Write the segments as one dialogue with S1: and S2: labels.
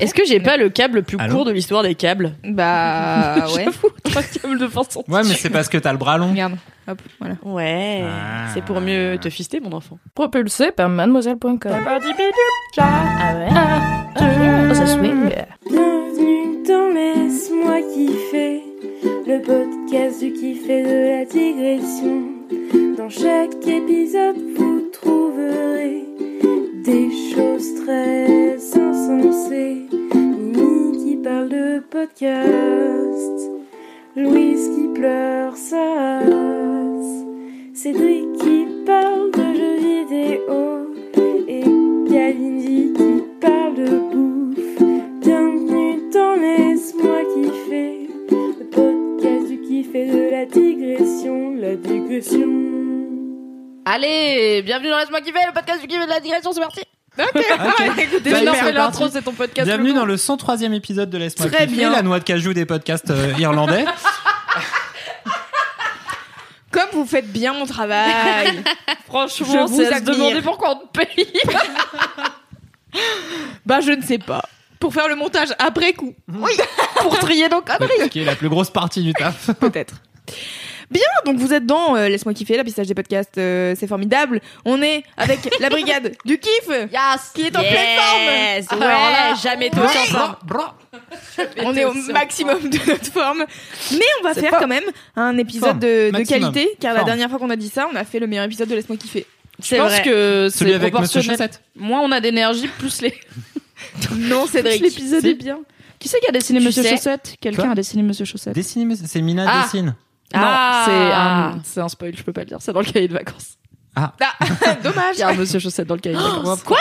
S1: Est-ce que j'ai pas le câble le plus
S2: Allô
S1: court de l'histoire des câbles
S3: Bah ouais.
S1: J'avoue, trois câbles de 20 cm.
S2: Ouais, mais c'est parce que t'as le bras long.
S3: Regarde. Hop, voilà.
S1: Ouais,
S2: Ah.
S1: c'est pour mieux te fister, mon enfant.
S4: Propulsé par mademoiselle.com. Ah ouais Oh, ça swing.
S5: Bienvenue dans Laisse-moi kiffer, le podcast du kiff et de la digression. Dans chaque épisode, vous trouverez des choses très insensées. Mimi qui parle de podcast, Louise qui pleure sa race, Cédric qui parle de jeux vidéo et Kalindi qui parle de bouffe. Bienvenue dans Laisse-moi kiffer, le podcast du kiff et de la digression, la digression.
S1: Allez, bienvenue dans Laisse-moi kiffer, le podcast du kiff et de la digression, c'est parti
S2: Bah,
S1: non,
S2: hyper
S1: fais
S2: parti.
S1: l'intro, c'est ton podcast.
S2: Bienvenue dans le 103e épisode de Laisse-moi
S1: Très
S2: kiffer,
S1: bien.
S2: la noix de cajou des podcasts euh, irlandais.
S3: Comme vous faites bien mon travail.
S1: Franchement,
S3: Je vous
S1: c'est à se
S3: admire.
S1: demander pourquoi on te paye.
S3: bah je ne sais pas. Pour faire le montage après coup. Oui. Pour trier nos conneries.
S2: Ce qui est la plus grosse partie du taf.
S3: Peut-être. Bien, donc vous êtes dans euh, Laisse-moi kiffer, la pistage des podcasts, euh, c'est formidable. On est avec la brigade du kiff.
S1: Yes
S3: Qui est en
S1: Yes.
S3: pleine forme.
S1: Ouais,
S3: Ah, voilà.
S1: jamais tout ensemble.
S3: On est au maximum de notre forme. Mais on va faire quand même un épisode
S2: Forme.
S3: de, de
S2: Maximum.
S3: qualité, car la
S2: Forme.
S3: dernière fois qu'on a dit ça, on a fait le meilleur épisode de Laisse-moi kiffer.
S1: Je
S4: C'est
S1: pense
S4: vrai.
S1: que
S2: Celui
S1: c'est
S2: avec Monsieur
S1: proportionnel.
S2: Chaussette.
S1: Moins on a d'énergie, plus les.
S3: Non, Cédric.
S1: L'épisode est bien. Qui c'est qui a dessiné
S4: Tu
S1: Monsieur
S4: sais.
S1: Chaussette Quelqu'un
S2: Quoi
S1: a dessiné Monsieur Chaussette
S2: Dessine, mais c'est Mina
S1: Ah.
S2: dessine.
S1: Non, c'est
S4: Ah.
S1: un, c'est un spoil, je peux pas le dire. C'est dans le cahier de vacances.
S3: Ah, dommage.
S1: Il y a un Monsieur Chaussette dans le cahier de vacances.
S2: Quoi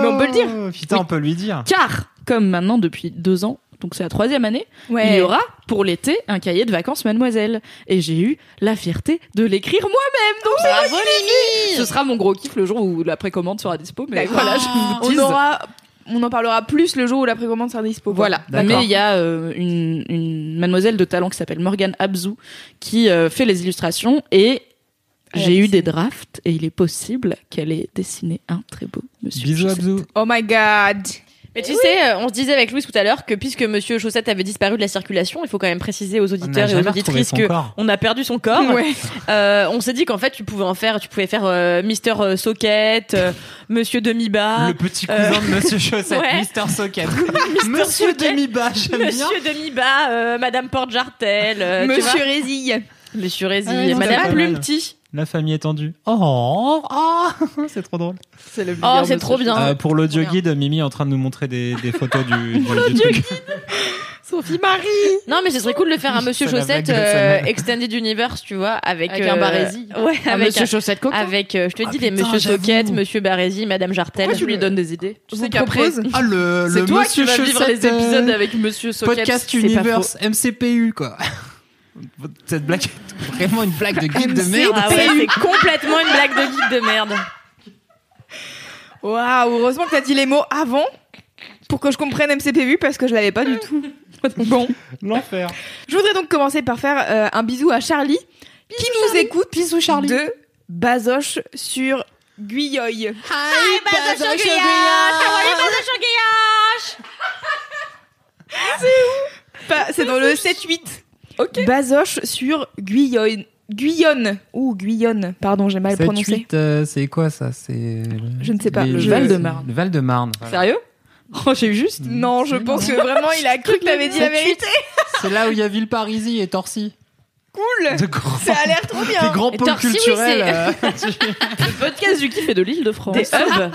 S3: Mais on peut le
S2: dire. Ah. Putain,
S1: Oui.
S2: on peut lui dire.
S1: Car, comme maintenant depuis deux ans, donc c'est la troisième année, il y aura pour l'été un cahier de vacances mademoiselle. Et j'ai eu la fierté de l'écrire moi-même. Donc c'est moi qui l'ai écrit. Ce sera mon gros kiff le jour où la précommande sera dispo. Mais
S3: D'accord.
S1: voilà, je vous
S3: on
S1: tease.
S3: aura, on en parlera plus le jour où la précommande sera dispo.
S1: Voilà.
S2: D'accord.
S1: Mais il y a euh, une, une mademoiselle de talent qui s'appelle Morgane Abzou qui euh, fait les illustrations et
S3: Elle a
S1: j'ai eu
S3: dessiné.
S1: des drafts et il est possible qu'elle ait dessiné un très beau monsieur.
S2: Bisous,
S1: Chaussette.
S2: Abzou.
S3: Oh my god.
S4: Mais tu sais, euh, on se disait avec Louis tout à l'heure que puisque Monsieur Chaussette avait disparu de la circulation, il faut quand même préciser aux
S2: On n'a
S4: auditeurs et
S2: jamais
S4: aux
S2: retrouvé
S4: auditrices
S2: son
S4: que
S2: corps.
S4: on a perdu son corps.
S3: Ouais.
S4: Euh, on s'est dit qu'en fait, tu pouvais en faire, tu pouvais faire euh, Mister euh, Socket, euh, Monsieur Demi-Bas,
S2: Le petit cousin de Monsieur Chaussette,
S4: ouais.
S2: Mister Socket. Monsieur
S4: Socket.
S2: Demi-Bas, j'aime bien.
S4: Monsieur Demi-Bas, euh, Madame Porte-Jartel, euh, tu vois.
S3: Monsieur Rézille.
S4: Monsieur Rézy,
S2: Ah, non, c'est
S4: Madame
S2: pas mal.
S4: Plumpty.
S2: La famille étendue. Oh, oh, c'est trop drôle.
S1: C'est le
S4: Oh,
S1: meilleur
S4: c'est
S1: monsieur
S4: trop bien.
S2: Euh, pour l'audio
S4: Trop
S2: guide, Mimi est en train de nous montrer des, des photos du, du, du truc.
S3: Sophie Marie.
S4: Non, mais ce serait cool de faire un Monsieur
S2: C'est la
S4: Chaussette
S2: blague de
S4: euh,
S2: Samuel.
S4: Extended Universe, tu vois, avec, euh,
S1: Avec un Barési.
S4: Ouais,
S1: Ah,
S4: avec
S1: Monsieur Chaussette Coco.
S4: avec euh, je te
S2: Ah,
S4: dis des
S2: putain,
S4: Monsieur Socket,
S2: j'avoue.
S4: Monsieur Barési, Madame Jartel.
S1: Pourquoi tu lui donnes des idées
S3: Je
S4: vous
S3: sais qu'après.
S4: propose-
S2: Ah, le,
S1: C'est
S2: le
S1: toi
S2: Monsieur
S1: qui vas vivre
S2: Chaussette,
S1: les
S2: euh,
S1: épisodes avec Monsieur Socket.
S2: Podcast
S1: c'est pas
S2: Universe, MCPU, quoi. Cette blague est vraiment une blague de guide de merde.
S4: Ah ouais, c'est complètement une blague de geek de merde.
S3: Waouh, heureusement que t'as dit les mots avant pour que je comprenne MCPV parce que je l'avais pas du tout. Bon,
S2: L'enfer.
S3: je voudrais donc commencer par faire euh, un bisou à Charlie qui nous écoute bisou Charlie. de Bazoche sur Guyoy.
S4: Hi, Bazoche Guillaume
S3: Pas- C'est dans le 7-8. Ok. Bazoche sur Guyoy. Guyonne. Ou Guyonne, pardon, j'ai mal prononcé.
S2: euh, c'est quoi ça C'est
S3: Je ne sais pas.
S2: les-
S3: Le
S2: les-
S1: Val-de-Marne.
S2: Le Val-de-Marne.
S1: faux.
S2: voilà.
S1: Sérieux Oh, j'ai eu juste.
S3: Non, je pense que vraiment il a cru que t'avais dit la
S1: 7-8.
S3: vérité.
S2: C'est là où il y a Villeparisis et Torcy.
S3: Cool.
S2: De grands,
S3: Ça a l'air trop
S2: des
S3: bien.
S2: grands
S4: Et
S2: pôles
S4: Torcy, oui,
S2: culturels. euh,
S1: Le podcast du kiff et de l'île de France.
S4: Des hubs.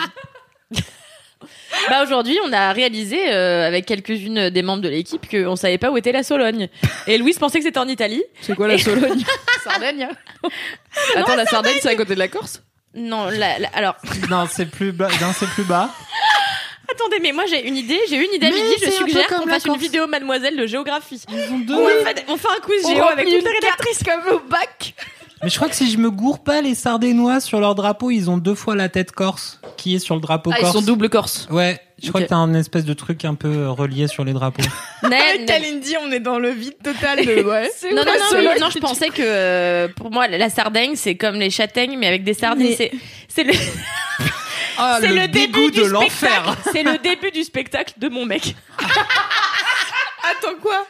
S4: Bah aujourd'hui, on a réalisé euh, avec quelques-unes des membres de l'équipe qu'on savait pas où était la Sologne. Et Louise pensait que c'était en Italie.
S3: hein.
S1: C'est quoi la Sologne Sardaigne. Attends, la Sardaigne, c'est à côté de la Corse
S4: Non, la- la- alors,
S2: Non, c'est plus bas. Non, c'est plus bas.
S4: attendez, mais moi j'ai une idée, j'ai une idée à
S2: Mais
S4: midi, je
S2: c'est un peu
S4: suggère
S2: comme
S4: qu'on
S2: la
S4: fasse une
S2: Corse.
S4: vidéo mademoiselle de géographie.
S2: Ils ont deux.
S4: On, va faire- on fait un quiz géo avec toutes les rédactrices.
S3: comme au bac.
S2: Mais je crois que si je me gourre pas, les Sardénois sur leur drapeau, ils ont deux fois la tête corse qui est sur le drapeau
S1: Ah, ils
S2: corse.
S1: sont double corse.
S2: Ouais, je crois
S1: Ok.
S2: que t'as un espèce de truc un peu euh, relié sur les drapeaux.
S4: Nel,
S1: Ah,
S3: Avec
S4: Nel.
S3: Kalindi, on est dans le vide total. De... Ouais.
S4: Non, non,
S3: Ouais,
S4: non,
S3: c'est
S4: oui,
S3: vrai.
S4: non, je pensais que euh, pour moi, la sardaigne, c'est comme les châtaignes, mais avec des sardines.
S3: Mais-
S4: C'est- C'est le,
S2: Ah,
S4: c'est le début du
S2: de l'enfer.
S4: spectacle. C'est le début du spectacle de mon mec.
S3: Attends quoi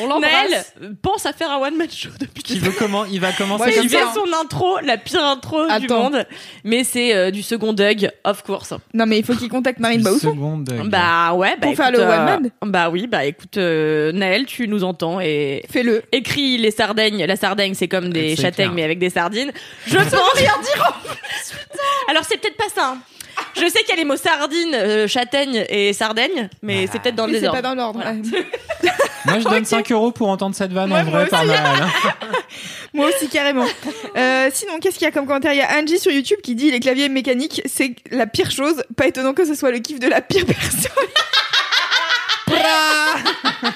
S4: On
S1: l'embrasse.
S4: Nel pense à faire un one-man show depuis
S2: Qui veut comment Il va commencer
S3: Moi,
S2: comme
S4: Il
S3: j'aime
S4: fait
S2: ça.
S3: bien.
S4: son intro, la pire intro du
S3: Attends.
S4: monde, mais c'est euh, du second Doug, of course.
S3: Non mais il faut qu'il contacte Marine
S2: Une
S3: Baoufou.
S2: seconde. euh,
S4: Bah ouais, bah
S3: Pour faire
S4: écoute,
S3: le
S4: euh,
S3: one-man
S4: Bah oui, bah écoute, euh, Naël, tu nous entends et
S3: Fais-le.
S4: écris les sardaignes. La sardaigne, c'est comme des
S2: C'est
S4: châtaignes,
S2: clair.
S4: mais avec des sardines. Je pense. rien dire. Alors c'est peut-être pas ça. hein. Je sais qu'il y a les mots sardine, euh, châtaigne et sardaigne, mais
S1: Bah.
S4: c'est peut-être dans le
S3: Mais c'est
S4: désordre.
S3: pas dans l'ordre.
S4: Voilà.
S3: ouais.
S2: Moi, je donne 5 euros pour entendre cette vanne
S3: Ouais,
S2: en vrai
S3: moi
S2: par Naël.
S3: Moi aussi carrément. Euh, sinon qu'est-ce qu'il y a comme commentaire Il y a Angie sur YouTube qui dit les claviers mécaniques c'est la pire chose. Pas étonnant que ce soit le kiff de la pire personne.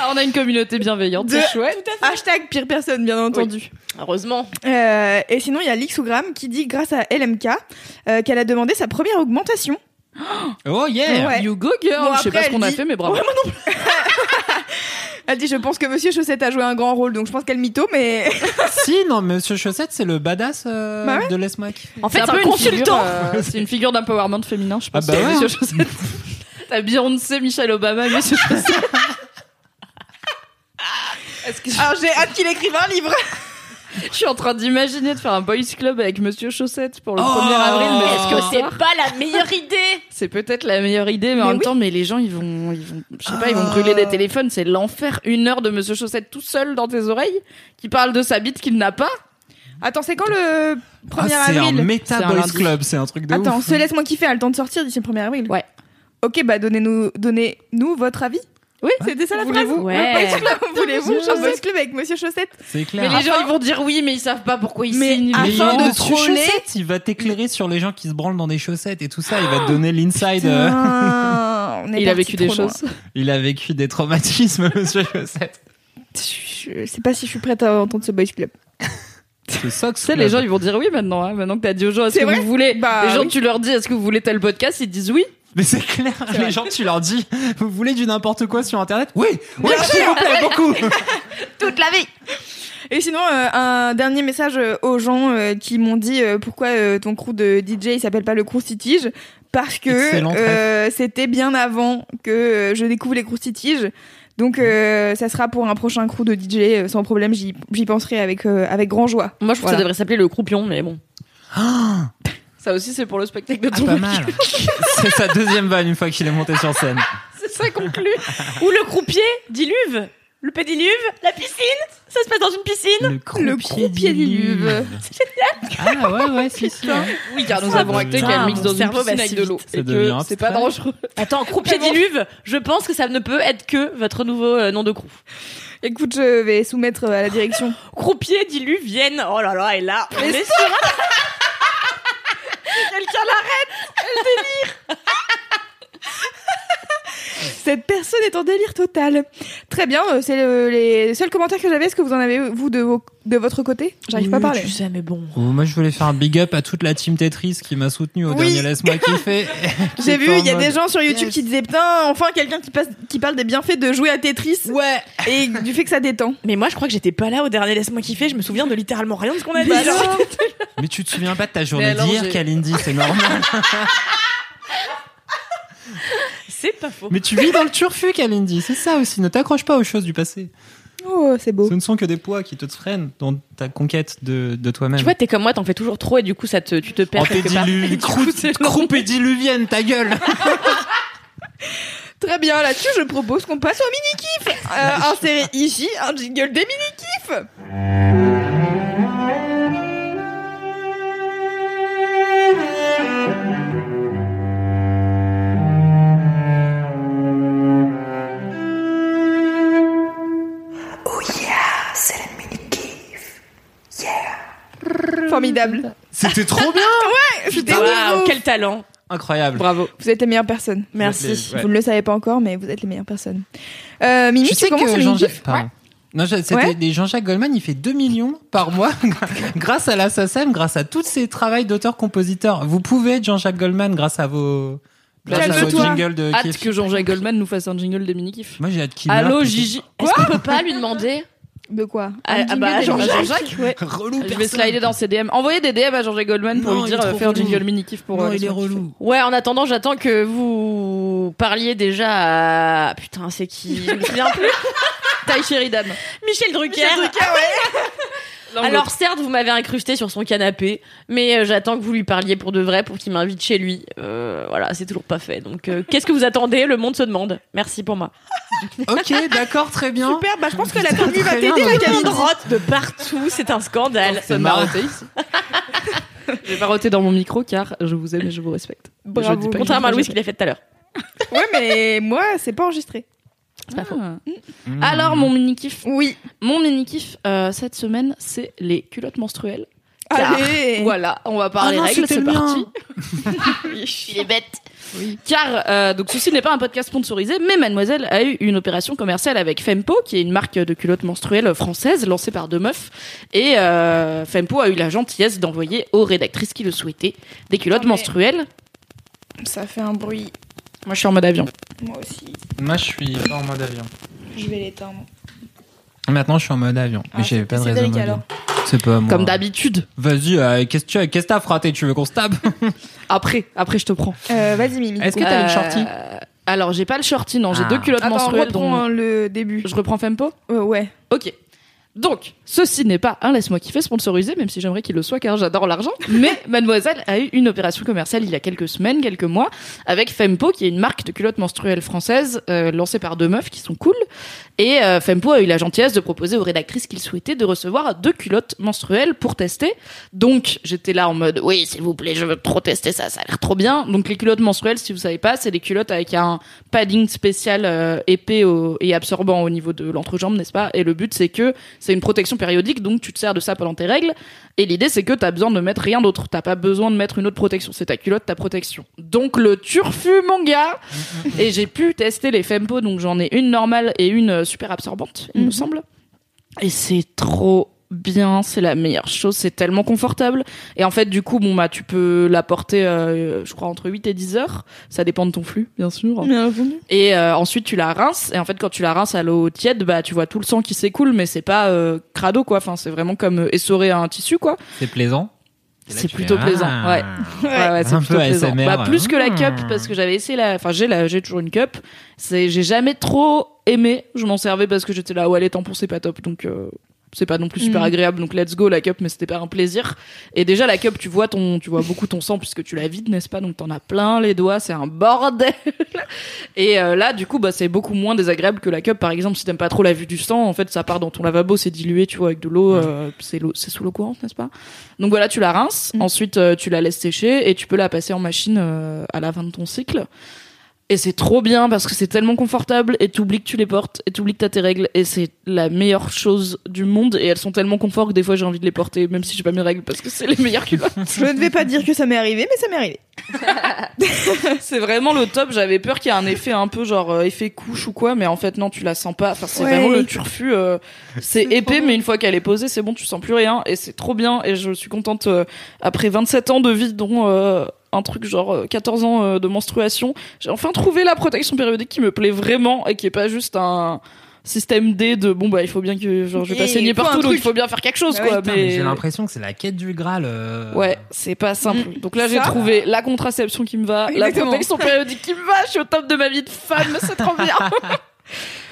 S1: Ah, on a une communauté bienveillante.
S3: De- Hashtag pire personne bien entendu.
S4: Heureusement.
S3: Euh, et sinon il y a Lixogram qui dit grâce à LMK euh, qu'elle a demandé sa première augmentation.
S2: Oh yeah
S3: Ouais.
S1: You go girl.
S3: Bon,
S1: je sais
S3: après,
S1: pas ce qu'on a
S3: elle dit-
S1: fait, mais bravo.
S3: Elle dit je pense que Monsieur Chaussette a joué un grand rôle donc je pense qu'elle mytho mais
S2: Si, non, Monsieur Chaussette, c'est le badass euh,
S3: Bah ouais.
S2: de l'ESMAC.
S4: En fait, c'est un,
S1: peu une
S4: consultant.
S1: figure, euh, c'est une figure d'empowerment féminin, je
S2: Ah
S1: pense.
S2: bah ouais.
S1: Monsieur Chaussette. T'as Beyoncé, Michelle Obama, Monsieur Chaussette. Est-ce que je-
S3: alors j'ai hâte qu'il écrive un livre.
S1: je suis en train d'imaginer de faire un boys club avec Monsieur Chaussette pour le
S2: Oh.
S1: 1er avril, mais
S4: Est-ce que
S1: est-ce que
S4: c'est
S1: c'est
S4: pas la meilleure idée
S1: C'est peut-être la meilleure idée, mais, en
S3: Mais
S1: même
S3: oui.
S1: temps, mais les gens, ils vont, ils vont, je sais pas, ils vont brûler des téléphones. C'est l'enfer. Une heure de Monsieur Chaussette tout seul dans tes oreilles, qui parle de sa bite qu'il n'a pas.
S3: Attends c'est quand le 1er
S2: Ah, c'est un
S3: avril
S2: méta
S1: C'est un
S2: boys
S1: lundi.
S2: club, c'est un truc de
S3: Attends,
S2: ouf. hein.
S3: se laisse-moi kiffer, elle a le temps de sortir d'ici le 1er avril.
S1: Ouais.
S3: Ok, bah donnez-nous donnez -nous votre avis.
S1: Oui,
S3: C'était ça la phrase
S1: Voulez-vous
S4: Ouais.
S3: Le boys club, Voulez-vous
S1: Monsieur
S3: un boys
S1: Chaussette.
S3: club avec Monsieur Chaussette
S2: C'est clair.
S1: Mais les gens, ils vont dire oui, mais ils savent pas pourquoi ils
S3: Mais
S1: signent.
S3: à-
S2: Mais
S1: ils-
S3: afin
S2: il est
S3: de
S2: dessus
S3: troller-
S2: chaussettes, il va t'éclairer sur les gens qui se branlent dans des chaussettes et tout ça. Il va te donner l'inside. euh,
S3: Putain, on est
S1: Il a
S3: parti
S1: vécu des
S3: trop loin.
S1: choses.
S2: Il a vécu des traumatismes, monsieur Chaussette.
S3: Je je sais pas si je suis prête à entendre ce boys club.
S2: Ce sock
S1: Tu sais, les gens, ils vont dire oui maintenant. hein. Maintenant que t'as dit aux gens, est-ce
S3: C'est
S1: que
S3: vrai
S1: vous voulez
S3: Bah,
S1: Les gens,
S3: oui.
S1: tu leur dis, est-ce que vous voulez tel podcast Ils disent oui.
S2: Mais c'est clair, les
S3: vrai.
S2: gens, tu leur dis, vous voulez du n'importe quoi sur Internet Oui, oui, s'il vous plaît, beaucoup.
S3: Toute la vie Et sinon, euh, un dernier message euh, aux gens euh, qui m'ont dit euh, pourquoi euh, ton crew de DJ il s'appelle pas le crew Citige parce que
S2: Excellent trèfle.
S3: euh, c'était bien avant que euh, je découvre les crew Citige. Donc euh, ça sera pour un prochain crew de DJ euh, sans problème, j'y j'y penserai avec euh, avec grand joie.
S4: Moi, je trouve que ça
S3: Voilà.
S4: devrait s'appeler le croupion, mais bon.
S2: Ah,
S1: Ça aussi, c'est pour le spectacle de ton
S2: pas mal. C'est sa deuxième vanne une fois qu'il est monté sur scène.
S4: C'est ça conclu. Ou le croupier diluve. Le pédiluve, la piscine, ça se passe dans une piscine.
S2: Le
S3: Le croupier diluve.
S2: Ah ouais, ouais, si, si. hein.
S1: Oui, car nous
S2: Ah,
S1: avons acté
S2: putain,
S1: qu'elle mixe
S4: mon
S1: dans une
S4: cerveau va
S1: piscine
S4: si
S1: avec de l'eau.
S2: Ça
S1: Et
S2: devient
S1: que c'est pas
S2: abstrait.
S1: dangereux.
S4: Attends, croupier
S3: Tellement.
S4: diluve, je pense que ça ne peut être que votre nouveau euh, nom de crew.
S3: Écoute, je vais soumettre euh, à la direction.
S4: Croupier diluve Vienne. Oh là là, et là, on est sur un- Quelqu'un l'arrête.
S3: Cette personne est en délire total. Très bien, euh, c'est le- les seuls commentaires que j'avais. Est-ce que vous en avez vous de, vos- de votre côté J'arrive pas à parler.
S4: sais, mais bon.
S2: Oh, moi, je voulais faire un big up à toute la team Tetris qui m'a soutenu au
S3: Oui.
S2: dernier Laisse-moi kiffer. Qui
S3: J'ai
S2: était
S3: vu,
S2: en
S3: il y a
S2: mode-
S3: des gens sur YouTube qui disaient putain, enfin quelqu'un qui, passe, qui parle des bienfaits de jouer à Tetris
S4: Ouais.
S3: et du fait que ça détend.
S4: Mais moi, je crois que j'étais pas là au dernier Laisse-moi kiffer. Je me souviens de littéralement rien de ce qu'on a dit.
S3: Bah
S4: genre.
S3: non.
S2: Mais tu te souviens pas de ta journée
S1: alors,
S2: d'hier,
S1: j'ai-
S2: Kalindi, c'est normal.
S4: C'est pas faux.
S2: Mais tu vis dans le turfu, Kalindi, c'est ça aussi. Ne t'accroche pas aux choses du passé.
S3: oh, c'est beau.
S2: Ce ne sont que des poids qui te freinent dans ta conquête de, de
S4: Tu
S2: toi-même.
S4: vois, t'es comme moi, t'en fais toujours trop et du coup, ça te, tu te
S2: Oh,
S4: perds quelque part.
S2: Antédilu... Croupe et diluvienne, ta gueule
S3: Très bien, là-dessus, je propose qu'on passe au mini-kiff. Euh, insérer ici un jingle des mini-kiffs. Formidable.
S2: C'était trop bien
S3: C'était
S4: Waouh,
S3: ouf.
S4: quel talent.
S2: Incroyable.
S4: Bravo.
S3: Vous êtes les meilleures personnes.
S4: Merci.
S2: Ouais.
S3: Vous ne le savez pas encore, mais vous êtes les meilleures personnes. Euh, Mimi,
S2: Je
S3: tu
S2: sais
S3: commences
S2: que
S3: le
S2: Jean-Jacques.
S3: mini-kiff
S2: pardon. Non, je- c'était
S3: Ouais.
S2: les Jean-Jacques Goldman, il fait 2 millions par mois grâce à l'assassin, grâce à tous ses travaux d'auteur-compositeur. Vous pouvez être Jean-Jacques Goldman grâce à vos, grâce à vos
S3: Calme-toi.
S2: jingles de
S1: Hâte
S2: kiff.
S1: que Jean-Jacques Goldman nous fasse un jingle des mini-kiffs.
S2: Moi j'ai hâte qu'il meure,
S1: Allô,
S2: putain.
S1: Gigi.
S4: Est-ce qu'on peut pas lui demander
S3: De quoi Un
S4: Ah, ah
S3: jingle
S4: bah,
S3: des
S4: Jean-Jacques.
S3: Jean-Jacques.
S1: Ouais.
S2: Relou,
S1: Je vais
S2: personne.
S1: slider dans ses DM. Envoyez des DM à Jean-Jacques Goldman pour
S2: Non,
S1: lui
S2: il
S1: dire
S2: est
S1: euh,
S2: trop
S1: faire
S2: relou.
S1: jingle mini-kiff pour
S2: Non,
S1: euh, les
S2: il est
S1: soins kiffés.
S2: relou.
S4: Ouais, en attendant, j'attends que vous parliez déjà à... Putain, c'est qui Je me souviens plus.
S1: Taille Sheridan.
S4: Michel Drucker.
S1: L'un ou
S4: Alors certes, vous m'avez incrusté sur son canapé, mais euh, j'attends que vous lui parliez pour de vrai, pour qu'il m'invite chez lui. Euh, voilà, c'est toujours pas fait. Donc euh, qu'est-ce que vous attendez Le monde se demande. Merci pour moi.
S2: Ok, d'accord, très bien.
S3: Super, bah je pense que la
S2: Putain,
S3: tenue va
S2: très bien,
S3: t'aider, la
S2: mais-
S3: Camille.
S4: Droite de partout, c'est un scandale.
S1: Personne m'a roté ici. Je vais pas roter dans mon micro car je vous aime et je vous respecte.
S3: Bravo.
S1: Je dis pas
S4: Contrairement à Louis qui
S1: Jean-Jacques.
S4: l'a fait tout à l'heure.
S3: Ouais, mais moi, c'est pas enregistré.
S1: Ah.
S2: Hmm.
S1: Alors mon mini kiff,
S3: Oui.
S1: mon mini kiff euh, cette semaine, c'est les culottes menstruelles. Car-
S3: Allez.
S1: Voilà, on va parler
S2: Ah non,
S1: règles,
S2: c'était
S1: c'est
S2: le mien.
S1: parti.
S4: Il est bête.
S1: Car, euh, donc ceci n'est pas un podcast sponsorisé, mais Mademoiselle a eu une opération commerciale avec Fempo, qui est une marque de culottes menstruelles française lancée par deux meufs. Et euh, Fempo a eu la gentillesse d'envoyer aux rédactrices qui le souhaitaient des culottes
S3: Non, mais-
S1: menstruelles.
S3: Ça fait un bruit.
S1: Moi, je suis en mode avion.
S3: Moi aussi.
S2: Moi je suis pas en mode avion.
S3: Je vais l'éteindre.
S2: Maintenant je suis en mode avion.
S3: Ah,
S2: Mais j'avais pas de
S3: c'est
S2: raison.
S3: Cédric,
S2: de
S3: alors.
S2: dire. C'est pas moi.
S1: Comme d'habitude.
S2: Vas-y, euh, qu'est-ce que tu as- qu'est-ce que t'as fraté Tu veux qu'on se tape
S1: Après, après, je te prends.
S3: Euh, Vas-y, Mimi.
S2: Est-ce que t'as une shorty
S1: Euh, Alors, j'ai pas le shorty, non. J'ai
S2: Ah.
S1: deux culottes
S3: Attends,
S1: menstruelles.
S3: reprends
S1: dont-
S3: hein, le début.
S1: Je reprends Fempo
S3: Euh, ouais.
S1: Ok. Donc, ceci n'est pas un laisse-moi kiffer sponsorisé, même si j'aimerais qu'il le soit car j'adore l'argent. Mais Mademoiselle a eu une opération commerciale il y a quelques semaines, quelques mois, avec Fempo, qui est une marque de culottes menstruelles française euh, lancée par deux meufs qui sont cool. Et euh, Fempo a eu la gentillesse de proposer aux rédactrices qu'il souhaitait de recevoir deux culottes menstruelles pour tester. Donc, j'étais là en mode, oui, s'il vous plaît, je veux trop tester ça, ça a l'air trop bien. Donc, les culottes menstruelles, si vous savez pas, c'est des culottes avec un padding spécial euh, épais au- et absorbant au niveau de l'entrejambe, n'est-ce pas Et le but, c'est que c'est une protection périodique, donc tu te sers de ça pendant tes règles. Et l'idée, c'est que t'as besoin de mettre rien d'autre. T'as pas besoin de mettre une autre protection. C'est ta culotte, ta protection. Donc le turfu, mon gars Et j'ai pu tester les Fempo, donc j'en ai une normale et une euh, super absorbante, il me
S3: Mhm.
S1: semble. Et c'est trop bien, c'est la meilleure chose, c'est tellement confortable. Et en fait, du coup, bon, bah, tu peux la porter, euh, je crois, entre 8 et 10 heures. Ça dépend de ton flux, bien sûr.
S3: Bien entendu.
S1: Et euh, ensuite tu la rinces et en fait quand tu la rinces à l'eau tiède bah tu vois tout le sang qui s'écoule mais c'est pas euh, crado quoi enfin c'est vraiment comme euh, essorer un tissu quoi.
S2: C'est plaisant. Et là,
S1: C'est
S2: tu
S1: plutôt
S2: fais,
S1: plaisant,
S2: ah.
S1: ouais. Ouais, ouais, c'est
S2: Un
S1: plutôt
S2: peu
S1: plaisant.
S2: ASMR,
S1: Bah, plus que la
S2: hmm.
S1: cup parce que j'avais essayé la enfin j'ai la j'ai toujours une cup, c'est j'ai jamais trop aimé, je m'en servais parce que j'étais là ouais les tampons c'est pas top donc euh, c'est pas non plus super
S3: Mm.
S1: agréable donc let's go la cup mais c'était pas un plaisir et déjà la cup tu vois ton tu vois beaucoup ton sang puisque tu la vides n'est-ce pas donc t'en as plein les doigts c'est un bordel et euh, là, du coup, bah, c'est beaucoup moins désagréable que la cup. Par exemple, si t'aimes pas trop la vue du sang, en fait, ça part dans ton lavabo, c'est dilué, tu vois, avec de l'eau. euh, c'est l'eau, c'est sous l'eau courante, n'est-ce pas Donc voilà, tu la rinces.
S3: Mm.
S1: Ensuite, euh, tu la laisses sécher et tu peux la passer en machine euh, à la fin de ton cycle. Et c'est trop bien parce que c'est tellement confortable et t'oublies que tu les portes et t'oublies que t'as tes règles et c'est la meilleure chose du monde et elles sont tellement confort que des fois j'ai envie de les porter même si j'ai pas mes règles parce que c'est les meilleures culottes.
S3: Je ne vais pas dire que ça m'est arrivé, mais ça m'est arrivé.
S1: C'est vraiment le top. J'avais peur qu'il y ait un effet un peu genre euh, effet couche ou quoi, mais en fait non, tu la sens pas. Enfin, c'est
S3: Ouais.
S1: vraiment le turfu. euh, c'est
S3: C'est trop
S1: épais,
S3: bon.
S1: mais une fois qu'elle est posée, c'est bon, tu sens plus rien et c'est trop bien. Et je suis contente euh, après 27 ans de vie dont euh, un truc genre euh, 14 ans euh, de menstruation, j'ai enfin trouvé la protection périodique qui me plaît vraiment et qui est pas juste un système D de bon bah il faut bien que genre je vais
S3: Et
S1: pas
S3: il
S1: saigner
S3: faut un
S1: partout donc il
S3: truc.
S1: faut bien faire quelque chose
S3: Bah
S1: quoi
S3: oui,
S2: Putain, mais
S1: mais
S2: J'ai l'impression que c'est la quête du Graal. euh.
S1: Ouais, c'est pas simple. Donc là, j'ai
S3: Mm. Ça-
S1: trouvé la contraception qui me va,
S3: Exactement.
S1: la protection périodique qui me va. Je suis au top de ma vie de femme, c'est trop bien.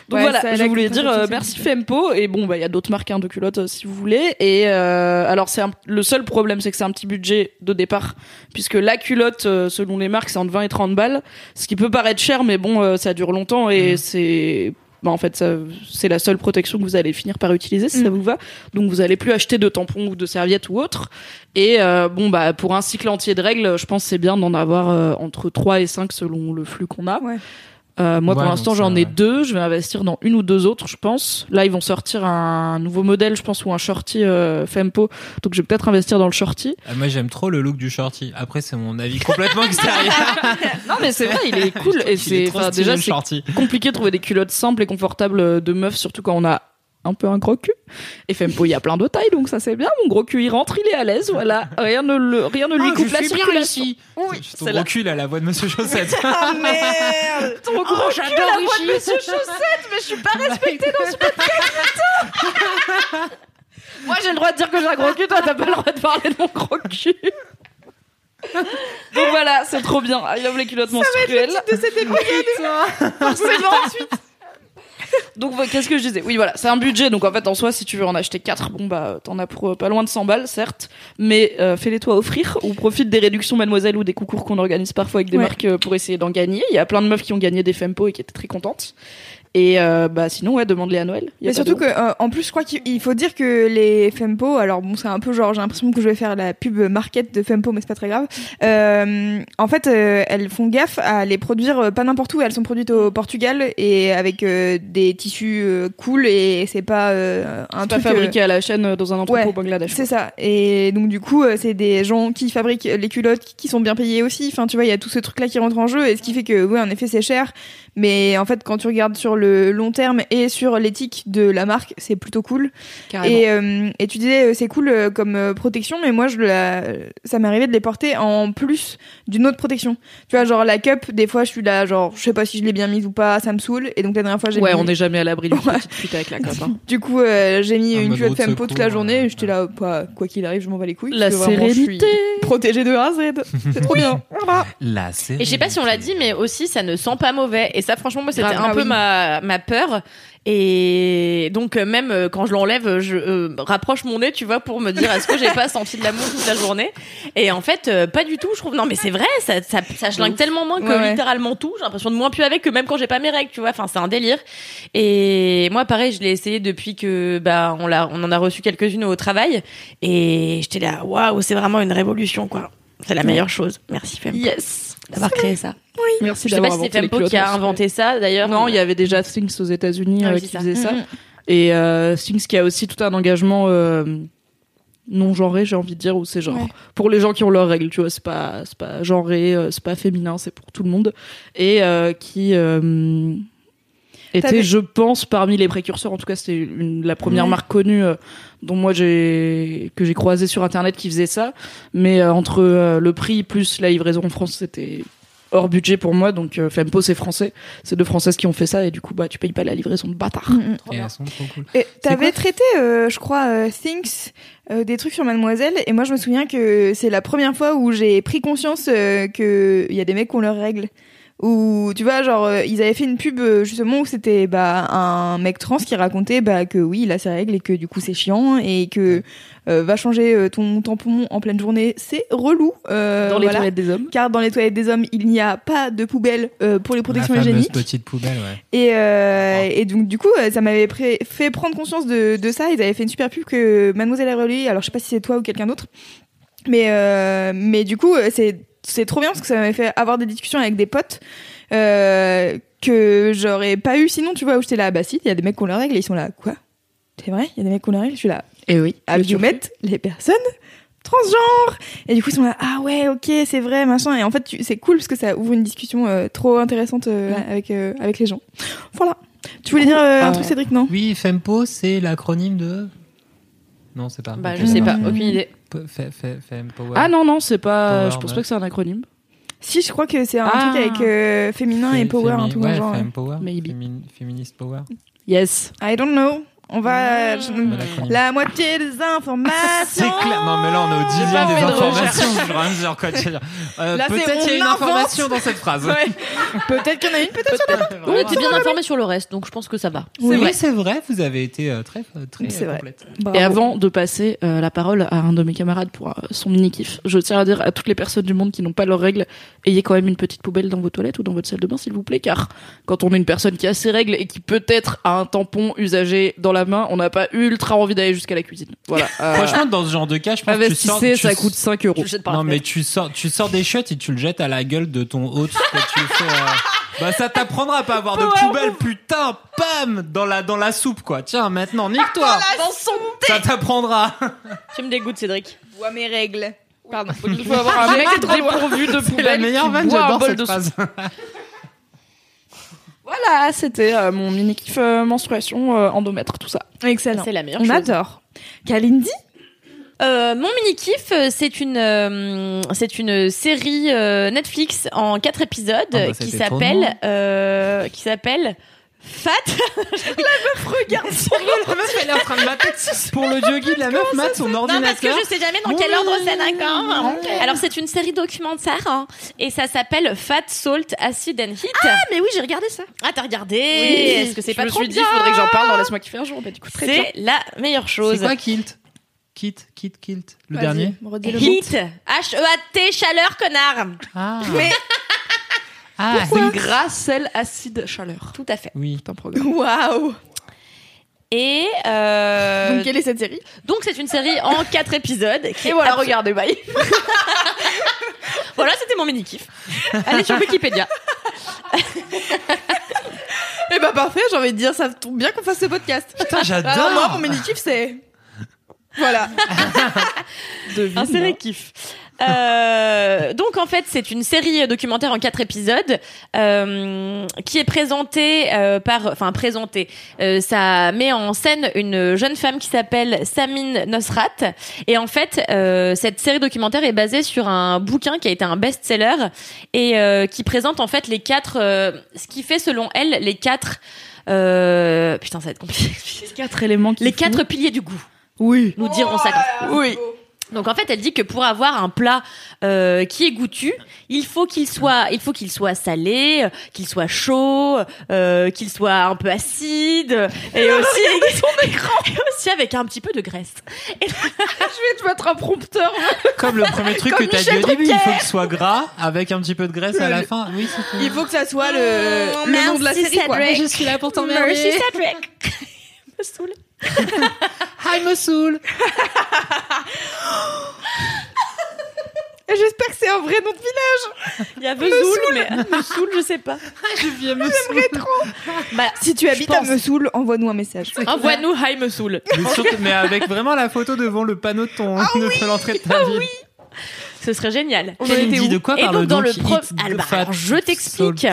S1: Donc
S3: Ouais, ça,
S1: voilà, je
S3: la
S1: voulais dire
S3: contraception,
S1: euh,
S3: c'est
S1: merci Fempo et bon bah il y a d'autres marques hein, de culottes euh, si vous voulez et euh, alors c'est un- le seul problème c'est que c'est un petit budget de départ puisque la culotte euh, selon les marques c'est entre 20 et 30 balles ce qui peut paraître cher mais bon euh, ça dure longtemps et
S3: Mm.
S1: c'est bah, en fait ça- c'est la seule protection que vous allez finir par utiliser si ça
S3: Mm.
S1: vous va donc vous allez plus acheter de tampons ou de serviettes ou autre et euh, bon bah pour un cycle entier de règles je pense que c'est bien d'en avoir euh, entre 3 et 5 selon le flux qu'on a
S3: Ouais.
S1: Euh, moi,
S2: Ouais,
S1: pour l'instant,
S2: donc
S1: j'en
S2: ça,
S1: ai
S2: ouais.
S1: deux. Je vais investir dans une ou deux autres, je pense. Là, ils vont sortir un nouveau modèle, je pense, ou un shorty euh, Fempo. Donc, je vais peut-être investir dans le shorty.
S2: Ah, Moi, j'aime trop le look du shorty. Après, c'est mon avis complètement extérieur.
S1: Non, mais c'est vrai, il est cool. et
S2: Il est
S1: c'est
S2: trop
S1: enfin,
S2: stylé,
S1: déjà
S2: le
S1: c'est Ah,
S2: shorty.
S1: compliqué de trouver des culottes simples et confortables euh, de meuf, surtout quand on a un peu un gros cul. Et Fempo, il y a plein de tailles, donc ça c'est bien. Mon gros cul, il rentre, il est à l'aise. Voilà, rien ne le, rien
S2: Ah,
S1: ne lui coupe la circulation.
S3: Oui,
S2: Je te
S1: c'est la-
S2: recule à la voix de Monsieur Chaussette.
S3: Ah merde
S1: Ton gros cul, la voix de Monsieur
S3: Chaussette, mais je suis pas respectée dans ce
S1: Moi, j'ai le droit de dire que j'ai un gros cul, toi, t'as pas le droit de parler de mon gros cul. Donc voilà, c'est trop bien. Ah, I love les culottes menstruelles.
S3: de cette
S1: Forcément. Donc voilà, qu'est-ce que je disais Oui, voilà, c'est un budget. Donc en fait, en soi, si tu veux en acheter 4, bon bah euh, t'en as pour euh, pas loin de 100 balles, certes, mais euh, fais-les toi offrir ou profite des réductions Mademoiselle ou des concours qu'on organise parfois avec des
S3: Ouais.
S1: marques euh, pour essayer d'en gagner. Il y a plein de meufs qui ont gagné des Fempo et qui étaient très contentes. Et euh, bah sinon, ouais, demande-les à Noël. Il y a
S3: Mais
S1: pas de
S3: surtout
S1: honte.
S3: que, euh, en plus, je crois qu'il il faut dire que les Fempo, alors bon, c'est un peu genre, j'ai l'impression que je vais faire la pub market de Fempo, mais c'est pas très grave. Euh, en fait, euh, elles font gaffe à les produire euh, pas n'importe où. Elles sont produites au Portugal et avec euh, des tissus euh, cool et c'est pas euh, un
S1: C'est pas
S3: truc. euh,
S1: fabriqué à la chaîne euh, dans un entrepôt
S3: Ouais,
S1: au Bangladesh.
S3: c'est ça. Et donc du coup, euh, c'est des gens qui fabriquent les culottes qui- qui sont bien payés aussi. Enfin, tu vois, il y a tout ce truc-là qui rentre en jeu. Et ce qui fait que, oui, en effet, c'est cher. Mais en fait, quand tu regardes sur le long terme et sur l'éthique de la marque, c'est plutôt cool.
S1: Carrément.
S3: Et, euh, et tu disais, euh, c'est cool euh, comme euh, protection, mais moi, je la... ça m'est arrivé de les porter en plus d'une autre protection. Tu vois, genre la cup, des fois, je suis là, genre, je sais pas si je l'ai bien mise ou pas, ça me saoule. Et donc la dernière fois, j'ai
S1: Ouais,
S3: mis-
S1: on n'est jamais à l'abri d'une
S3: Ouais.
S1: petite fuite avec la coque. hein.
S3: du coup, euh, j'ai mis
S2: En
S3: une
S2: mode
S3: culotte
S2: route
S3: Fempo toute la
S2: secours, euh,
S3: journée.
S2: ouais.
S3: et J'étais là, pas, quoi qu'il arrive, je m'en bats les couilles.
S1: La
S3: parce que vraiment, je suis
S1: sérénité.
S3: Protégée de A à Z. C'est trop bien. Voilà.
S2: La série.
S4: Et je sais pas si on l'a dit, mais aussi ça ne sent pas mauvais. Et ça, franchement, moi, c'était
S3: Grave.
S4: un
S3: Ah
S4: peu
S3: oui.
S4: ma, ma peur. Et donc, euh, même euh, quand je l'enlève, je euh, rapproche mon nez, tu vois, pour me dire est-ce que j'ai pas senti de l'amour toute la journée. Et en fait, euh, pas du tout, je trouve. Non, mais c'est vrai, ça, ça, ça chlingue tellement moins que
S3: Ouais, ouais.
S4: littéralement tout. J'ai l'impression de moins puer avec que même quand j'ai pas mes règles, tu vois. Enfin, c'est un délire. Et moi, pareil, je l'ai essayé depuis que, bah, on, l'a on en a reçu quelques-unes au travail. Et j'étais là, waouh, c'est vraiment une révolution, quoi. C'est la meilleure chose. Merci, Femme,
S1: Yes.
S4: d'avoir créé ça.
S1: Merci
S4: Je sais pas
S1: d'avoir
S4: si c'est
S1: inventé les
S4: Fempo
S1: culottes.
S4: qui a inventé ça d'ailleurs.
S1: Non, il y avait déjà Things aux États-Unis
S4: Ah oui,
S1: euh,
S4: c'est
S1: qui
S4: ça. mm.
S1: faisait ça. Et euh, Things qui a aussi tout un engagement euh, non genré, j'ai envie de dire, où c'est genre
S3: Ouais.
S1: pour les gens qui ont leurs règles, tu vois, c'est pas, c'est pas genré, euh, c'est pas féminin, c'est pour tout le monde. Et euh, qui euh, était,
S3: T'avais-
S1: je pense, parmi les précurseurs, en tout cas, c'était une- la première
S3: Ouais.
S1: marque connue euh, dont moi j'ai que j'ai croisé sur internet qui faisait ça. Mais euh, entre euh, le prix plus la livraison en France, c'était hors budget pour moi. Donc euh, Fempo, c'est français. C'est deux françaises qui ont fait ça. Et du coup, bah, tu payes pas la livraison de bâtard.
S3: Mm.
S2: Et elles sont trop cool.
S3: Et T'avais
S2: quoi
S3: traité, euh, je crois, euh, Things, euh, des trucs sur Mademoiselle. Et moi, je me souviens que c'est la première fois où j'ai pris conscience euh, que il y a des mecs qui ont leurs règles. Ou tu vois, genre, euh, ils avaient fait une pub euh, justement où c'était bah, un mec trans qui racontait bah, que oui, il a ses règles et que du coup c'est chiant et que euh, va changer euh, ton tampon en pleine journée, c'est relou. Euh,
S1: Dans les
S3: voilà.
S1: toilettes des hommes.
S3: Car dans les toilettes des hommes, il n'y a pas de poubelle euh, pour les protections
S2: la fameuse
S3: hygiéniques.
S2: petite poubelle, ouais.
S3: Et, euh, et donc du coup, euh, ça m'avait pré- fait prendre conscience de, de ça. Ils avaient fait une super pub que Mademoiselle Aurélie, alors je sais pas si c'est toi ou quelqu'un d'autre, mais euh, mais du coup, euh, c'est c'est trop bien parce que ça m'avait fait avoir des discussions avec des potes euh, que j'aurais pas eu sinon. Tu vois où j'étais là, bah si, il y a des mecs qui ont leurs règles, et ils sont là, quoi C'est vrai Il y a des mecs qui ont leurs règles, je suis là
S4: Eh
S1: Et Ah oui.
S3: à biomètre les personnes transgenres et du coup ils sont là ah ouais ok c'est vrai machin et en fait tu- c'est cool parce que ça ouvre une discussion euh, trop intéressante euh,
S1: Ouais.
S3: avec euh, avec les gens voilà tu voulais dire euh, un
S1: Euh,
S3: truc Cédric non
S2: Oui, FEMPO, c'est l'acronyme de. Non, c'est pas.
S4: Bah, je sais pas,
S3: Mm.
S4: aucune idée.
S2: P- Fe- Fe- FEMPO.
S1: Ah non, non, c'est pas.
S2: Power,
S1: je pense
S2: ouais.
S1: pas que c'est un acronyme.
S3: si je crois que c'est un
S1: Ah.
S3: truc avec euh, féminin et
S2: Fé-
S3: power un
S2: fémi-
S3: truc dans le
S2: ouais,
S3: genre ouais.
S2: FEMPOWER,
S1: Maybe.
S2: fémin- Feminist Power.
S1: Yes.
S3: I don't know on
S1: Ah.
S3: va je-
S4: Mm.
S2: l'acronyme.
S3: la moitié des
S2: C'est
S3: informations
S2: clair. Non, mais là, on est au dixième
S1: pas fait
S2: des
S1: de
S2: informations. Genre, hein, genre, quoi, tu veux dire. Euh,
S3: Là, c'est
S2: Peut-être qu'il y a
S3: on
S2: une
S3: invente.
S2: information dans cette phrase.
S3: Ouais. peut-être qu'il y en a une peut-être sur
S4: On était bien informé sur le reste, donc je pense que ça va.
S2: Oui,
S4: vrai.
S2: c'est vrai, vous avez été euh, très, très
S3: C'est
S2: euh,
S3: vrai.
S2: complète.
S1: Et avant de passer euh, la parole à un de mes camarades pour euh, son mini kiff, je tiens à dire à toutes les personnes du monde qui n'ont pas leurs règles, ayez quand même une petite poubelle dans vos toilettes ou dans votre salle de bain, s'il vous plaît, car quand on est une personne qui a ses règles et qui peut-être a un tampon usagé dans la main, on n'a pas ultra envie d'aller jusqu'à la cuisine. Voilà. Euh,
S2: Franchement, dans ce genre de cas, je pense que tu sors.
S1: investissez,
S2: tu
S1: ça
S2: s-
S1: coûte 5 euros.
S4: Je le jette par la
S2: Non, mais
S4: fenêtre.
S2: tu sors, tu sors des shots et tu le jettes à la guule de ton hôte. que tu fais, euh, Bah ça t'apprendra à pas avoir de poubelle, putain, pam, dans la dans la soupe quoi. Tiens, maintenant nique-toi.
S4: Dans son
S2: Ça t'apprendra.
S4: Tu me dégoûtes, Cédric.
S3: Bois mes règles. Pardon.
S1: Il faut
S3: Ah,
S1: avoir un mec dépourvu de
S2: C'est la
S1: poubelle
S2: meilleure
S1: qui
S2: vanne,
S1: boit un
S2: j'adore
S1: bol
S2: cette
S1: de soupe.
S2: phrase.
S1: Voilà, c'était euh, mon mini kiff euh, menstruation, euh, endomètre, tout ça.
S3: Excellent.
S4: C'est la meilleure
S3: On
S4: chose.
S3: adore. Kalindi
S4: Euh, mon mini kiff, c'est une euh, c'est une série euh, Netflix en quatre épisodes
S2: Ah bah,
S4: qui
S2: c'était
S4: s'appelle
S2: étonnant.
S4: euh, qui s'appelle Fat.
S3: Regarde
S2: la meuf, elle est en train de mater. Pour le yogi, la meuf mate son
S4: Non parce que
S2: ordinateur.
S4: je sais jamais dans
S2: Ouh.
S4: quel ordre c'est
S1: Ah
S4: d'accord.
S2: Ok.
S4: Alors c'est une série documentaire hein, et ça s'appelle Fat Salt Acid and Heat. Ah mais oui j'ai regardé ça. Ah t'as regardé. Est-ce que c'est
S1: Je
S4: pas
S1: me
S4: trop
S1: suis dit,
S4: bien
S1: faudrait que j'en parle dans Laisse-moi kiffer un jour. Bah, du coup, très bien.
S4: C'est la meilleure
S2: C'est
S4: chose.
S2: quoi Kilt Kilt, Kilt, Kilt. Le dernier.
S3: Redis le
S4: Heat. H E A T chaleur connard.
S2: Ah.
S3: Mais-
S2: Ah,
S1: C'est gras, sel, acide, chaleur.
S4: Tout à fait.
S2: oui.
S1: C'est un programme.
S3: Waouh
S4: Et euh,
S3: Donc quelle est cette série
S4: Donc c'est une série en quatre épisodes.
S1: Et
S4: Qui est
S1: voilà,
S4: abs-
S1: regardez, bye.
S4: Voilà, c'était mon mini kiff. Allez sur Wikipédia.
S3: Eh ben parfait, j'ai envie de dire, ça tombe bien qu'on fasse ce podcast.
S2: Putain,
S3: Alors Bah, moi,
S2: j'adore.
S3: mon mini-kiff, c'est... Voilà.
S1: Devine,
S4: Un
S1: hein.
S4: série kiff. Euh, donc en fait c'est une série documentaire en quatre épisodes euh, qui est présentée euh, par enfin présentée Euh, ça met en scène une jeune femme qui s'appelle Samine Nosrat et en fait euh, cette série documentaire est basée sur un bouquin qui a été un best-seller et euh, qui présente en fait les quatre euh, ce qui fait selon elle les quatre euh, putain ça va être compliqué
S1: Les quatre éléments qui
S4: Les
S1: font-
S4: quatre piliers du goût.
S1: Oui.
S4: Nous dirons ça. comme ça.
S3: Oh,
S1: Oui.
S4: Donc en fait, elle dit que pour avoir un plat euh, qui est goûtu, il faut qu'il soit, il faut qu'il soit salé, euh, qu'il soit chaud, euh, qu'il soit un peu acide, euh, et aussi et aussi avec un petit peu de graisse.
S3: Ah,
S1: Je vais te mettre un prompteur.
S2: Comme le premier truc que
S1: Comme
S2: t'as dit
S1: Michel
S2: au début, il faut que ce soit gras avec un petit peu de graisse à la fin. Oui, c'est tout.
S3: Il faut que ça soit le,
S4: Oh,
S3: le nom de la
S4: merci,
S3: série, quoi.
S4: Cédric.
S2: suis là pour
S4: Merci Cédric. Il me saoule.
S2: Hi, me saoule.
S3: Et J'espère que c'est un vrai nom de village.
S4: Il y a Vesoul, mais me saoule, je sais pas.
S2: Je viens me saoule.
S4: Bah,
S3: Si tu habites à
S4: pense.
S3: Mossoul, envoie-nous un message.
S4: envoie-nous Hi me saoule.
S2: Mais, surtout- mais avec vraiment la photo devant le panneau de ton de l'entrée de ta ville.
S4: Ce serait génial.
S2: Quelle idée de quoi
S4: Et
S2: parle
S4: donc, dans le
S2: Donkey
S4: pro-
S2: Eat
S4: Ah, bah,
S2: Fat
S4: alors, je t'explique.
S2: Soul.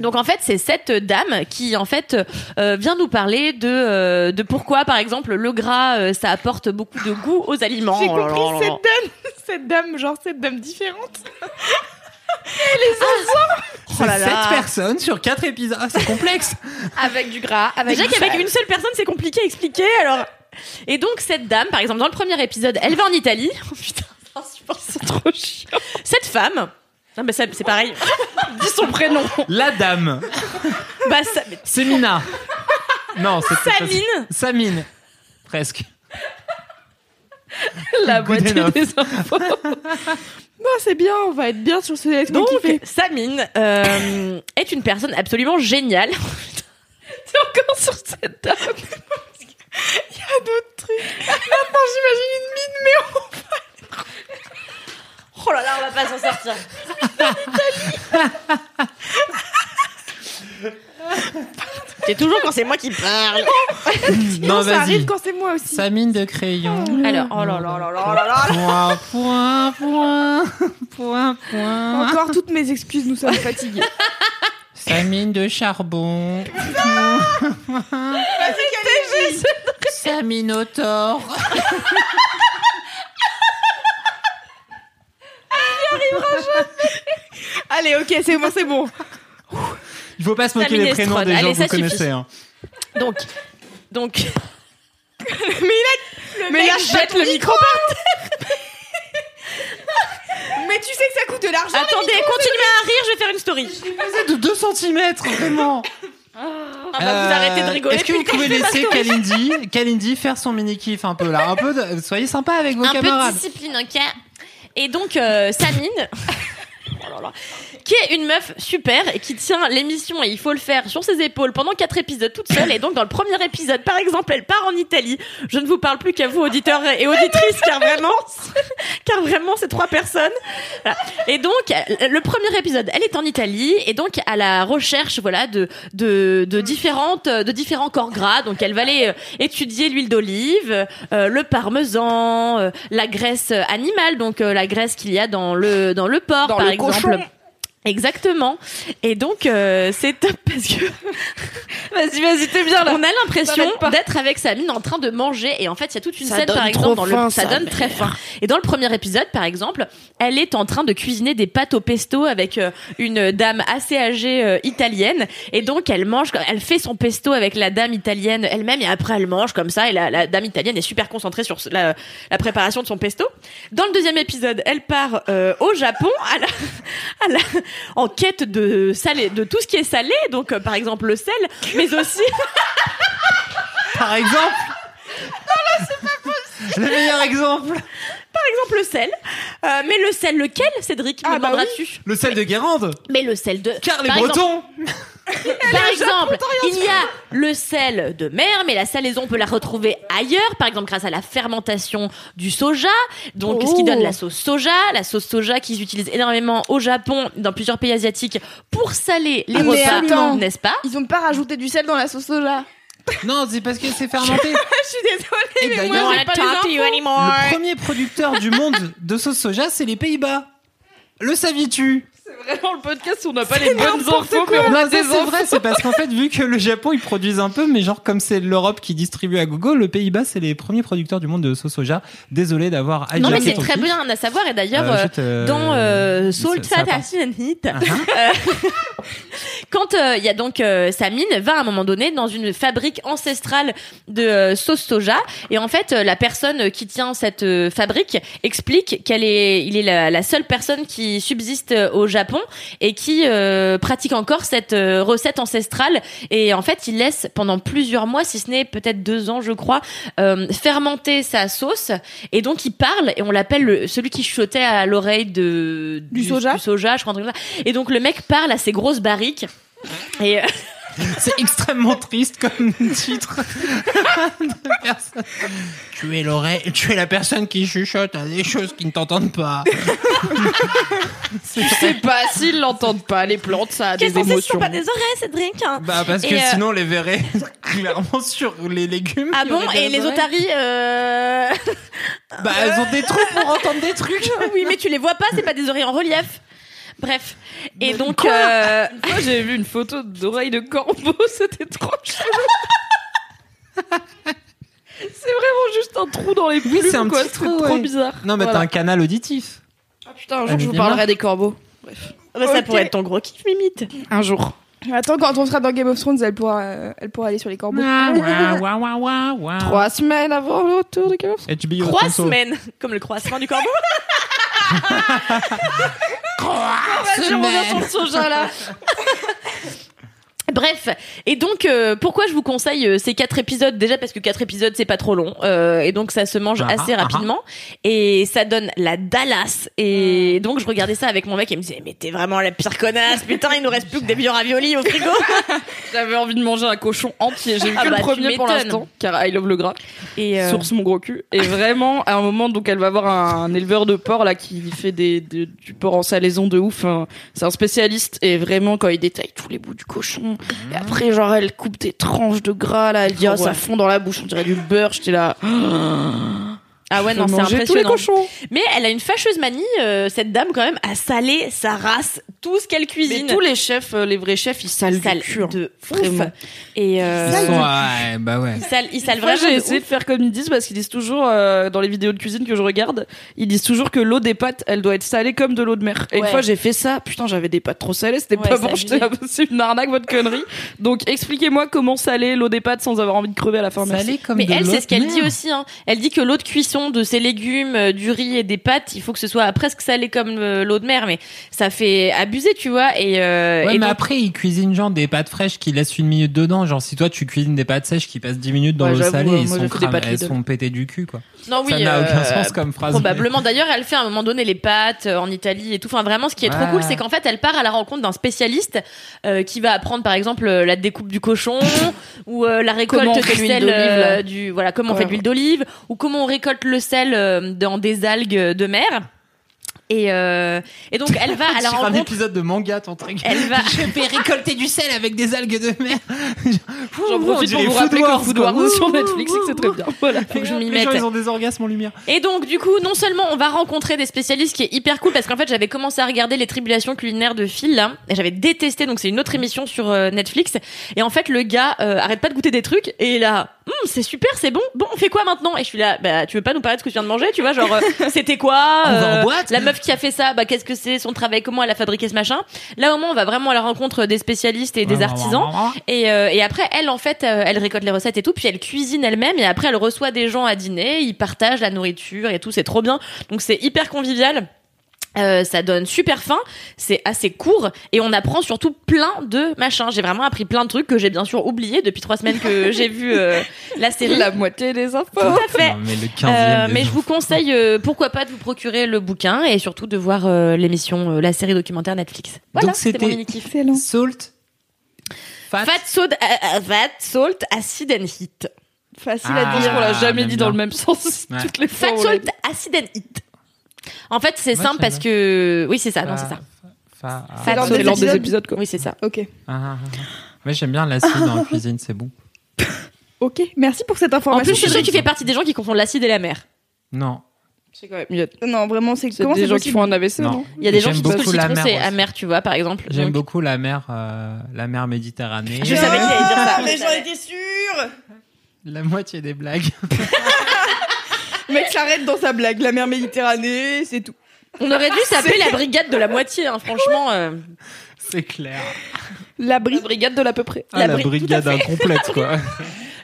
S4: Donc en fait, c'est cette dame qui en fait euh, vient nous parler de euh, de pourquoi par exemple le gras euh, ça apporte beaucoup de goût aux aliments.
S3: J'ai
S4: Oh là là
S3: compris
S4: là
S3: cette
S4: là.
S3: dame, cette dame, genre cette dame différente.
S2: C'est
S4: Oh là là.
S2: 7 personnes sur 4 épisodes. Ah, c'est complexe.
S3: Avec du gras, avec
S4: Déjà qu'avec une seule personne, c'est compliqué à expliquer. Alors et donc cette dame par exemple dans le premier épisode, elle va en Italie. Oh putain, c'est insupportable.
S1: C'est trop chiant.
S4: Cette femme non mais ça, c'est pareil.
S1: Dis son prénom.
S2: La dame.
S4: Bah ça, mais
S2: C'est Mina. Non, c'est pas-
S4: Samine.
S2: Samine. Presque.
S1: La
S2: Good
S1: boîte
S2: enough.
S1: des infos.
S3: Bon, c'est bien, on va être bien sur ce laisse
S4: Donc Samine euh, est une personne absolument géniale.
S1: C'est encore sur cette table.
S4: Oh là là, on va pas s'en sortir. C'est toujours quand c'est moi qui parle.
S3: Non,
S2: Non,
S3: ça arrive
S2: vas-y.
S3: quand c'est moi aussi.
S2: Samine de crayon.
S4: Alors, oh là là là là là là.
S2: Point, point, point, point, point.
S3: Encore toutes mes excuses, nous sommes fatigués.
S2: Samine de charbon. Samine au tort.
S3: Allez, ok, c'est bon, c'est bon.
S2: Il faut pas se moquer
S4: Samine
S2: des prénoms
S4: Estrade.
S2: des gens
S4: Allez,
S2: que
S4: ça
S2: vous connaissez.
S4: suffit.
S2: hein.
S4: Donc, donc,
S3: Mais là, je
S4: jette le micro.
S3: Mais tu sais que ça coûte de l'argent. les
S4: Attendez,
S3: micros.
S4: continuez à rire, je vais faire une story.
S2: Vous êtes de 2 cm, vraiment.
S4: Ah bah, vous arrêtez de rigoler.
S2: Euh, Est-ce que vous pouvez laisser Kalindi, Kalindi faire son mini kiff un peu là Un peu de- soyez sympa avec vos
S4: Un peu de
S2: camarades.
S4: discipline, ok. Et donc, euh, Samine. Oh là là. qui est une meuf super et qui tient l'émission et il faut le faire sur ses épaules pendant quatre épisodes toute seule. Et donc dans le premier épisode, par exemple, elle part en Italie. Je ne vous parle plus qu'à vous auditeurs et auditrices car vraiment, car vraiment ces trois personnes. Voilà. Et donc le premier épisode, elle est en Italie et donc à la recherche voilà de de, de différentes de différents corps gras. Donc elle va aller euh, étudier l'huile d'olive, euh, le parmesan, euh, la graisse animale, donc euh, la graisse qu'il y a dans le dans le porc
S1: Dans
S4: par
S1: le
S4: exemple.
S1: cochon.
S4: Exactement. Et donc euh, c'est top parce que
S3: Vas-y, vas-y, t'es bien là.
S4: on a l'impression
S3: T'arrêtes pas.
S4: d'être avec sa mine en train de manger et en fait il y a toute une
S1: Ça
S4: scène
S1: donne
S4: par
S1: trop
S4: exemple dans
S1: faim,
S4: le ça
S1: sa
S4: donne très faim. Et dans le premier épisode par exemple, elle est en train de cuisiner des pâtes au pesto avec euh, une dame assez âgée euh, italienne et donc elle mange elle fait son pesto avec la dame italienne elle-même et après elle mange comme ça et la, la dame italienne est super concentrée sur ce- la, la préparation de son pesto. Dans le deuxième épisode, elle part euh, au Japon à la, à la, en quête de salé de tout ce qui est salé donc euh, par exemple le sel mais aussi
S2: Par exemple. Le meilleur exemple,
S4: exemple le sel. Euh, mais le sel lequel, Cédric Me
S3: Ah, bah
S4: demanderas-tu
S2: le sel de Guérande,
S4: Mais le sel de...
S2: car les
S4: par exemple-
S2: Bretons.
S4: par exemple, il y a le sel de mer, mais la salaison, on peut la retrouver ailleurs, par exemple grâce à la fermentation du soja, donc ce qui donne
S3: Oh.
S4: la sauce soja, la sauce soja qu'ils utilisent énormément au Japon, dans plusieurs pays asiatiques, pour saler les
S3: Ah, mais
S4: repas,
S3: attends.
S4: n'est-ce pas
S3: Ils ont pas rajouté du sel dans la sauce soja.
S2: Non, c'est parce que c'est fermenté.
S3: Je suis désolée,
S2: Et d'ailleurs,
S3: j'ai pas les infos.
S2: le premier producteur du monde de sauce soja, c'est les Pays-Bas. Le savitu.
S1: Vraiment, le podcast, on n'a pas les bonnes infos, mais
S2: Non,
S1: on a
S2: ça,
S1: des
S2: c'est
S1: infos.
S2: vrai, c'est parce qu'en fait, vu que le Japon, ils produisent un peu, mais genre, comme c'est l'Europe qui distribue à gogo, le Pays-Bas, c'est les premiers producteurs du monde de sauce soja. Désolé d'avoir
S4: Non mais
S2: hijacké
S4: c'est
S2: ton
S4: très
S2: kiff.
S4: bien à savoir et d'ailleurs
S2: Euh,
S4: euh,
S2: je te-
S4: dans euh, Salt
S2: ça- ça
S4: Fat
S2: part.
S4: Acid and Heat,
S2: Ah, hein.
S4: Quand euh, il y a donc euh, Samine va à un moment donné dans une fabrique ancestrale de euh, sauce soja et en fait euh, la personne qui tient cette euh, fabrique explique qu'elle est il est la, la seule personne qui subsiste euh, au Japon et qui euh, pratique encore cette euh, recette ancestrale et en fait il laisse pendant plusieurs mois si ce n'est peut-être deux ans je crois euh, fermenter sa sauce et donc il parle et on l'appelle le- celui qui chuchotait à l'oreille de
S3: Du soja
S4: je crois un truc comme ça. et donc le mec parle à ses grosses barriques et euh,
S2: C'est extrêmement triste comme titre de personne. Tu es l'oreille, tu es la personne qui chuchote à des choses qui ne t'entendent pas. C'est
S1: Je sais pas s'ils l'entendent pas, les plantes, ça a des
S4: qu'est-ce que c'est ce
S1: émotions.
S4: sont pas des oreilles Cédric hein
S2: Bah parce que
S4: Et, euh,
S2: sinon on les verrait clairement sur les légumes.
S4: ah
S2: Il y
S4: bon
S2: aurait des
S4: et les
S2: oreilles.
S4: otaries euh...
S2: Bah elles ont des trous pour entendre des trucs.
S4: oui mais tu les vois pas c'est pas des oreilles en relief bref et donc
S1: Quoi
S4: euh,
S1: Moi, j'ai vu une photo d'oreille de corbeau, c'était trop chelou. c'est vraiment juste un trou dans les plumes,
S2: c'est un
S1: quoi.
S2: petit
S1: C'est
S2: trou,
S1: trop
S2: ouais.
S1: bizarre.
S2: Non mais t'as un canal auditif.
S1: un... Putain, un
S2: Ah,
S1: jour, je
S2: mais
S1: vous
S2: bien
S1: parlerai des corbeaux.
S4: bah, ça
S3: Ok.
S4: pourrait être ton gros kiff mimite
S1: Un jour.
S3: Attends, quand on sera dans Game of Thrones, elle pourra, euh, elle pourra aller sur les corbeaux.
S2: Ah,
S1: Trois semaines avant le retour de Game of Thrones.
S2: HBO
S4: trois
S2: Conso.
S4: semaines comme le croissement du corbeau
S1: Semaine. soja, là.
S4: Bref, et donc euh, pourquoi je vous conseille euh, ces quatre épisodes déjà parce que quatre épisodes c'est pas trop long euh, et donc ça se mange
S2: Ah,
S4: assez
S2: ah, ah.
S4: rapidement et ça donne la Dallas et
S1: Hmm.
S4: donc je regardais ça avec mon mec et il me disait mais t'es vraiment la pire connasse putain il nous reste plus que des vieux raviolis au frigo
S1: J'avais envie de manger un cochon entier. J'ai vu
S4: Ah
S1: que
S4: bah,
S1: le
S4: tu
S1: premier pour
S4: m'étonnes.
S1: l'instant, car I love le gras.
S4: et euh,
S1: Source mon gros cul. Et vraiment, à un moment, donc elle va voir un éleveur de porc là qui fait des, des- du porc en salaison de ouf. hein. C'est un spécialiste et vraiment quand il détaille tous les bouts du cochon. Et après, genre elle coupe des tranches de gras là. Elle dit ah
S4: ouais.
S1: ça fond dans la bouche, on dirait du beurre. J'étais là.
S4: ah ouais non c'est
S1: manger tous les
S4: impressionnant
S1: cochons.
S4: mais elle a une fâcheuse manie euh, cette dame quand même à saler sa race tout ce qu'elle
S1: Mais
S4: cuisine
S1: tous les chefs, euh, les vrais chefs, ils salent
S4: Sale
S1: du cul. hein.
S4: de ouf.
S1: Vraiment.
S4: et euh,
S2: Ils sont- ouais, bah ouais.
S4: il sale il sale
S1: Moi,
S4: vraiment
S1: j'ai
S4: de
S1: essayé de faire comme ils disent parce qu'ils disent toujours euh, dans les vidéos de cuisine que je regarde, ils disent toujours que l'eau des pâtes, elle doit être salée comme de l'eau de mer. Et une
S4: Ouais.
S1: fois, j'ai fait ça. Putain, j'avais des pâtes trop salées, c'était
S4: Ouais,
S1: pas
S4: c'est
S1: bon.
S4: abusé.
S1: J'étais là, c'est une arnaque votre connerie. Donc, expliquez-moi comment saler l'eau des pâtes sans avoir envie de crever à la fin. merci.
S2: Salé comme
S4: Mais
S2: de
S4: elle,
S2: l'eau
S4: c'est ce
S2: de
S4: qu'elle
S2: mer.
S4: dit aussi. Hein. Elle dit que l'eau de cuisson, cuisson de ces légumes, euh, du riz et des pâtes, il faut que ce soit presque salé comme euh, l'eau de mer, mais ça fait abuser, tu vois. Et,
S2: Ouais,
S4: euh, et
S2: mais
S4: donc-
S2: après, ils cuisinent genre des pâtes fraîches qui laissent une minute dedans. Genre, si toi tu cuisines des pâtes sèches qui passent 10 minutes dans
S1: Ouais,
S2: l'eau
S1: j'avoue,
S2: salée,
S1: euh,
S2: ils
S1: moi,
S2: sont
S1: je fais des
S2: cram-
S1: pâtes
S2: elles
S1: Lidl.
S2: sont pétées du cul, quoi.
S4: non, oui,
S2: ça n'a aucun
S4: euh,
S2: sens comme phrase. mais-
S4: Probablement. D'ailleurs, elle fait à un moment donné les pâtes euh, en Italie et tout. Enfin, vraiment, ce qui est trop
S2: Ouais.
S4: cool, c'est qu'en fait, elle part à la rencontre d'un spécialiste euh, qui va apprendre, par exemple, euh, la découpe du cochon ou euh, la récolte
S1: Comment on
S4: de
S1: fait l'huile
S4: sel
S1: d'olive,
S4: euh,
S1: là.
S4: du voilà comment on fait
S3: Ouais.
S4: de l'huile d'olive ou comment on récolte le sel euh, dans des algues de mer. Et, euh, et donc, elle va à la
S2: Sur un
S4: rencontre.
S2: épisode de manga, ton truc.
S4: Elle va.
S2: Je vais récolter du sel avec des algues de mer.
S1: J'en
S2: Ouh,
S1: profite
S2: on
S1: pour
S2: dirait
S1: vous rappeler
S2: Food
S1: que
S2: Wars,
S1: Food
S2: quoi.
S1: Wars
S2: Ouh,
S1: sur
S2: ouh,
S1: Netflix,
S2: ouh,
S1: c'est très
S2: ouh.
S1: bien. Voilà.
S4: Faut que je m'y
S2: Les gens,
S4: mette.
S2: ils ont des orgasmes en lumière.
S1: Euh,
S4: Et donc, du coup, non seulement on va rencontrer des spécialistes qui est hyper cool parce qu'en fait, j'avais commencé à regarder les tribulations culinaires de Phil là, et j'avais détesté. Donc, c'est une autre émission sur euh, Netflix. Et en fait, le gars euh, arrête pas de goûter des trucs et là, Hum, c'est super, c'est bon. Bon, on fait quoi maintenant Et je suis là, bah, tu veux pas nous parler de ce que tu viens de manger Tu vois, genre, euh, c'était quoi
S2: On va en
S4: Euh,
S2: boîte
S4: La meuf qui a fait ça, bah, qu'est-ce que c'est Son travail, comment elle a fabriqué ce machin Là, au moins, on va vraiment à la rencontre des spécialistes et des artisans. Et, euh, et après, elle, en fait, euh, elle récolte les recettes et tout, puis elle cuisine elle-même, et après, elle reçoit des gens à dîner, ils partagent la nourriture et tout, c'est trop bien. Donc, c'est hyper convivial. Euh, ça donne super faim, c'est assez court et on apprend surtout plein de machins. J'ai vraiment appris plein de trucs que j'ai bien sûr oublié depuis trois semaines que j'ai vu euh, la série.
S1: La moitié des
S4: Tout
S1: infos.
S4: à fait.
S2: Non, mais le 15
S4: Euh, mais je vous conseille euh, pourquoi pas de vous procurer le bouquin et surtout de voir euh, l'émission, euh, la série documentaire Netflix. Voilà,
S2: Donc,
S4: c'était mon
S2: c'était-
S4: mini-kiff.
S3: Excellent.
S2: Salt. Fat.
S4: Fat, salt, euh, euh, fat, salt, acid and heat.
S3: Facile
S2: Ah.
S3: à
S1: Je
S3: dire.
S1: pense qu'on l'a jamais
S2: j'aime
S1: dit dans le
S2: bien.
S1: même sens
S2: Ouais.
S1: toutes les fois.
S4: Fat
S1: on l'a
S4: salt,
S1: dit.
S4: acid and heat. En fait, c'est
S2: Ouais,
S4: simple
S2: c'est
S4: parce
S2: vrai.
S4: que oui,
S1: Ah
S4: c'est ça, non, c'est ça.
S2: Fa- ah,
S4: Fat
S3: dans
S1: C'est
S4: salt.
S1: l'un des
S3: épisodes.
S1: épisodes quoi.
S4: Oui, c'est ça.
S3: Ok.
S2: ah, ah, ah. Mais j'aime bien l'acide en cuisine, c'est bon.
S3: Ok. Merci pour cette
S4: En
S3: information.
S4: plus, Cédric, tu
S2: ça.
S4: fais partie des gens qui confondent l'acide et la mer.
S2: Non.
S1: C'est quand même mieux.
S3: Non, vraiment, c'est
S1: C'est
S3: comment
S1: des
S3: c'est
S1: gens qui
S3: possible
S1: font un AVC,
S2: Non.
S1: non
S4: Il y a des gens
S2: J'aime
S4: qui disent que le
S2: beaucoup la
S4: citron
S2: mer
S4: c'est
S2: aussi.
S4: amer, tu vois, par exemple.
S2: J'aime
S4: Donc,
S2: beaucoup la mer, euh, la mer Méditerranée.
S4: Je savais qu'il allait dire ça.
S3: Ah, Mais j'en étais sûre.
S2: La moitié des blagues.
S3: Le mec s'arrête dans sa blague. La mer Méditerranée, c'est tout.
S4: On aurait dû s'appeler la brigade de la moitié, hein, franchement. euh,
S2: C'est clair.
S3: L'abri.
S1: Ah, La brigade de l'à peu près.
S2: Ah,
S4: La bri- tout à fait.
S2: incomplète, quoi.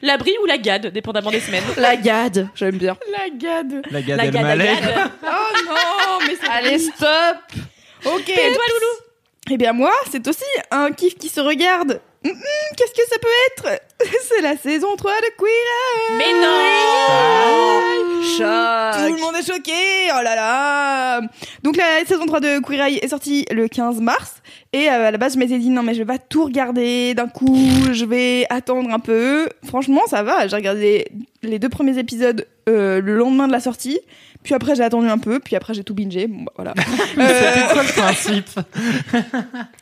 S4: L'abri ou la gade, dépendamment des semaines.
S1: La gade, j'aime bien.
S3: La gade.
S2: La Gad
S4: La gade, la
S2: Elmaleh.
S4: gade.
S3: Oh non, mais c'est
S1: Allez, stop
S3: Ok.
S4: Et toi, Loulou
S3: Eh bien moi, c'est aussi un kiff qui se regarde. Hum, hum, Qu'est-ce que ça peut être C'est la saison 3 de Queer.
S4: Mais
S1: Ah.
S4: non Choc
S3: Tout le monde est choqué. Oh là là. Donc la saison 3 de Queer Eye est sortie le 15 mars et euh, à la base, je m'étais dit non mais je vais pas tout regarder d'un coup, je vais attendre un peu. Franchement, ça va, j'ai regardé les deux premiers épisodes euh, le lendemain de la sortie, puis après j'ai attendu un peu, puis après j'ai tout bingé. Bon, bah, voilà. Euh,
S2: C'était quoi le principe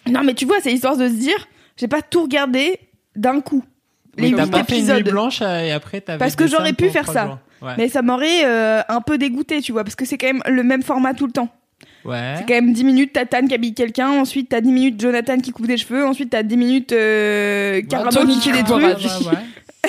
S3: Non, mais tu vois, c'est histoire de se dire, j'ai pas tout regardé d'un coup. Les
S2: Oui, T'as
S3: huit
S2: pas fait une nuit
S3: épisodes.
S2: blanche euh, et après t'avais
S3: Parce que
S2: des
S3: j'aurais
S2: scènes
S3: pu
S2: pendant
S3: faire
S2: trois
S3: ça.
S2: jours. Ouais.
S3: Mais ça m'aurait euh, un peu dégoûté, tu vois, parce que c'est quand même le même format tout le temps.
S2: Ouais.
S3: C'est quand même 10 minutes Tatane qui habille quelqu'un, ensuite t'as 10 minutes Jonathan qui coupe des cheveux, ensuite t'as 10 minutes euh,
S2: Bah,
S3: Carabao
S1: Anthony
S3: qui fait des
S1: qui coupe
S3: trucs,
S1: un
S2: Ouais, bah, ouais, ouais.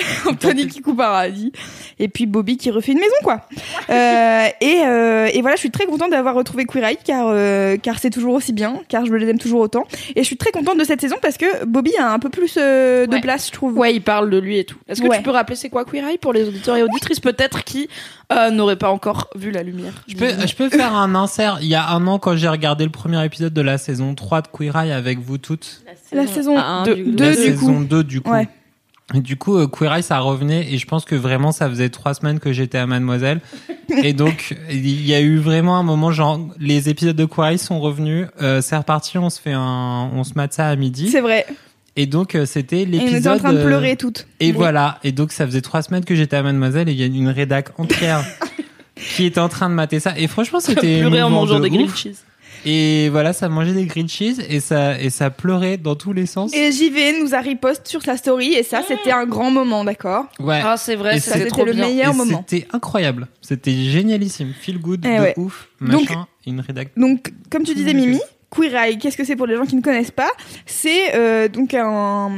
S3: Anthony qui coupe un radis, et puis Bobby qui refait une maison, quoi. Euh, et, euh, et voilà, je suis très contente d'avoir retrouvé Queer Eye, car, euh, car c'est toujours aussi bien, car je les aime toujours autant. Et je suis très contente de cette saison parce que Bobby a un peu plus euh, de
S1: Ouais.
S3: place, je trouve.
S1: Ouais, il parle de lui et tout. Est-ce que
S3: Ouais.
S1: tu peux rappeler c'est quoi Queer Eye pour les auditeurs et auditrices peut-être qui euh, n'auraient pas encore vu la lumière
S2: Je peux, euh, je peux faire un insert. Il y a un an, quand j'ai regardé le premier épisode de la saison 3 de Queer Eye avec vous toutes,
S3: La saison
S4: un,
S3: deux-
S4: du-
S3: deux, du
S2: la saison
S3: coup.
S2: 2 du coup.
S3: Ouais.
S2: Et du coup, euh, Queer Eye, ça revenait et je pense que vraiment, ça faisait trois semaines que j'étais à Mademoiselle. et donc, il y a eu vraiment un moment, genre, les épisodes de Queer Eye sont revenus. Euh, c'est reparti, on se fait un, on se mate ça à midi.
S3: C'est vrai.
S2: Et donc, euh, c'était
S3: Et
S2: l'épisode.
S3: on était en train de
S2: euh,
S3: pleurer toutes.
S2: Et voilà. Et donc, ça faisait trois semaines que j'étais à Mademoiselle et il y a une rédac entière qui était en train de mater ça. Et franchement, c'était
S1: pleurer en
S2: émouvant
S1: mangeant des
S2: de ouf.
S1: grilled cheese.
S2: Et voilà, ça mangeait des grilled cheese et ça, et ça pleurait dans tous les sens.
S3: Et JVN nous a riposte sur sa story et ça, c'était un grand moment, d'accord
S2: Ouais.
S1: Ah, c'est vrai,
S2: Et
S1: ça, c'était
S3: c'était
S1: trop
S3: le
S1: bien.
S3: meilleur
S2: Et
S3: moment.
S2: C'était incroyable. C'était génialissime. Feel good,
S3: Eh
S2: de
S3: ouais.
S2: ouf,
S3: Donc-
S2: machin, une rédac.
S3: Donc, comme tu disais,
S2: Mmh.
S3: Mimi, Queer Eye, qu'est-ce que c'est pour les gens qui ne connaissent pas C'est euh, donc un-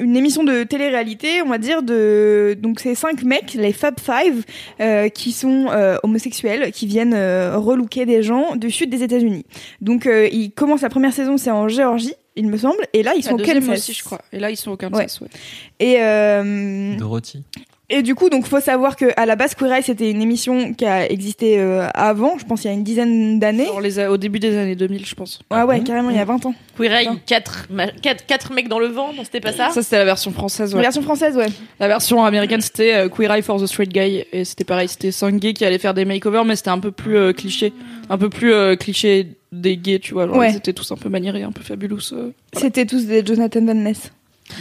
S3: une émission de télé-réalité, on va dire, de donc ces cinq mecs, les Fab Five, euh, qui sont euh, homosexuels, qui viennent euh, relooker des gens du sud des États-Unis. Donc, euh, ils commencent la première saison, c'est en Géorgie, il me semble, et là, ils
S1: Ils sont
S3: sont
S1: au
S3: au Kansas.
S1: aussi, je crois. Et là, ils sont au Kansas, ouais.
S3: Et euh,
S2: Dorothy.
S3: Et du coup, donc faut savoir que à la base, Queer Eye c'était une émission qui a existé euh, avant, je pense il y a une dizaine d'années.
S1: Genre les a- au début des années 2000, je pense.
S3: Ah ouais,
S2: bon
S3: carrément, il y a 20 ans.
S4: Queer Eye,
S3: Attends.
S4: quatre, ma- quatre, quatre mecs dans le vent, non, c'était pas ça
S1: Ça, c'était la version française, ouais.
S3: Version française, ouais.
S1: La version américaine, c'était euh, Queer Eye for the Straight Guy. Et c'était pareil, c'était 5 gays qui allaient faire des makeovers, mais c'était un peu plus euh, cliché. Un peu plus euh, cliché des gays, tu vois. Genre,
S3: Ouais.
S1: ils étaient tous un peu maniérés, un peu fabulous. euh.
S3: C'était tous des Jonathan Van Ness.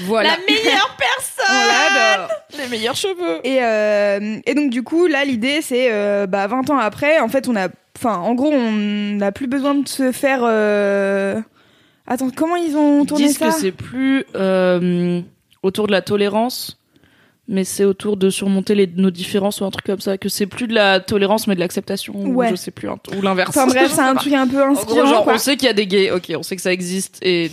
S1: Voilà.
S4: La meilleure personne
S1: Les meilleurs cheveux.
S3: Et, euh, et donc du coup, là, l'idée, c'est euh, bah, 20 ans après, en fait, on a... Enfin, en gros, on n'a plus besoin de se faire... euh, Attends, comment ils ont
S1: Ils
S3: tourné
S1: disent
S3: ça
S1: que c'est plus euh, autour de la tolérance, mais c'est autour de surmonter les, nos différences ou un truc comme ça. Que c'est plus de la tolérance, mais de l'acceptation.
S3: Ouais.
S1: Ou je sais plus, un- ou l'inverse.
S3: Enfin bref,
S1: Je
S3: c'est
S1: sais
S3: un
S1: pas.
S3: truc un peu
S1: En gros,
S3: inspirant,
S1: genre,
S3: quoi.
S1: on sait qu'il y a des gays, ok, on sait que ça existe, et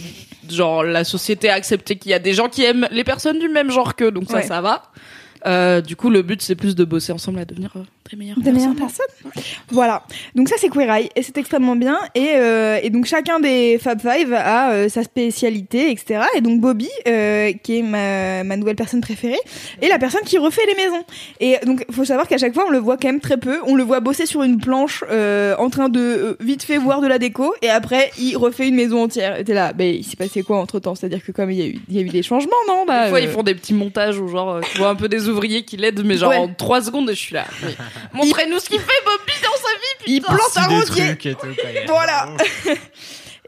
S1: genre, la société a accepté qu'il y a des gens qui aiment les personnes du même genre qu'eux, donc ça,
S3: Ouais.
S1: ça va. Euh, du coup, le but, c'est plus de bosser ensemble à devenir euh, des meilleurs.
S3: Des meilleures personnes. Voilà. Donc ça c'est Queer Eye et c'est extrêmement bien. Et, euh, et donc chacun des Fab Five a euh, sa spécialité, etc. Et donc Bobby, euh, qui est ma, ma nouvelle personne préférée, est la personne qui refait les maisons. Et donc faut savoir qu'à chaque fois on le voit quand même très peu. On le voit bosser sur une planche euh, en train de euh, vite fait voir de la déco et après il refait une maison entière. Et t'es là, mais il s'est passé quoi entre temps C'est-à-dire que comme il y a eu, il y a eu des changements, non bah,
S1: Des fois,
S3: euh,
S1: ils font des petits montages où, genre, euh, tu vois un peu des ouvriers qui l'aident, mais genre
S3: Ouais.
S1: en 3 secondes, et je suis là. mais Montrez-nous ce qu'il fait, Bobby, dans sa vie,
S3: il plante un
S2: des
S3: rosier.
S2: trucs et tout. quoi.
S3: Voilà.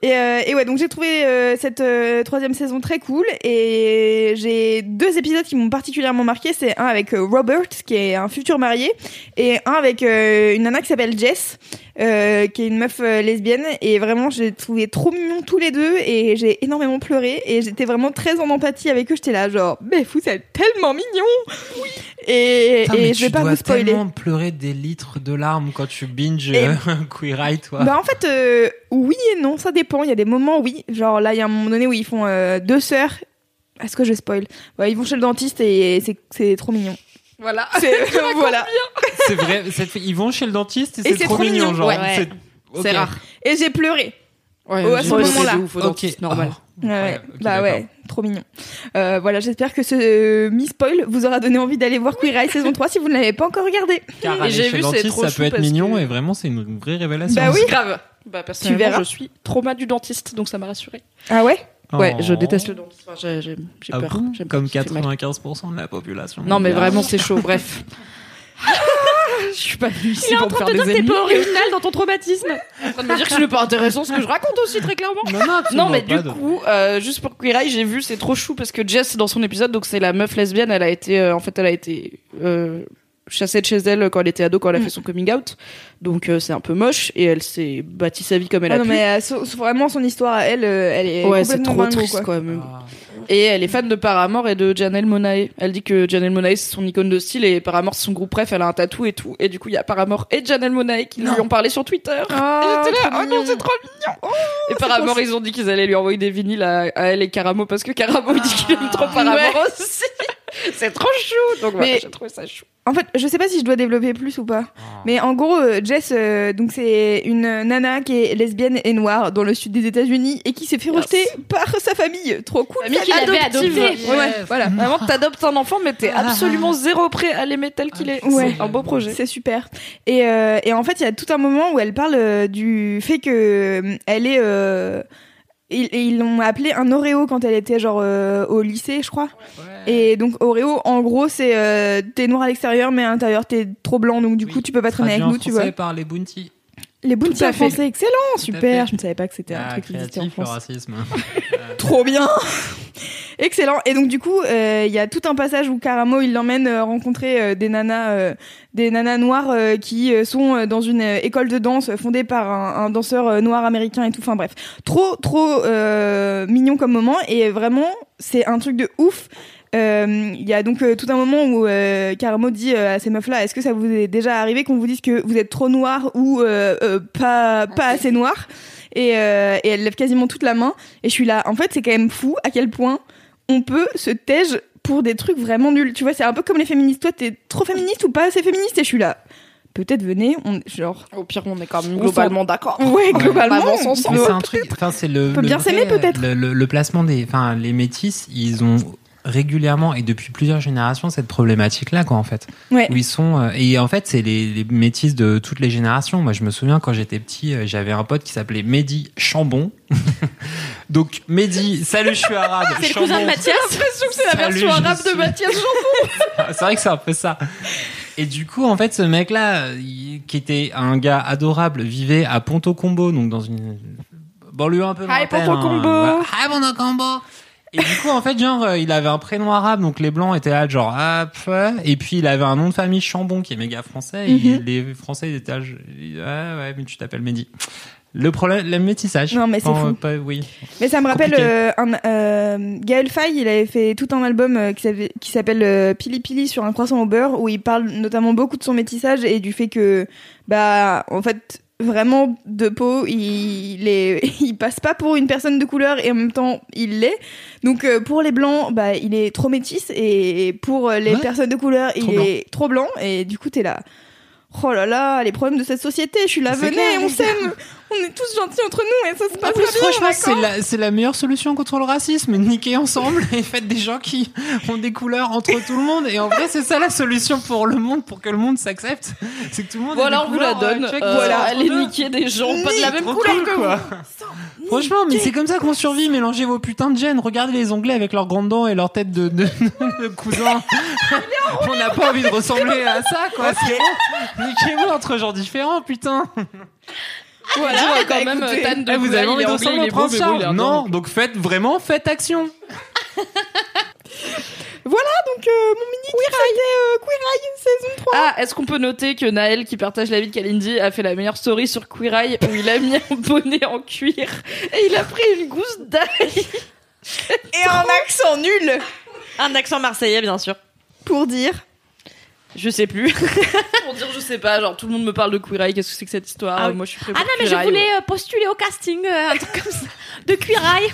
S3: Et, euh, et ouais, donc j'ai trouvé euh, cette euh, troisième saison très cool et j'ai deux épisodes qui m'ont particulièrement marqué. C'est un avec euh, Robert, qui est un futur marié, et un avec euh, une nana qui s'appelle Jess, euh, qui est une meuf euh, lesbienne. Et vraiment, j'ai trouvé trop mignon tous les deux et j'ai énormément pleuré et j'étais vraiment très en empathie avec eux. J'étais là genre, mais vous êtes tellement mignons Et,
S2: Putain,
S3: et
S2: mais
S3: je vais
S2: tu
S3: pas
S2: dois
S3: vous spoiler.
S2: tellement pleurer des litres de larmes quand tu binges
S3: Et-
S2: euh, Queer Eye, toi.
S3: Bah en fait euh, oui et non, ça dépend. Il y a des moments oui, genre là il y a un moment donné où ils font euh, deux sœurs. Est-ce que je spoil Ouais, Ils vont chez le dentiste et c'est- c'est trop mignon.
S1: Voilà.
S3: C'est- voilà.
S2: C'est vrai, ça te fait- ils vont chez le dentiste et, c'est trop, mignon, genre.
S1: ouais.
S2: C'est
S1: C'est
S2: ok.
S1: rare.
S3: Et j'ai pleuré.
S1: Ouais,
S3: Oh, à ce
S1: j'ai bossé
S3: moment-là.
S1: de ouf au
S2: Ok.
S1: dentiste, normal.
S2: Oh,
S3: Ouais, ouais.
S2: incroyable. Ok,
S3: bah
S2: d'accord.
S3: ouais, trop mignon. Euh, voilà, j'espère que ce euh, mi-spoil vous aura donné envie d'aller voir Queer Eye saison 3 si vous ne l'avez pas encore regardé.
S2: Car
S1: Et
S2: aller
S1: j'ai
S2: chez
S1: vu,
S2: le
S1: c'est
S2: dentiste,
S1: trop
S2: ça
S1: chou
S2: peut être
S1: parce
S2: mignon
S1: que-
S2: et vraiment, c'est une vraie révélation.
S3: Bah oui.
S1: Grave. Bah, personnellement,
S3: verras.
S1: je suis trauma du dentiste, donc ça m'a rassurée.
S3: Ah ouais
S1: Ouais, je
S2: Oh.
S1: déteste le dentiste. Enfin, j'ai- j'ai j'ai
S2: Ah
S1: peur.
S2: bon
S1: J'aime pas
S2: Comme
S1: ce qui fait mal.
S2: 95% de la population. Ah.
S1: Non, mais
S2: mondiale.
S1: vraiment, c'est chaud. Bref. Je suis pas venue ici
S4: Il est en
S1: pour me
S4: train
S1: faire
S4: de te dire
S1: des
S4: que t'es
S1: ennemis.
S4: pas original dans ton traumatisme.
S1: en train de me dire que je suis pas intéressant ce que je raconte aussi, très clairement.
S2: Non, non,
S1: Non,
S2: absolument
S1: mais du
S2: pas de-
S1: coup, euh, juste pour Queer Eye, j'ai vu, c'est trop chou parce que Jess, dans son épisode, donc c'est la meuf lesbienne, elle a été, euh, en fait, elle a été euh, chassée de chez elle quand elle était ado, quand elle a
S3: Mm.
S1: fait son coming out. Donc euh, c'est un peu moche et elle s'est bâtie sa vie comme elle
S3: Ah
S1: a
S3: Non
S1: pu.
S3: mais euh, so- so- vraiment son histoire, à elle, euh, elle est
S1: Ouais, c'est
S3: complètement
S1: trop
S3: dingo,
S1: triste,
S3: quoi.
S1: quoi. mais-
S2: Ah.
S1: Et elle est fan de Paramore et de Janelle Monae. Elle dit que Janelle Monae c'est son icône de style et Paramore c'est son groupe préf, elle a un tatou et tout. Et du coup, il y a Paramore et Janelle Monae qui lui ont parlé sur Twitter. Et
S3: Ah,
S1: j'étais là,
S3: trop
S1: oh non,
S3: mignon.
S1: c'est trop mignon! et Paramore, ils ont dit qu'ils allaient lui envoyer des vinyles à, à elle et Caramo parce que Caramo il dit qu'il aime trop Paramore aussi. c'est trop chou! Donc voilà,
S3: Mais-
S1: j'ai trouvé ça chou.
S3: En fait, je sais pas si je dois développer plus ou pas. Mais en gros, euh, Jess, euh, donc c'est une euh, nana qui est lesbienne et noire dans le sud des États-Unis et qui s'est fait
S1: Yes.
S3: rejeter par sa famille. Trop cool.
S4: Famille qu'il avait
S1: Adoptive.
S4: adopté.
S1: Ouais, voilà. Vraiment, t'adoptes un enfant, mais t'es absolument zéro prêt à l'aimer tel qu'il est.
S3: Ouais.
S1: C'est un beau projet.
S3: C'est super. Et, euh, et en fait, il y a tout un moment où elle parle euh, du fait que euh, elle est. euh, ils ils l'ont appelée un Oreo quand elle était genre euh, au lycée, je crois. Et donc Oreo, en gros, c'est euh, t'es noir à l'extérieur, mais à l'intérieur t'es trop blanc, donc du
S2: Oui.
S3: coup tu peux pas traîner avec nous, tu vois.
S2: par les Bounty.
S3: Les bounties
S1: à
S3: en
S1: fait.
S3: français, excellent,
S2: à
S3: super.
S2: fait.
S3: Je ne savais pas que c'était un
S2: Ah,
S3: truc qui existait en
S2: créatif, le
S3: France.
S2: racisme.
S3: Trop bien Excellent. Et donc du coup, euh, il y a tout un passage où Caramo il l'emmène euh, rencontrer euh, des nanas, euh, des nanas noires euh, qui euh, sont euh, dans une euh, école de danse euh, fondée par un, un danseur euh, noir américain et tout. Enfin bref, trop trop euh, mignon comme moment et vraiment c'est un truc de ouf. Euh, Il y a donc euh, tout un moment où euh, Caramo dit euh, à ces meufs là, est-ce que ça vous est déjà arrivé qu'on vous dise que vous êtes trop noir ou euh, euh, pas pas assez noir et, euh, et elle lève quasiment toute la main et je suis là, en fait, c'est quand même fou à quel point on peut se tège pour des trucs vraiment nuls. Tu vois, c'est un peu comme les féministes. Toi, t'es trop féministe ou pas assez féministe Et je suis là, peut-être venez, on genre.
S1: Au pire, on est quand même
S3: On
S1: globalement d'accord.
S3: Ouais, globalement.
S1: On avance
S2: Mais
S1: ensemble.
S2: c'est un truc. Enfin, c'est le.
S3: Peut
S2: le
S3: bien
S2: vrai,
S3: s'aimer, peut-être.
S2: Le, le- le placement des. Enfin, les métis, ils ont régulièrement et depuis plusieurs générations cette problématique-là, quoi, en fait.
S3: Ouais.
S2: Où ils sont. euh, et en fait, c'est les, les métis de toutes les générations. Moi, je me souviens quand j'étais petit, euh, j'avais un pote qui s'appelait Mehdi Chambon. Donc, Mehdi, salut, je suis arabe.
S4: C'est le cousin de
S2: Chambon.
S4: Mathias. J'ai l'impression que c'est
S2: la Salut, version je arabe de suis-
S4: Mathias
S2: Ah, c'est vrai que c'est un peu ça. Et du coup, en fait, ce mec-là, il- qui était un gars adorable, vivait à Ponto Combo, donc dans une banlieue un peu lointaine. hein.
S3: Ponto Combo.
S2: voilà. Hi, Ponto Combo Et du coup, en fait, genre, euh, il avait un prénom arabe, donc les blancs étaient là, genre, ah, pff. et puis il avait un nom de famille Chambon, qui est méga français, et
S3: Mhm.
S2: les français ils étaient là, je- ah, ouais, mais tu t'appelles Mehdi. Le problème, le métissage.
S3: Non, mais c'est
S2: Pas-
S3: fou.
S2: pas- oui.
S3: Mais ça me rappelle
S2: Compliqué.
S3: euh, un, euh, Gaël Faye, il avait fait tout un album euh, qui s'avait- qui s'appelle euh, Pili Pili sur un croissant au beurre, où il parle notamment beaucoup de son métissage et du fait que, bah, en fait, vraiment de peau, il, est, il passe pas pour une personne de couleur et en même temps, il l'est. Donc euh, pour les blancs, bah, il est trop métisse et pour euh, les
S2: Ouais.
S3: personnes de couleur, il
S2: Trop blanc.
S3: est trop blanc et du coup, t'es là. Oh là là, les problèmes de cette société, je suis là,
S2: C'est
S3: Bah, venez,
S2: clair,
S3: on
S2: les gars.
S3: s'aime, on est tous gentils entre nous et ça se
S2: En
S1: Bah,
S3: passe
S2: plus,
S3: pas bien,
S2: franchement,
S3: d'accord
S2: c'est la, c'est la meilleure solution contre le racisme. Niquez ensemble et faites des gens qui ont des couleurs entre tout le monde. Et en vrai, c'est ça la solution pour le monde, pour que le monde s'accepte. C'est que tout le monde. ait
S1: Voilà,
S2: des
S1: on vous la
S2: couleurs,
S1: donne.
S2: euh, check,
S1: Euh,
S2: voilà,
S1: allez
S2: entre deux.
S1: niquer des gens, pas de la
S2: Nique,
S1: même
S2: trop
S1: couleur
S2: cool,
S1: que
S2: quoi.
S1: vous.
S2: Franchement, mais c'est comme ça qu'on survit. Mélangez vos putains de gènes. Regardez les Anglais avec leurs grandes dents et leur tête de, de, de cousin. On n'a pas envie de ressembler à ça, quoi. C'est bon. Niquez-vous entre gens différents, putain.
S1: Voilà,
S3: bah,
S1: quand même,
S3: écoutez,
S1: Tan de
S2: Eh, vous
S1: Boulogne,
S2: avez
S1: il
S2: envie
S1: est
S2: de
S1: anglais,
S2: ressembler
S1: il
S2: au
S1: est beau,
S2: prince
S1: mais bon, il est
S2: Charles Non,
S1: ardent.
S2: donc faites vraiment, faites action.
S3: Donc, euh, mon mini qui c'était euh, Queer Eye saison 3.
S1: Ah, est-ce qu'on peut noter que Naël, qui partage la vie de Kalindi, a fait la meilleure story sur Queer Eye où il a mis un bonnet en cuir et il a pris une gousse d'ail.
S3: Et un accent nul
S4: Un accent marseillais, bien sûr.
S3: pour dire.
S4: Je sais plus.
S1: Pour dire, je sais pas, genre tout le monde me parle de Queer Eye, qu'est-ce que c'est que cette histoire
S4: Ah oui.
S1: Moi je suis prêt
S4: Ah non,
S1: pour
S4: mais
S1: Queer
S4: je
S1: Eye,
S4: voulais euh, postuler au casting, euh, un truc comme ça, de cuirail.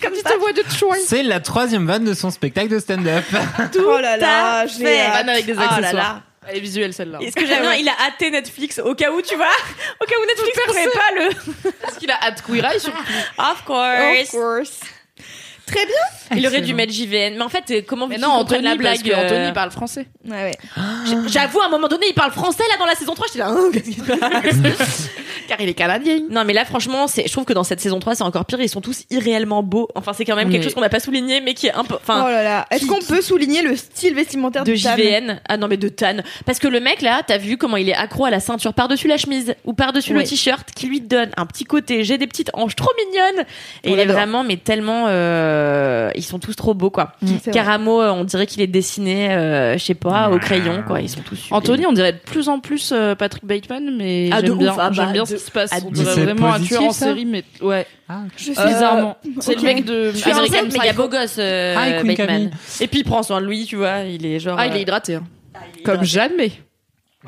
S4: Comme tu te vois de choix.
S2: C'est la troisième vanne de son spectacle de stand-up.
S1: Euh,
S3: oh là
S4: à
S3: là, je l'ai.
S4: fait.
S1: ouais.
S3: hâte.
S1: Ah, Vanne avec des
S4: Oh là
S1: accessoires.
S4: là.
S1: Elle est visuelle celle-là.
S4: Et ce que j'aime bien, il a hâté Netflix au cas où, tu vois. Au cas où Netflix pourrait pas le.
S1: Est-ce qu'il a hâte Queer Eye sur-
S4: Of
S3: Of
S4: course.
S3: course. Très bien.
S4: Il aurait dû mettre JVN. Mais en fait, euh, comment
S1: Mais
S4: veux-tu
S1: non,
S4: qu'on prenne
S1: Anthony,
S4: la
S1: parce
S4: blague
S1: que
S4: euh,
S1: Anthony parle français.
S3: Ouais, ouais.
S4: J'- J'avoue, à un moment donné, il parle français là dans la saison 3. J'étais là. Hein, qu'est-ce qui se passe
S1: Car il est canadien.
S4: non, mais là, franchement, c'est- je trouve que dans cette saison 3, c'est encore pire. Ils sont tous irréellement beaux. Enfin, c'est quand même quelque
S1: Mais-
S4: chose qu'on n'a pas souligné, mais qui est un peu. Enfin,
S3: oh là là. Est-ce
S4: qui-
S3: qu'on
S4: qui-
S3: peut souligner le style vestimentaire
S4: de
S3: du Tam
S4: JVN. Ah non, mais de Tan. Parce que le mec, là, t'as vu comment il est accro à la ceinture par-dessus la chemise ou par-dessus
S3: Oui.
S4: le t-shirt qui lui donne un petit côté. J'ai des petites hanches trop mignonnes. Et
S3: On
S4: il est
S3: l'adore.
S4: vraiment, mais tellement. euh, ils sont tous trop beaux, quoi.
S3: Mm, C'est vrai.
S4: Caramo, euh, on dirait qu'il est dessiné, euh, je sais pas, au crayon, quoi. Ils sont tous. sublimes.
S1: Anthony, on dirait de plus en plus euh, Patrick Bateman, mais
S4: Ah, de
S1: j'aime
S4: ouf,
S1: bien,
S4: ah bah,
S1: j'aime bien
S4: de-
S1: ce qui se passe.
S4: ah,
S1: On
S4: de-
S1: dirait
S2: C'est
S1: vraiment
S2: positif,
S1: un tueur en
S2: ça
S1: série, mais ouais,
S3: Je sais.
S1: bizarrement. C'est
S3: ok.
S1: le mec de
S4: Je suis américaine, mais il y a
S1: Psycho.
S4: beau gosse, euh,
S3: Ah,
S2: Hi, Queen
S4: Bateman.
S2: Camille.
S4: Et Ah, puis il prend soin de lui, tu vois. Il est genre.
S1: Ah, il
S4: euh,
S1: est hydraté. hein. Comme jamais.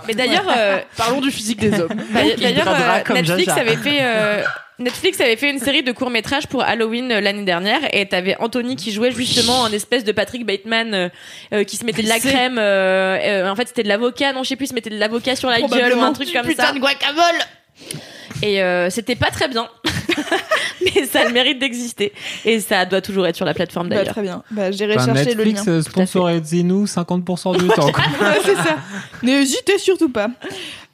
S4: Mais d'ailleurs, euh,
S1: Parlons du physique des hommes.
S4: Bah,
S2: Donc, il
S4: D'ailleurs,
S2: bradera
S4: euh,
S2: comme
S4: Netflix
S2: Jaja.
S4: avait fait. euh, Netflix avait fait une série de courts métrages pour Halloween euh, l'année dernière et t'avais Anthony qui jouait justement un espèce de Patrick Bateman euh, euh, qui se mettait de la crème. euh, euh, en fait, c'était de l'avocat, non, je sais plus, il se mettait de l'avocat sur la gueule ou
S3: Probablement.
S4: un truc comme ça.
S1: guacamole
S4: Et euh, c'était pas très bien, mais ça a le mérite d'exister et ça doit toujours être sur la plateforme
S3: Bah,
S4: d'ailleurs.
S3: très bien. Bah, j'irai
S2: Enfin,
S3: chercher le
S2: Netflix,
S3: lien.
S2: euh, sponsorisez-nous 50% du temps. quoi.
S3: Ouais, c'est ça. N'hésitez surtout pas.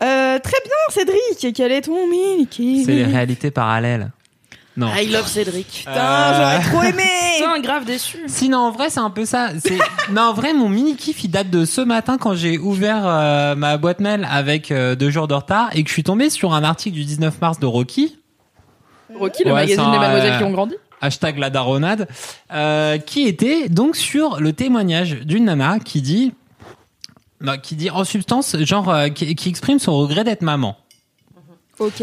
S3: Euh, très bien, Cédric. Quel est ton mini qui-
S2: C'est les réalités parallèles. Non. Euh,
S1: I love Cédric.
S3: Putain, j'aurais trop aimé.
S1: Putain, grave déçu.
S2: Si non, en vrai, c'est un peu ça. C'est- non, en vrai, mon mini kiff, il date de ce matin quand j'ai ouvert euh, ma boîte mail avec euh, deux jours de retard et que je suis tombé sur un article du 19 mars de Rocky.
S1: Rocky, le
S2: Ouais,
S1: magazine
S2: ça,
S1: des mademoiselles
S2: euh,
S1: qui ont grandi.
S2: hashtag la daronade, euh, qui était donc sur le témoignage d'une nana qui dit, non, qui dit en substance, genre, euh, qui, qui exprime son regret d'être maman.
S3: Ok.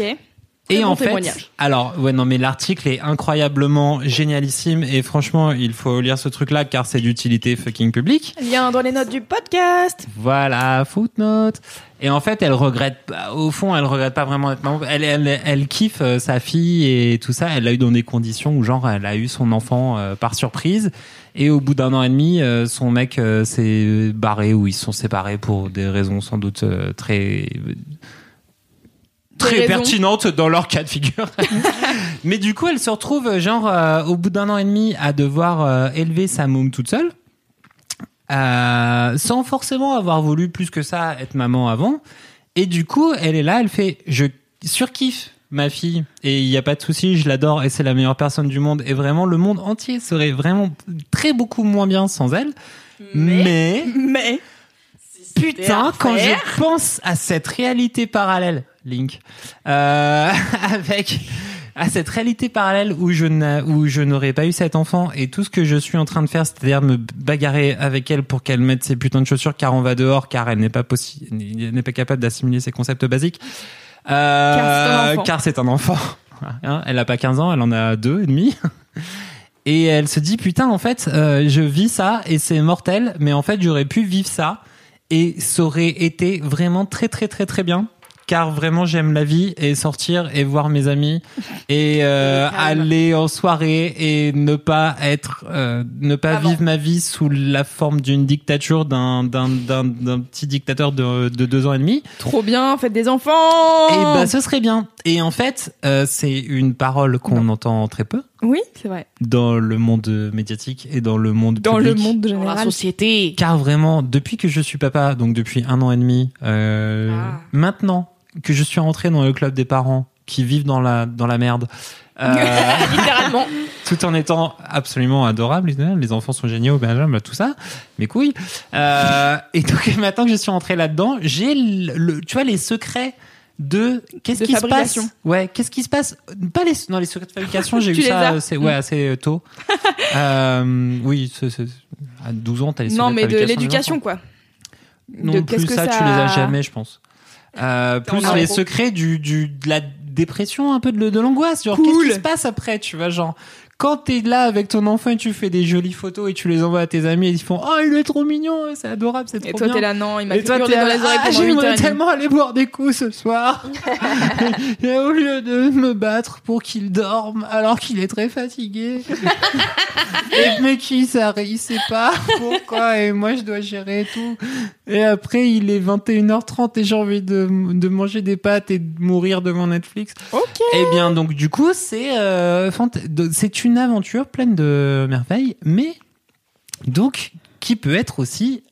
S2: Et
S1: bon
S2: en fait,
S1: témoignage.
S2: alors ouais non mais l'article est incroyablement génialissime et franchement il faut lire ce truc là car c'est d'utilité fucking publique.
S3: Lien dans les notes du podcast.
S2: Voilà, footnote. Et en fait, elle regrette, pas- au fond, elle regrette pas vraiment d'être maman. Elle, elle, elle kiffe euh, sa fille et tout ça. Elle l'a eu dans des conditions où, genre, elle a eu son enfant euh, par surprise. Et au bout d'un an et demi, euh, son mec euh, s'est barré ou ils se sont séparés pour des raisons sans doute euh, très très
S3: raisons.
S2: pertinentes dans leur cas de figure. Mais du coup, elle se retrouve, genre, euh, au bout d'un an et demi, à devoir euh, élever sa môme toute seule. euh, sans forcément avoir voulu plus que ça être maman avant. Et du coup, elle est là, elle fait je surkiffe ma fille et il n'y a pas de souci, je l'adore et c'est la meilleure personne du monde et vraiment le monde entier serait vraiment très beaucoup moins bien sans elle. Mais,
S3: Mais
S2: putain, quand je pense à cette réalité parallèle, Link, euh, avec à cette réalité parallèle où je n'a- où je n'aurais pas eu cet enfant et tout ce que je suis en train de faire, c'est-à-dire me bagarrer avec elle pour qu'elle mette ses putains de chaussures car on va dehors, car elle n'est pas possible, n'est pas capable d'assimiler ces concepts basiques. Euh,
S3: Car c'est un enfant.
S2: car c'est un enfant. Hein, elle a pas 15 ans, elle en a deux et demi. Et elle se dit putain en fait euh, je vis ça et c'est mortel mais en fait j'aurais pu vivre ça et ça aurait été vraiment très très très très bien car vraiment j'aime la vie et sortir et voir mes amis et euh, aller en soirée et ne pas être euh, ne pas vivre ma vie sous la forme d'une dictature d'un d'un d'un d'un petit dictateur de de deux ans et demi
S3: trop bien, faites des enfants.
S2: et bah ce serait bien et en fait euh, c'est une parole qu'on entend très peu
S3: Oui, c'est vrai.
S2: dans le monde médiatique et dans le monde
S3: Dans le
S2: public.
S3: monde
S4: Dans la
S3: général.
S4: société.
S2: Car vraiment, depuis que je suis papa, donc depuis un an et demi, euh,
S4: Ah.
S2: maintenant que je suis rentré dans le club des parents qui vivent dans la, dans la merde, euh,
S4: Littéralement.
S2: tout en étant absolument adorable, les enfants sont géniaux, Benjamin, tout ça, mes couilles. Euh, et donc maintenant que je suis rentré là-dedans, j'ai le, le- tu vois, les secrets de qu'est-ce
S3: De
S2: qui se passe
S3: fabrication.
S2: ouais qu'est-ce qui se passe pas les non les secrets de fabrication j'ai
S3: Tu
S2: eu
S3: les
S2: ça
S3: as.
S2: euh, c'est ouais assez tôt euh, oui c'est- c'est- à 12 ans t'as les
S3: Non,
S2: secrets
S3: mais de
S2: fabrication des
S3: l'éducation,
S2: enfants.
S3: quoi.
S2: non
S3: de
S2: plus
S3: qu'est-ce que
S2: ça, tu
S3: ça-
S2: les as jamais je pense Euh, plus
S3: en
S2: les
S3: gros.
S2: secrets du, du de la dépression un peu de, de l'angoisse genre qu'est-ce qui se passe après tu vois genre quand t'es là avec ton enfant et tu fais des jolies photos et tu les envoies à tes amis et ils font oh il est trop mignon c'est adorable c'est trop
S3: Et toi,
S2: bien
S3: t'es là, non, il m'a
S2: et
S3: fait
S2: toi,
S3: hurler
S2: t'es
S3: dans
S2: là,
S3: les oreilles
S2: ah,
S3: pendant une heure
S2: j'aimerais
S3: et demie.
S2: tellement aller boire des coups ce soir. et au lieu de me battre pour qu'il dorme alors qu'il est très fatigué. et mais qui ça il sait pas pourquoi et moi je dois gérer tout. Et après il est 21h30 et j'ai envie de, de manger des pâtes et de mourir devant Netflix.
S3: Ok.
S2: Eh bien donc du coup c'est euh, fanta- de- c'est une aventure pleine de merveilles mais donc qui peut être aussi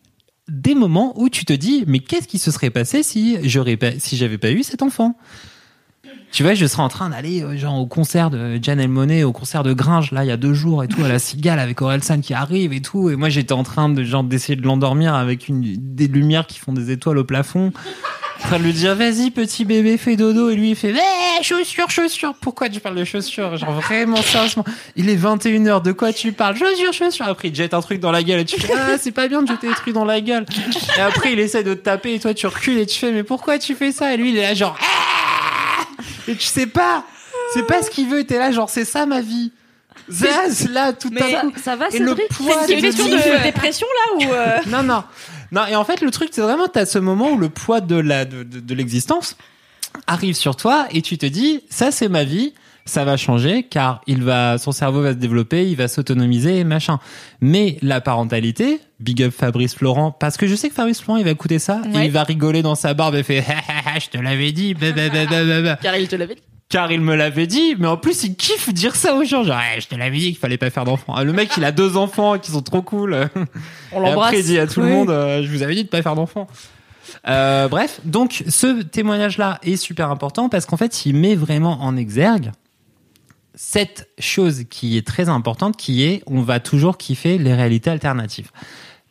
S2: des moments où tu te dis mais qu'est-ce qui se serait passé si j'aurais pas si j'avais pas eu cet enfant tu vois, je serais en train d'aller euh, genre au concert de Jan Elmonet, au concert de Gringe là il y a deux jours et tout à la Cigale avec Orelsan qui arrive et tout et moi j'étais en train de genre d'essayer de l'endormir avec une des lumières qui font des étoiles au plafond. En train de lui dire vas-y petit bébé fais dodo et lui il fait eh, chaussures chaussures pourquoi tu parles de chaussures genre vraiment sérieusement il est 21h de quoi tu parles chaussures chaussures après il te jette un truc dans la gueule et tu fais ah c'est pas bien de jeter des trucs dans la gueule et après il essaie de te taper et toi tu recules et tu fais mais pourquoi tu fais ça et lui il est là genre Ah et tu sais pas c'est pas ce qu'il veut t'es là genre c'est ça ma vie ça c'est là tout à coup
S1: Ça va,
S2: et le poids
S4: C'est une question
S2: diff-
S4: de dépression là ou euh,
S2: non, non. Non, et en fait, le truc, c'est vraiment, t'as ce moment où le poids de la, de, de- de l'existence arrive sur toi et tu te dis, ça, c'est ma vie, ça va changer car il va, son cerveau va se développer, il va s'autonomiser et machin. Mais la parentalité, big up Fabrice Florent, parce que je sais que Fabrice Florent, il va écouter ça et
S3: Ouais.
S2: il va rigoler dans sa barbe et fait, Ah, ah, ah, je te l'avais dit, bah, bah, bah, bah, bah, bah.
S1: Car il te l'avait dit.
S2: car il me l'avait dit, mais en plus, il kiffe dire ça aux gens. Genre, Eh, je te l'avais dit qu'il fallait pas faire d'enfants. Ah, Le mec, il a deux enfants qui sont trop cool.
S1: On
S2: Et
S1: l'embrasse.
S2: après, il dit à tout le
S3: Oui.
S2: monde, euh, je vous avais dit de pas faire d'enfants. Euh, bref, donc ce témoignage-là est super important parce qu'en fait, il met vraiment en exergue cette chose qui est très importante, qui est on va toujours kiffer les réalités alternatives.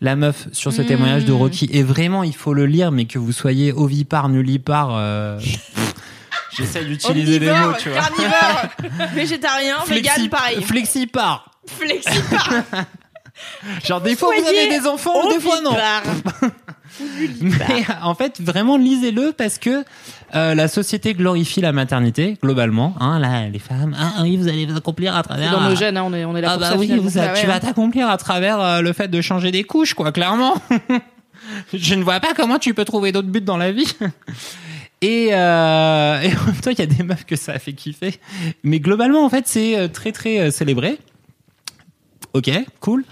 S2: La meuf sur
S3: Hmm.
S2: ce témoignage de Rocky, et vraiment, il faut le lire, mais que vous soyez ovipare, nullipare, euh, j'essaie d'utiliser les mots,
S3: Omnivore,
S2: tu vois.
S3: carnivore, végétarien, vegan,
S2: Flexi-
S3: pareil.
S2: Flexipare.
S3: Flexipare.
S2: Genre, des fois, vous avez des
S1: Oh,
S2: enfants, des fois, non. Mais
S1: Bah.
S2: en fait, vraiment, lisez-le parce que euh, la société glorifie la maternité, globalement. Hein, là, les femmes, ah ah oui, vous allez vous accomplir à
S1: C'est
S2: travers...
S1: dans nos gènes, hein, on est, on est là
S2: Ah
S1: pour
S2: bah
S1: ça.
S2: oui,
S1: finalement.
S2: vous a-
S3: Bah
S2: tu
S3: ouais,
S2: vas
S3: hein.
S2: t'accomplir à travers euh, le fait de changer des couches, quoi, clairement. Je ne vois pas comment tu peux trouver d'autres buts dans la vie. Et, euh, et en même temps, il y a des meufs que ça a fait kiffer. Mais globalement, en fait, c'est euh, très très euh, célébré. Ok, cool.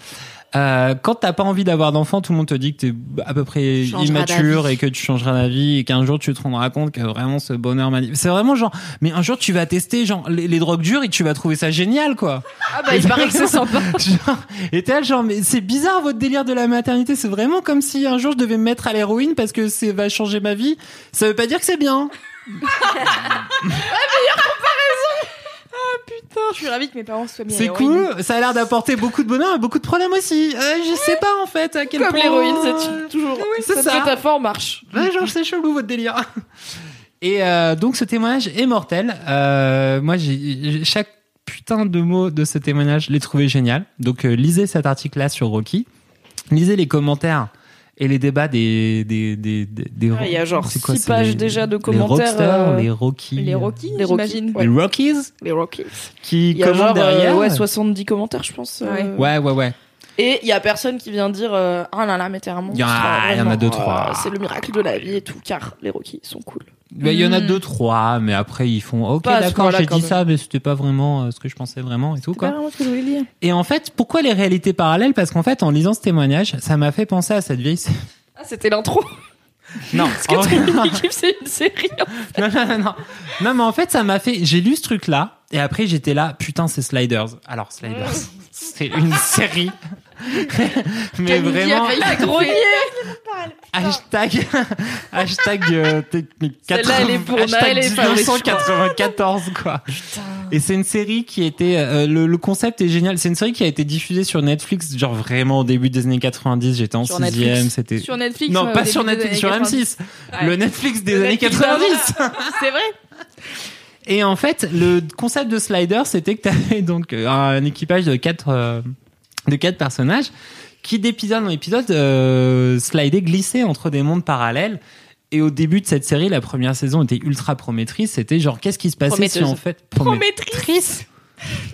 S2: Euh, quand t'as pas envie d'avoir d'enfant, tout le monde te dit que t'es à peu près
S4: Changeras
S2: immature
S4: d'avis.
S2: et que tu changeras d'avis et qu'un jour tu te rendras compte que vraiment ce bonheur magnifique. C'est vraiment genre, mais un jour tu vas tester genre les, les drogues dures et tu vas trouver ça génial quoi.
S1: Ah bah il paraît que c'est sympa.
S2: Genre, et t'es là, genre, mais c'est bizarre votre délire de la maternité. C'est vraiment comme si un jour je devais me mettre à l'héroïne parce que ça va changer ma vie. Ça veut pas dire que c'est bien.
S3: Putain, je suis ravie que mes parents soient mis à
S2: C'est
S3: l'héroïne.
S2: cool. Ça a l'air d'apporter beaucoup de bonheur et beaucoup de problèmes aussi. Euh, je sais pas en fait à quel
S1: Comme
S2: point.
S1: l'héroïne, c'est toujours.
S2: c'est
S1: Cette
S2: ça.
S1: métaphore marche.
S2: Ouais, genre, c'est chelou votre délire. Et euh, donc, ce témoignage est mortel. Euh, moi, j'ai j'ai- chaque putain de mot de ce témoignage, je l'ai trouvé génial. Donc, euh, lisez cet article-là sur Rocky. Lisez les commentaires et les débats des. des, des, des- des-
S1: Ouais, Ah, il y a genre
S2: c'est quoi,
S1: six
S2: c'est
S1: pages
S2: les-
S1: déjà de
S2: les
S1: commentaires,
S2: rockstars,
S1: euh,
S2: les Rocky.
S3: Les Rocky,
S1: Les Rocky.
S3: j'imagine.
S1: Ouais.
S2: Les Rockies
S1: Les Rockies.
S2: qui
S1: Il y a
S2: commentent
S1: genre euh,
S2: derrière.
S1: ouais, 70 commentaires, je pense. euh,
S3: Ouais.
S2: ouais, ouais, ouais.
S1: Et il y a personne qui vient dire euh, Ah là là, mais t'es un monstre.
S2: Il y en a- il y en a
S1: vraiment,
S2: deux, trois.
S1: euh, C'est le miracle de la vie et tout, car les Rockies sont cool.
S2: Mais Bah, Il y en a
S4: Hmm.
S2: deux, trois, mais après, ils font Ok,
S1: Pas à ce
S2: d'accord,
S1: point-là,
S2: j'ai
S1: quand
S2: dit
S1: même.
S2: ça, mais c'était pas vraiment euh, ce que je pensais vraiment et tout, quoi.
S3: vraiment ce que je voulais dire.
S2: Et en fait, pourquoi les réalités parallèles Parce qu'en fait, en lisant ce témoignage, ça m'a fait penser à cette vieille. sé-
S1: Ah, c'était l'intro.
S2: Non, en-
S1: Parce que Training Kiff, c'est une série.
S2: non, non, non, non. Non, mais en fait, ça m'a fait. J'ai lu ce truc-là, et après, j'étais là, putain, c'est Sliders. Alors, Sliders, c'est une série.
S1: ah,
S2: mais vraiment,
S1: Il a grogné. Ah.
S2: hashtag, hashtag euh, technique
S1: Celle-là,
S2: 80,
S1: elle est pour
S2: hashtag
S1: Naël et Fabrice, je crois.
S2: 1994, quoi. Et c'est une série qui était euh, le, le concept est génial. C'est une série qui a été diffusée sur Netflix, genre vraiment au début des années 90. J'étais en
S1: Sur Netflix.
S2: sixième, c'était
S3: Sur Netflix.
S2: non,
S1: euh,
S3: ouais, au
S2: pas
S3: début
S2: sur
S3: des
S2: Netflix,
S3: années
S2: sur
S3: 90.
S2: M6. Le Netflix des
S1: Le
S2: années
S1: Netflix
S2: 90.
S1: C'est vrai.
S2: Et en fait, le concept de Slider, c'était que t'avais donc euh, un équipage de quatre, euh, de quatre personnages qui, d'épisode en épisode, euh, slidaient, glissaient entre des mondes parallèles. Et au début de cette série, la première saison était ultra promettrice. C'était genre, qu'est-ce qui se passait si
S4: Prometteuse.
S2: en fait... Promet-
S3: Promettrice.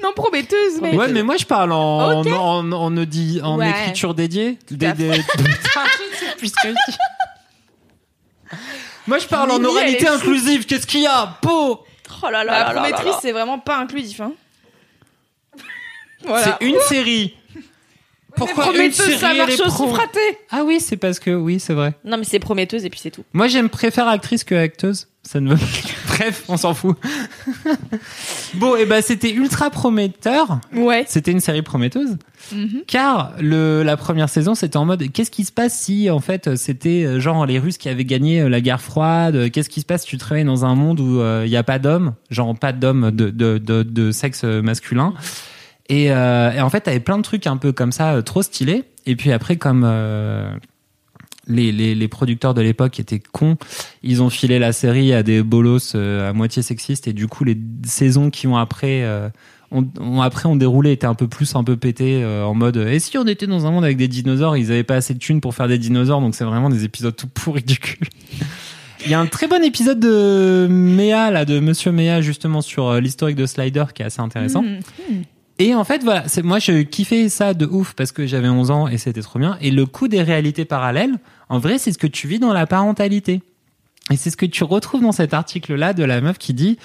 S3: Non, prometteuse, mais.
S2: Ouais, mais moi je parle en, en, en, en, audi- en
S3: Ouais.
S2: écriture dédiée. Des-
S3: à
S2: des- Putain, je sais plus ce que je dis. Moi je parle en
S3: Mimi, elle est
S2: oralité
S3: fou.
S2: inclusive. Qu'est-ce qu'il y a Beau
S4: Oh là
S3: La
S1: Ah
S4: là là là là
S3: promettrice,
S4: là.
S3: c'est vraiment pas inclusif, hein. Voilà.
S2: C'est une série. Pourquoi une série
S3: Prometteuse, ça
S2: elle
S3: marche
S2: est
S3: aussi
S2: pro-
S3: fraté.
S2: Ah oui, c'est parce que oui, c'est vrai.
S4: Non mais c'est prometteuse et puis c'est tout.
S2: Moi, j'aime préfère actrice que acteuse. Ça ne veut. Bref, on s'en fout. bon, et ben c'était ultra prometteur.
S3: Ouais.
S2: C'était une série prometteuse.
S3: Mhm.
S2: Car le, la première saison, c'était en mode qu'est-ce qui se passe si en fait c'était euh, genre les Russes qui avaient gagné euh, la guerre froide euh, Qu'est-ce qui se passe si tu travailles dans un monde où euh, il n'y a pas d'hommes, genre pas d'hommes de, de, de, de sexe euh, masculin et, euh, et en fait, t'avais plein de trucs un peu comme ça, euh, trop stylés. Et puis après, comme euh, les, les, les producteurs de l'époque étaient cons, ils ont filé la série à des bolos euh, à moitié sexistes. Et du coup, les saisons qui ont après euh, on, on- après on déroulé était un peu plus un peu pété euh, en mode euh, et si on était dans un monde avec des dinosaures ils avaient pas assez de thunes pour faire des dinosaures donc c'est vraiment des épisodes tout pourris du cul il y a un très bon épisode de Méa là de Monsieur Méa justement sur euh, l'historique de Slider qui est assez intéressant
S3: Mhm.
S2: et en fait voilà c'est moi je kiffais ça de ouf parce que j'avais 11 ans et c'était trop bien et le coup des réalités parallèles en vrai c'est ce que tu vis dans la parentalité et c'est ce que tu retrouves dans cet article-là de la meuf qui dit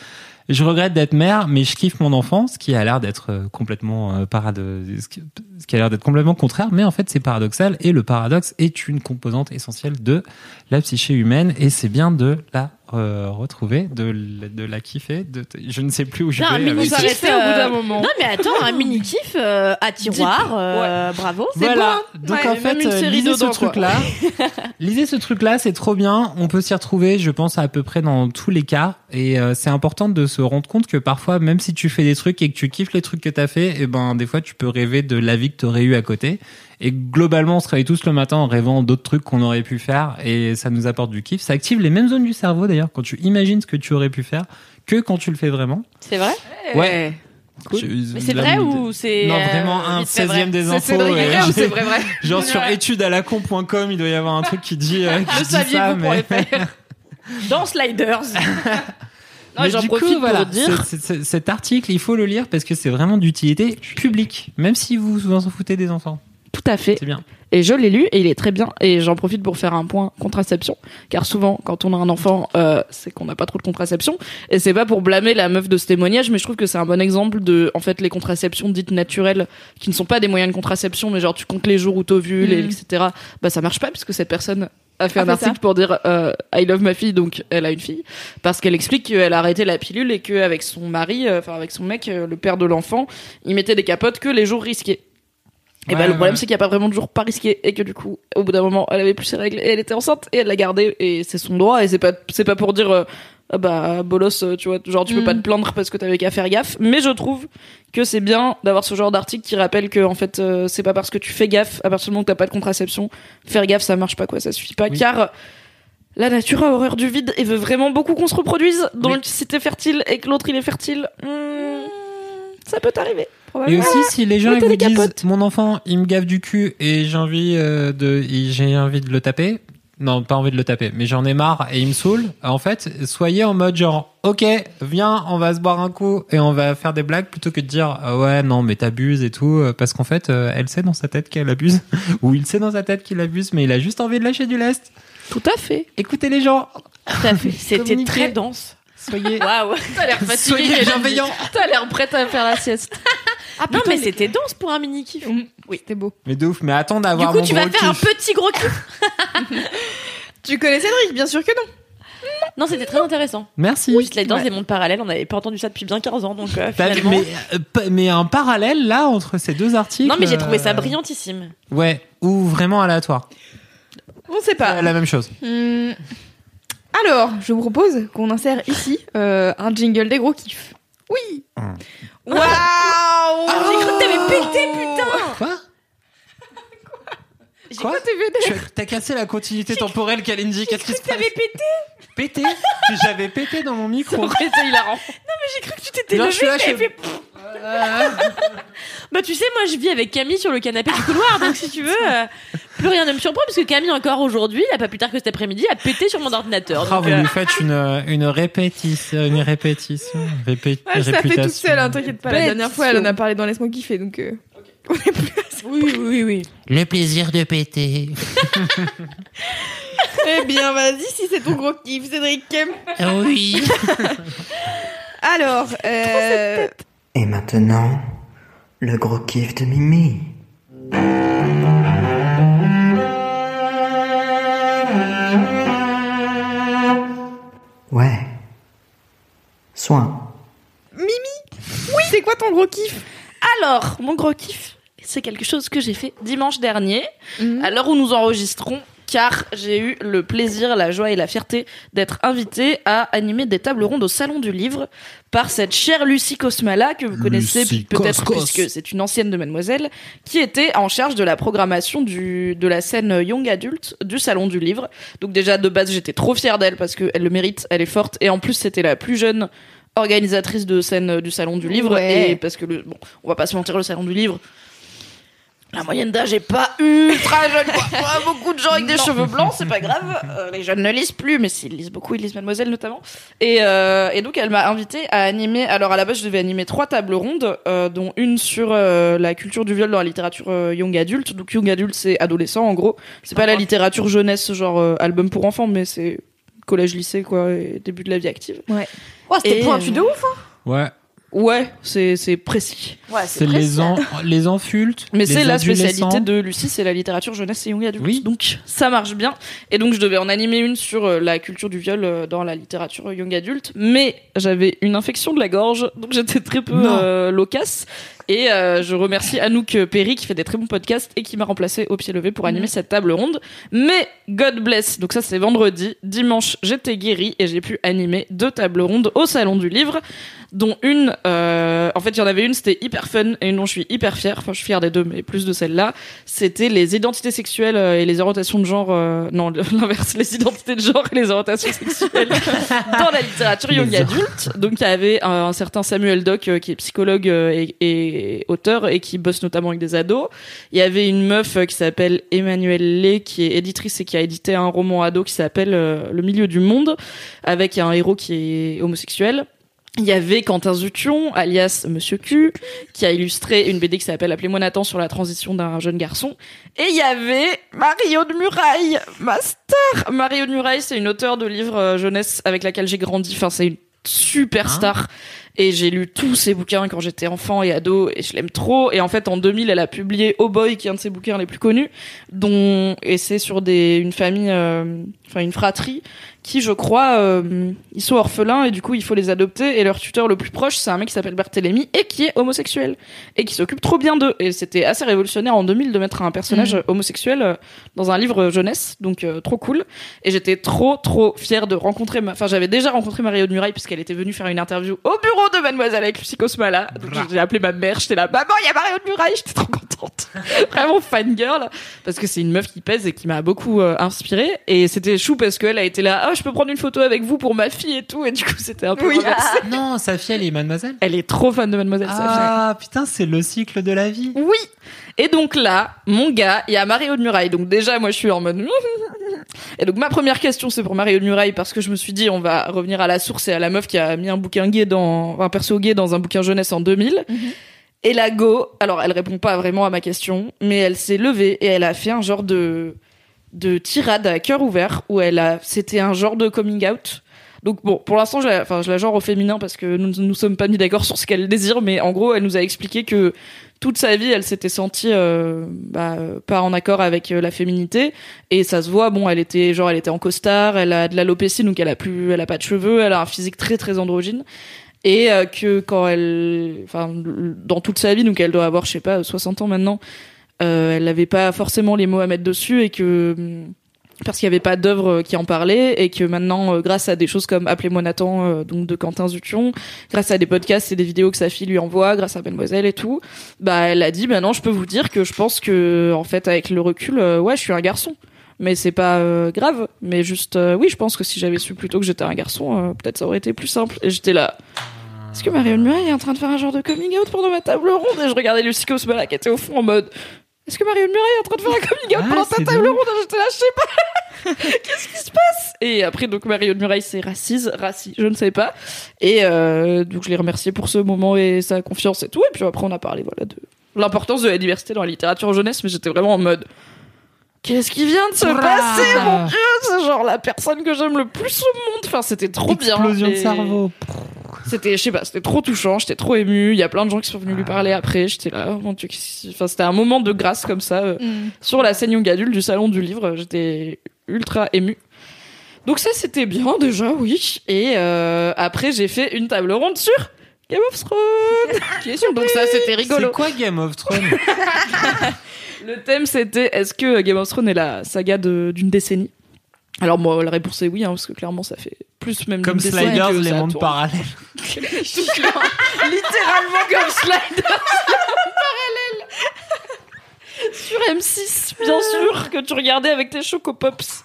S2: Je regrette d'être mère, mais je kiffe mon enfant, ce qui a l'air d'être euh, complètement euh, parado- ce qui ce qui a l'air d'être complètement contraire, mais en fait c'est paradoxal et le paradoxe est une composante essentielle de la psyché humaine et c'est bien de la euh, retrouver, de, la- de la kiffer. De, je ne sais plus où je
S4: Faire un
S2: vais.
S4: mini
S2: avec
S4: kiff.
S2: ça.
S4: Arrêtez au bout d'un
S1: moment.
S4: Non mais attends, un mini kiff à tiroir, euh, bravo.
S2: Voilà. Donc
S1: Ouais,
S2: en
S1: mais même
S2: fait,
S1: une
S2: euh,
S1: série
S2: lisez ce
S1: dedans, quoi.
S2: truc-là. lisez ce truc-là, c'est trop bien. On peut s'y retrouver, je pense, à peu près dans tous les cas. Et euh, c'est important de se rendre compte que parfois, même si tu fais des trucs et que tu kiffes les trucs que t'as fait, et ben des fois, tu peux rêver de la vie que t'aurais eu à côté. Et globalement, on se réveille tous le matin en rêvant d'autres trucs qu'on aurait pu faire, et ça nous apporte du kiff. Ça active les mêmes zones du cerveau d'ailleurs quand tu imagines ce que tu aurais pu faire que quand tu le fais vraiment.
S4: C'est vrai
S2: Ouais. Je-
S4: Mais c'est
S2: là,
S4: vrai
S2: mon-
S4: ou c'est
S2: Non,
S4: euh,
S2: vraiment un
S4: vite fait vrai
S2: 16ème des infos.
S3: C'est Cédric
S2: et-
S3: Leclerc ou c'est vrai vrai
S2: Genre sur
S3: Ouais.
S2: étudesalacon.com, il doit y avoir un truc qui dit. euh, qui
S1: Le
S2: dit
S1: saviez-vous
S2: ça,
S1: pour
S2: mais-
S1: les faire
S4: Dans Sliders.
S1: Non,
S2: Mais
S1: j'en
S2: du
S1: profite
S2: coup,
S1: pour
S2: voilà,
S1: dire-
S2: c'est- c'est- c'est- cet article, il faut le lire parce que c'est vraiment d'utilité publique, même si vous vous en foutez des enfants.
S1: à fait.
S2: C'est bien.
S1: Et je l'ai lu et il est très bien. Et j'en profite pour faire un point contraception. Car souvent, quand on a un enfant, euh, c'est qu'on n'a pas trop de contraception. Et c'est pas pour blâmer la meuf de ce témoignage, mais je trouve que c'est un bon exemple de, en fait, les contraceptions dites naturelles, qui ne sont pas des moyens de contraception, mais genre tu comptes les jours où t'ovules, et
S3: Mhm.
S1: etc. Bah ça marche pas puisque cette personne a fait
S3: A
S1: un
S3: fait
S1: article pour dire euh, I love ma fille, donc elle a une fille. Parce qu'elle explique qu'elle a arrêté la pilule et qu'avec son mari, euh, enfin avec son mec, euh, le père de l'enfant, il mettait des capotes que les jours risqués. Et
S2: Ouais,
S1: bah, le
S2: ouais,
S1: problème,
S2: ouais.
S1: c'est qu'il n'y a pas vraiment de jours pas risqués et que du coup, au bout d'un moment, elle avait plus ses règles et elle était enceinte et elle l'a gardée et c'est son droit et c'est pas, c'est pas pour dire, euh, ah bah, bolos, euh, tu vois, genre, tu peux
S3: Mm.
S1: pas te plaindre parce que t'avais qu'à faire gaffe. Mais je trouve que c'est bien d'avoir ce genre d'article qui rappelle que, en fait, euh, c'est pas parce que tu fais gaffe, à partir du moment que t'as pas de contraception, faire gaffe, ça marche pas, quoi, ça suffit pas.
S2: Oui.
S1: Car la nature a horreur du vide et veut vraiment beaucoup qu'on se reproduise. Donc, si t'es fertile et que l'autre il est fertile, hmm, ça peut t'arriver.
S2: Et
S1: probablement.
S2: aussi, si les gens ils
S1: Mettez
S2: vous
S1: des
S2: disent
S1: capotes.
S2: Mon enfant, il me gave du cul et j'ai envie, euh, de, et j'ai envie de le taper. Non, pas envie de le taper, mais j'en ai marre et il me saoule. En fait, soyez en mode genre Ok, viens, on va se boire un coup et on va faire des blagues plutôt que de dire Ah Ouais, non, mais t'abuses et tout. euh, Parce qu'en fait, euh, elle sait dans sa tête qu'elle abuse. Ou il sait dans sa tête qu'il abuse, mais il a juste envie de lâcher du lest.
S1: Tout à fait.
S2: Écoutez les gens,
S4: C'était
S2: Communiquer.
S4: très dense.
S2: soyez,
S4: Waouh.
S1: T'as l'air
S2: soyez bienveillants.
S1: T'as l'air prête à faire la sieste.
S4: Ah, non, mais c'était dense pour un mini kiff. Du
S3: Oui. Mm. C'était beau.
S2: Mais de ouf, mais attends d'avoir.
S4: coup,
S2: mon
S4: tu vas
S2: gros
S4: faire un
S2: kiff.
S4: petit gros kiff.
S3: Tu connais Cédric Bien sûr que non.
S4: Non, c'était très intéressant.
S2: Merci.
S4: Oui, la danse des mondes parallèles, on n'avait pas entendu ça depuis bien 15 ans, donc euh,
S2: T'as vu,
S4: finalement.
S2: mais, euh, p- mais un parallèle là entre ces deux articles.
S4: Non, mais j'ai trouvé
S2: euh,
S4: ça brillantissime.
S2: Ouais, ou vraiment aléatoire.
S3: On sait pas.
S2: Euh, La même chose.
S3: Hmm. Alors, je vous propose qu'on insère ici euh, un jingle des gros kiffs. Oui.
S2: Hmm.
S3: Waouh J'ai
S4: cru que t'avais pété, putain
S2: Quoi
S3: J'ai
S2: Quoi
S3: cru que t'avais pété.
S2: Tu as- T'as cassé la continuité temporelle, Kalindi. Qu'est-ce qui se passe
S4: T'avais pété
S2: Pété Que J'avais pété dans mon micro.
S1: C'était hilarant.
S4: J'ai cru que tu t'étais
S2: Non,
S4: levé,
S2: je suis là,
S4: t'avais
S2: je-
S4: fait... Bah tu sais, moi je vis avec Camille sur le canapé du couloir, donc si tu veux, euh, plus rien ne me surprend, parce que Camille encore aujourd'hui, là pas plus tard que cet après-midi, a pété sur mon ordinateur.
S2: Ah,
S4: donc,
S2: vous
S4: euh,
S2: lui faites une, une répétition. Une répétition. Répé
S3: Ouais, Ah, ça fait toute seule, hein, t'inquiète pas. La
S1: Pétition.
S3: dernière fois, elle en a parlé dans Laisse-moi kiffer, donc... euh, on est plus-
S4: Oui, oui, oui.
S2: Le plaisir de péter.
S3: eh bien, vas-y, si c'est ton gros kiff, Cédric.
S2: oui.
S3: Alors, euh,
S6: Et maintenant, le gros kiff de Mimi. Ouais. Soin.
S3: c'est quoi ton gros kiff
S1: Alors, mon gros kiff, c'est quelque chose que j'ai fait dimanche dernier, à l'heure où nous enregistrons, car j'ai eu le plaisir, la joie et la fierté d'être invitée à animer des tables rondes au Salon du Livre par cette chère Lucie Cosmala, que vous connaissez
S2: Lucie
S1: peut-être
S2: Coscos.
S1: puisque c'est une ancienne de Mademoiselle, qui était en charge de la programmation du, de la scène young adulte du Salon du Livre. Donc déjà, de base, j'étais trop fière d'elle parce qu'elle le mérite, elle est forte, et en plus, c'était la plus jeune organisatrice de scène euh, du Salon du Livre,
S3: Ouais.
S1: et parce que, le, bon, on va pas se mentir, le Salon du Livre, la moyenne d'âge est pas ultra jeune. Quoi. On a beaucoup de gens avec des cheveux blancs, c'est pas grave. Euh, les jeunes ne lisent plus, mais s'ils lisent beaucoup, ils lisent Mademoiselle notamment. Et, euh, et donc elle m'a invité à animer. Alors à la base, je devais animer trois tables rondes, euh, dont une sur euh, la culture du viol dans la littérature euh, young adulte. Donc young adulte, c'est adolescent en gros. C'est pas la littérature jeunesse, genre euh, album pour enfants, mais c'est collège, lycée, quoi, et début de la vie active.
S4: Oh,
S1: c'était pointu de
S4: ouf
S2: Ouais,
S1: Ouais, c'est c'est précis.
S4: Ouais,
S2: c'est les, en, les enfultes.
S1: Mais
S2: les
S1: c'est la spécialité
S2: adolescents.
S1: de Lucie, c'est la littérature jeunesse et young adulte.
S2: Oui.
S1: Donc ça marche bien. Et donc je devais en animer une sur euh, la culture du viol euh, dans la littérature young adulte, mais j'avais une infection de la gorge, donc j'étais très peu
S2: Non.
S1: euh, loquace. Et euh, je remercie Anouk euh, Perry qui fait des très bons podcasts et qui m'a remplacée au pied levé pour
S2: Mm.
S1: animer cette table ronde. Mais God bless, donc ça c'est vendredi, dimanche j'étais guérie et j'ai pu animer deux tables rondes au salon du livre dont une, euh, en fait, il y en avait une, c'était hyper fun, et une dont je suis hyper fière. Enfin, je suis fière des deux, mais plus de celle-là. C'était les identités sexuelles euh, et les orientations de genre, euh, non, l'inverse, les identités de genre et les orientations sexuelles dans la littérature young
S2: Les or-
S1: adulte. Donc, il y avait un, un certain Samuel Doc, euh, qui est psychologue euh, et, et auteur, et qui bosse notamment avec des ados. Il y avait une meuf euh, qui s'appelle Emmanuelle Lé, qui est éditrice et qui a édité un roman ado qui s'appelle euh, Le milieu du monde, avec un héros qui est homosexuel. Il y avait Quentin Zution, alias Monsieur Q, qui a illustré une BD qui s'appelle Appelez-moi Nathan sur la transition d'un jeune garçon. Et il y avait Mario de Muraille, ma star Mario de Muraille, c'est une auteure de livres euh, jeunesse avec laquelle j'ai grandi. Enfin, c'est une super star. Et j'ai lu tous ses bouquins quand j'étais enfant et ado, et je l'aime trop. Et en fait, en 2000, elle a publié Oh Boy, qui est un de ses bouquins les plus connus, dont et c'est sur des une famille, euh, enfin une fratrie qui, je crois, euh, ils sont orphelins et du coup, il faut les adopter. Et leur tuteur le plus proche, c'est un mec qui s'appelle Barthélemy et qui est homosexuel et qui s'occupe trop bien d'eux. Et c'était assez révolutionnaire en 2000 de mettre un personnage homosexuel euh, dans un livre jeunesse, donc euh, trop cool. Et j'étais trop, trop fière de rencontrer. Ma... Enfin, j'avais déjà rencontré Mario de Muraille puisqu'elle était venue faire une interview au bureau de Mademoiselle avec Lucie Cosmala. Donc j'ai appelé ma mère, j'étais là, maman, il y a Mario de Muraille, j'étais trop contente. Vraiment fangirl parce que c'est une meuf qui pèse et qui m'a beaucoup euh, inspirée. Et c'était chou parce qu'elle a été là, ah, je peux prendre une photo avec vous pour ma fille et tout. Et du coup, c'était un peu.
S3: Oui.
S1: inversé.
S2: Non, sa fille, elle est mademoiselle.
S1: Elle est trop fan de Mademoiselle Safia.
S2: Ah, putain, c'est le cycle de la vie.
S1: Oui. Et donc là, mon gars, il y a Mario de Muraille. Donc déjà, moi, je suis en mode. Et donc ma première question, c'est pour Mario de Muraille parce que je me suis dit, on va revenir à la source et à la meuf qui a mis un bouquin gay dans un perso gay dans un bouquin jeunesse en 2000. Et la go, alors elle répond pas vraiment à ma question, mais elle s'est levée et elle a fait un genre de de tirade à cœur ouvert où elle a c'était un genre de coming out. Donc bon, pour l'instant, je la, enfin, je la genre au féminin parce que nous nous sommes pas mis d'accord sur ce qu'elle désire, mais en gros, elle nous a expliqué que toute sa vie, elle s'était sentie euh, bah, euh, pas en accord avec euh, la féminité et ça se voit. Bon, elle était genre, elle était en costard, elle a de l'alopécie, donc elle a plus, elle a pas de cheveux, elle a un physique très très androgyne et euh, que quand elle, enfin, l- dans toute sa vie, donc elle doit avoir, je sais pas, 60 ans maintenant, euh, elle n'avait pas forcément les mots à mettre dessus et que hum, parce qu'il n'y avait pas d'œuvre euh, qui en parlait et que maintenant, euh, grâce à des choses comme Appelez-moi Nathan, euh, donc de Quentin Zution, grâce à des podcasts et des vidéos que sa fille lui envoie, grâce à Mademoiselle et tout, bah elle a dit maintenant je peux vous dire que je pense que en fait avec le recul, euh, ouais, je suis un garçon. Mais c'est pas euh, grave, mais juste euh, oui, je pense que si j'avais su plus tôt que j'étais un garçon, euh, peut-être ça aurait été plus simple. Et j'étais là, est-ce que Marion Murray est en train de faire un genre de coming out pendant ma table ronde Et je regardais Lucie Cosmala qui était au fond en mode Est-ce que Marion Murray est en train de faire un coming out
S2: Ah,
S1: pendant ta
S2: c'est
S1: table
S2: drôle.
S1: ronde Et J'étais là, je sais pas Qu'est-ce qui se passe Et après, donc Marion Murray, c'est raciste, raciste, je ne sais pas. Et euh, donc je l'ai remercié pour ce moment et sa confiance et tout. Et puis après, on a parlé voilà, de l'importance de la diversité dans la littérature jeunesse, mais j'étais vraiment en mode. Qu'est-ce qui vient de se
S2: Ouah.
S1: passer, mon dieu C'est genre la personne que j'aime le plus au monde. Enfin, c'était trop bien.
S2: Explosion de
S1: Et-
S2: cerveau.
S1: c'était je sais pas c'était trop touchant j'étais trop émue il y a plein de gens qui sont venus lui parler après j'étais là oh mon dieu qu'est-ce qui- enfin c'était un moment de grâce comme ça euh,
S3: Mm.
S1: sur la scène young adulte du salon du livre j'étais ultra émue donc ça c'était bien déjà oui et euh, après j'ai fait une table ronde sur Game of Thrones qui est sur- donc ça c'était rigolo
S2: C'est quoi Game of Thrones
S1: le thème c'était est-ce que Game of Thrones est la saga de- d'une décennie alors moi la réponse est oui hein, parce que clairement ça fait plus même
S2: Comme
S1: d'une décennie
S2: Sliders,
S1: que
S2: les
S1: euh, ça
S2: mondes
S1: tourne.
S2: parallèles.
S1: Tout clair. littéralement comme Sliders en parallèle sur M6 bien sûr que tu regardais avec tes chocopops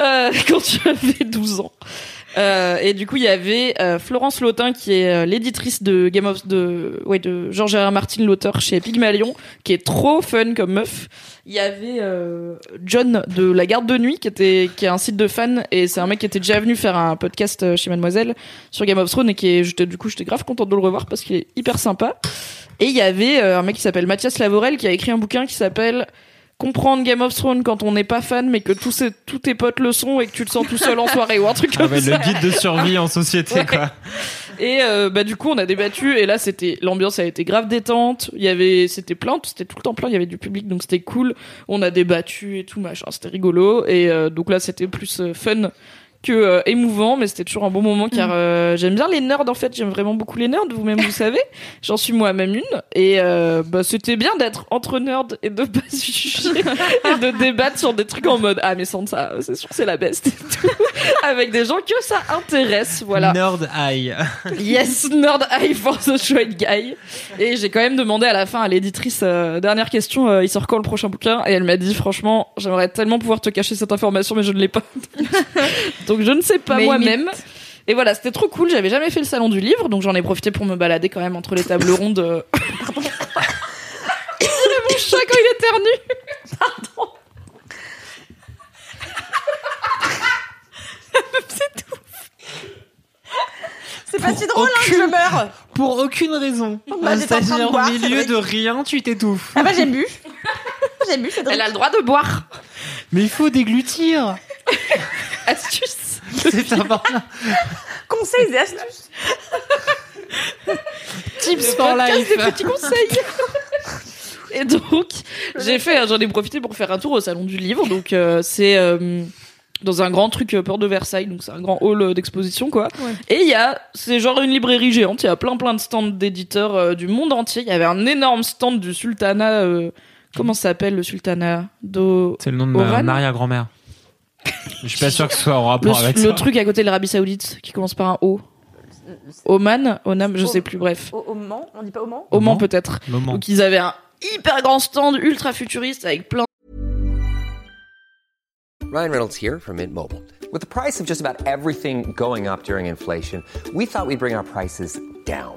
S1: euh, quand tu avais 12 ans Euh, et du coup il y avait euh, Florence Lautin qui est euh, l'éditrice de Game of de ouais de Georges R. R. Martin l'auteur chez Pygmalion qui est trop fun comme meuf il y avait euh, John de la garde de nuit qui était qui est un site de fans et c'est un mec qui était déjà venu faire un podcast euh, chez Mademoiselle sur Game of Thrones et qui est, j'étais, du coup, j'étais grave contente de le revoir parce qu'il est hyper sympa. Et il y avait euh, un mec qui s'appelle Mathias Lavorel qui a écrit un bouquin qui s'appelle Comprendre Game of Thrones quand on n'est pas fan mais que tous, ses- tous tes potes le sont et que tu te sens tout seul en soirée ou un truc comme ça.
S2: Ah, le guide de survie en société,
S1: Ouais.
S2: quoi.
S1: Et euh, bah du coup on a débattu et là c'était l'ambiance a été grave détente. Il y avait c'était plein, c'était tout le temps plein. Il y avait du public donc c'était cool. On a débattu et tout machin, c'était rigolo. Et euh, donc là c'était plus euh, fun que euh, émouvant, mais c'était toujours un bon moment car euh, j'aime bien les nerds en fait. J'aime vraiment beaucoup les nerds. Vous-même vous savez, j'en suis moi-même une. Et euh, bah c'était bien d'être entre nerds et de pas se juger et de débattre sur des trucs en mode ah mais sans ça c'est sûr c'est la best et tout. avec des gens que ça intéresse voilà.
S2: Nerd Eye.
S1: Yes, nerd eye for the straight guy. Et j'ai quand même demandé à la fin à l'éditrice, euh, dernière question, euh, il sort quand le prochain bouquin Et elle m'a dit, franchement, j'aimerais tellement pouvoir te cacher cette information, mais je ne l'ai pas. donc je ne sais pas
S3: Mais
S1: moi-même. Et voilà, c'était trop cool, j'avais jamais fait le salon du livre, donc j'en ai profité pour me balader quand même entre les tables rondes. euh. Pardon. Il a mon chat quand il éternue.
S3: C'est pas
S4: pas si drôle, hein, que je
S2: aucune-
S4: meurs.
S2: Pour aucune raison.
S3: Oh,
S4: Bah, j'étais en train de
S2: C'est-à-dire au
S4: boire,
S2: milieu
S4: Cédric.
S2: de rien, tu t'étouffes.
S4: Ah bah, j'ai bu. J'ai bu, c'est drôle.
S1: Elle a le droit de boire.
S2: Mais il faut déglutir.
S1: Astuce.
S2: C'est important.
S4: Conseils et astuces.
S2: Tips for life.
S1: des petits conseils. Et donc, j'ai fait, j'en ai profité pour faire un tour au salon du livre. Donc, euh, c'est euh, dans un grand truc euh, Port de Versailles. Donc, c'est un grand hall euh, d'exposition, quoi.
S3: Ouais.
S1: Et il y a, c'est genre une librairie géante. Il y a plein, plein de stands d'éditeurs euh, du monde entier. Il y avait un énorme stand du sultanat. euh, comment ça s'appelle le sultanat Do...
S2: C'est le nom de
S1: ma- Oran
S2: arrière-grand-mère. Je suis pas sûr que ce soit en rapport avec
S1: Le,
S2: ça.
S1: le truc à côté de l'Arabie Saoudite qui commence par un O. Euh, Oman, Onam, je sais plus, bref.
S4: Au, au Mans, on dit pas au Mans
S1: Oman
S2: Oman
S1: peut-être.
S2: Moment.
S1: Donc ils avaient un hyper grand stand ultra futuriste avec plein
S7: Ryan Reynolds here from Mint Mobile. With the price of just about everything going up during inflation, we thought we'd bring our prices down.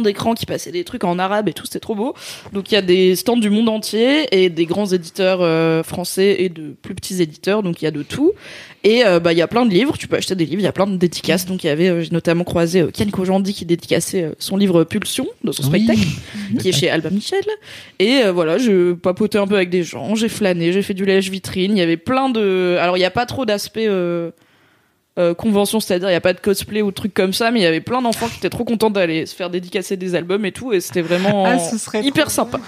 S1: d'écrans qui passaient des trucs en arabe et tout, c'était trop beau. Donc il y a des stands du monde entier et des grands éditeurs euh, français et de plus petits éditeurs, donc il y a de tout. Et euh, bah il y a plein de livres, tu peux acheter des livres, il y a plein de dédicaces. Donc il y avait, euh, j'ai notamment croisé euh, Ken Kojandi qui dédicaçait euh, son livre Pulsion dans son spectacle. qui est chez Alba Michel. Et euh, voilà, je papotais un peu avec des gens, j'ai flâné, j'ai fait du lèche vitrine. Il y avait plein de. Alors, il n'y a pas trop d'aspect euh, euh, convention, c'est-à-dire il n'y a pas de cosplay ou de trucs comme ça, mais il y avait plein d'enfants qui étaient trop contents d'aller se faire dédicacer des albums et tout, et c'était vraiment
S2: Ah, ce serait
S1: hyper
S2: trop
S1: sympa.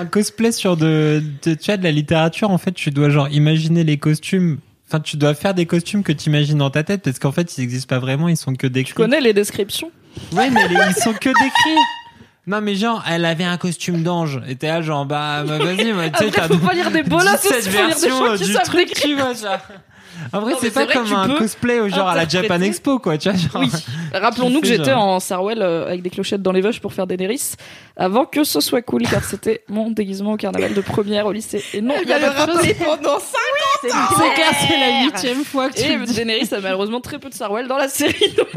S2: un cosplay sur de, de tu vois, de la littérature en fait tu dois genre imaginer les costumes enfin tu dois faire des costumes que tu imagines dans ta tête parce qu'en fait ils n'existent pas vraiment ils sont que décrits
S1: Tu connais les descriptions
S2: ouais mais les- ils sont que décrits non mais genre elle avait un costume d'ange et t'es là genre bah, bah, vas-y bah, tu sais
S1: Après,
S2: t'as
S1: faut pas lire des bolasses,
S2: cette
S1: aussi, faut lire des
S2: version
S1: choses
S2: euh,
S1: qui
S2: du
S1: savent
S2: truc
S1: décrire.
S2: tu vois genre. en vrai
S1: Non, mais
S2: c'est pas
S1: c'est vrai que
S2: comme
S1: tu
S2: un
S1: peux
S2: cosplay euh, genre à la Japan
S1: interpréter.
S2: Expo quoi tu vois genre
S1: Oui. Rappelons-nous que
S2: Tu fais
S1: j'étais
S2: genre.
S1: en Sarwell euh, avec des clochettes dans les vaches pour faire des Daenerys avant que ce soit cool, car c'était mon déguisement au carnaval de première au lycée. Et non, il y a
S3: le
S1: pas de chose.
S3: rappeler pendant ça.
S4: C'est
S2: c'est clair c'est la huitième fois que tu
S1: Et
S2: le dis.
S1: Daenerys a malheureusement très peu de Sarwell dans la série, donc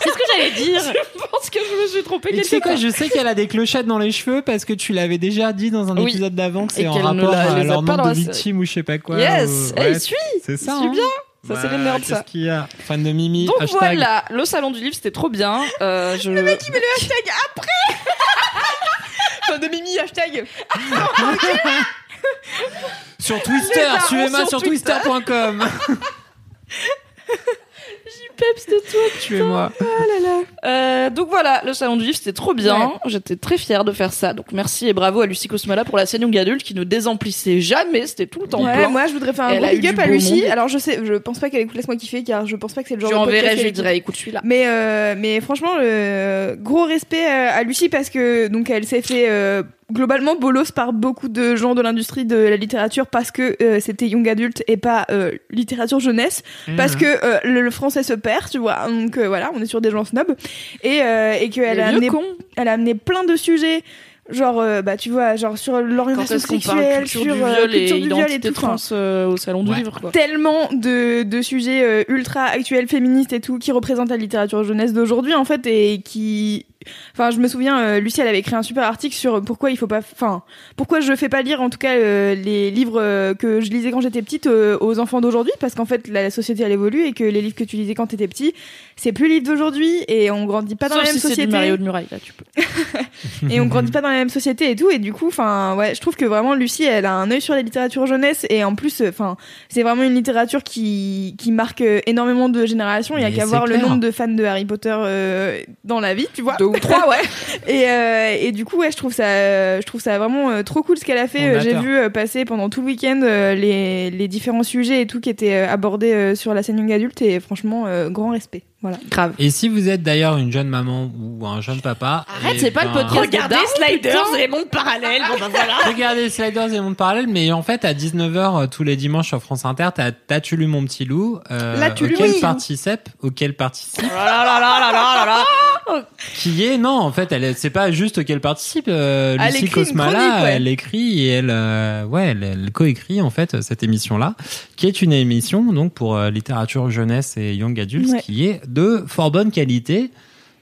S4: C'est ce que j'allais dire.
S1: je pense que je me suis trompée
S2: Et tu
S1: quelque
S2: sais quoi,
S1: part.
S2: je sais qu'elle a des clochettes dans les cheveux parce que tu l'avais déjà dit dans un
S1: Oui.
S2: épisode d'avant que
S1: Et
S2: c'est en
S1: qu'elle ne
S2: rapport
S1: la- les
S2: à
S1: a
S2: leur
S1: pas dans
S2: nombre de
S1: la série.
S2: victimes ou je sais pas quoi.
S1: yes,
S2: ou-
S1: Eh,
S2: ouais,
S1: il suit,
S2: c'est
S1: il
S2: ça.
S1: suit
S2: hein.
S1: bien. Ça, c'est les nerds,
S2: Qu'est-ce
S1: ça.
S2: qu'il y a Fan de Mimi,
S1: Donc
S2: hashtag.
S1: voilà, le salon du livre, c'était trop bien. Euh, je...
S3: Mais le hashtag après Enfin, de Mimi, hashtag.
S2: Sur Twister,
S1: darons
S2: suivez-moi
S1: sur
S2: sur twister.com.
S1: Peps de toi.
S2: Tuez-moi.
S1: Euh, donc voilà, le salon du livre, c'était trop bien. J'étais très fière de faire ça. Donc merci et bravo à Lucie Cosmala pour la scène Young Adult qui ne désemplissait jamais, c'était tout le temps
S3: Ouais,
S1: plein.
S3: moi je voudrais faire un
S1: Elle
S3: gros
S1: a eu
S3: big up
S1: du
S3: à
S1: beau
S3: Lucie.
S1: monde.
S3: Alors je sais, je pense pas qu'elle écoute Laisse-moi kiffer car je pense pas que c'est le genre
S1: je
S3: de podcast
S1: enverrai, je
S3: qu'elle
S1: lui
S3: écoute.
S1: dirai, écoute celui-là.
S3: Mais, euh, mais franchement, le gros respect euh, à, à Lucie parce que donc elle s'est fait euh, globalement bolos par beaucoup de gens de l'industrie de la littérature parce que euh, c'était young adulte et pas euh, littérature jeunesse
S1: Mhm.
S3: parce que euh, le, le français se perd, tu vois. Donc euh, voilà, on est sur des gens snobs et, euh, et qu'elle
S1: Les
S3: a
S1: vieux
S3: amené,
S1: cons.
S3: elle a amené plein de sujets. Genre, euh, bah, tu vois, genre sur
S1: Quand
S3: l'orientation
S1: est-ce qu'on parle
S3: sexuelle,
S1: culture
S3: sur
S1: du
S3: euh,
S1: viol et
S3: culture du viol et
S1: identité
S3: tout. enfin,
S1: trans euh, au salon du
S2: Ouais.
S1: livre, quoi.
S3: tellement de, de sujets euh, ultra actuels, féministes et tout, qui représentent la littérature jeunesse d'aujourd'hui, en fait, et qui... Enfin, je me souviens, euh, Lucie, elle avait écrit un super article sur pourquoi il faut pas... Enfin, pourquoi je fais pas lire, en tout cas, euh, les livres euh, que je lisais quand j'étais petite euh, aux enfants d'aujourd'hui, parce qu'en fait, la, la société, elle évolue, et que les livres que tu lisais quand t'étais petit, c'est plus les livres d'aujourd'hui, et on grandit pas dans
S1: Sauf
S3: la même
S1: si c'est
S3: société
S1: du Mario de Muraille, là, tu peux.
S3: et on grandit pas dans la même société et tout et du coup enfin ouais je trouve que vraiment Lucie elle a un œil sur la littérature jeunesse et en plus euh, enfin c'est vraiment une littérature qui qui marque euh, énormément de générations il y a
S2: Mais
S3: qu'à
S2: c'est
S3: voir le
S2: clair.
S3: nombre de fans de Harry Potter euh, dans la vie tu vois
S1: Deux ou trois, ouais.
S3: et euh, et du coup ouais je trouve ça euh, je trouve ça vraiment euh, trop cool ce qu'elle a fait Euh, j'ai
S2: Fondateur.
S3: vu euh, passer pendant tout le week-end euh, les les différents sujets et tout qui étaient euh, abordés euh, sur la scène young adulte et franchement euh, grand respect voilà
S1: Grave.
S2: Et si vous êtes d'ailleurs une jeune maman ou un jeune papa.
S1: Arrête,
S2: eh
S1: c'est pas le
S2: ben,
S1: podcast.
S4: Regardez
S1: Daron,
S4: Sliders
S1: putain.
S4: et les mondes parallèles. Bon bah voilà.
S2: Regardez Sliders et Monde Parallèle, mais en fait, à 19h euh, tous les dimanches sur France Inter, t'as t'as tu lu mon petit loup, euh,
S3: Là, tu lu,
S2: auquel
S3: oui.
S2: participe, auquel participe
S4: Oh là là là là là là là.
S2: Qui est non en fait elle est- c'est pas juste qu'elle participe euh,
S3: Elle
S2: Lucie
S3: écrit une
S2: Cosmala
S3: chronique, ouais.
S2: elle écrit et elle euh, ouais elle, elle coécrit en fait cette émission là qui est une émission donc pour euh, littérature jeunesse et young adultes
S3: Ouais.
S2: qui est de fort bonne qualité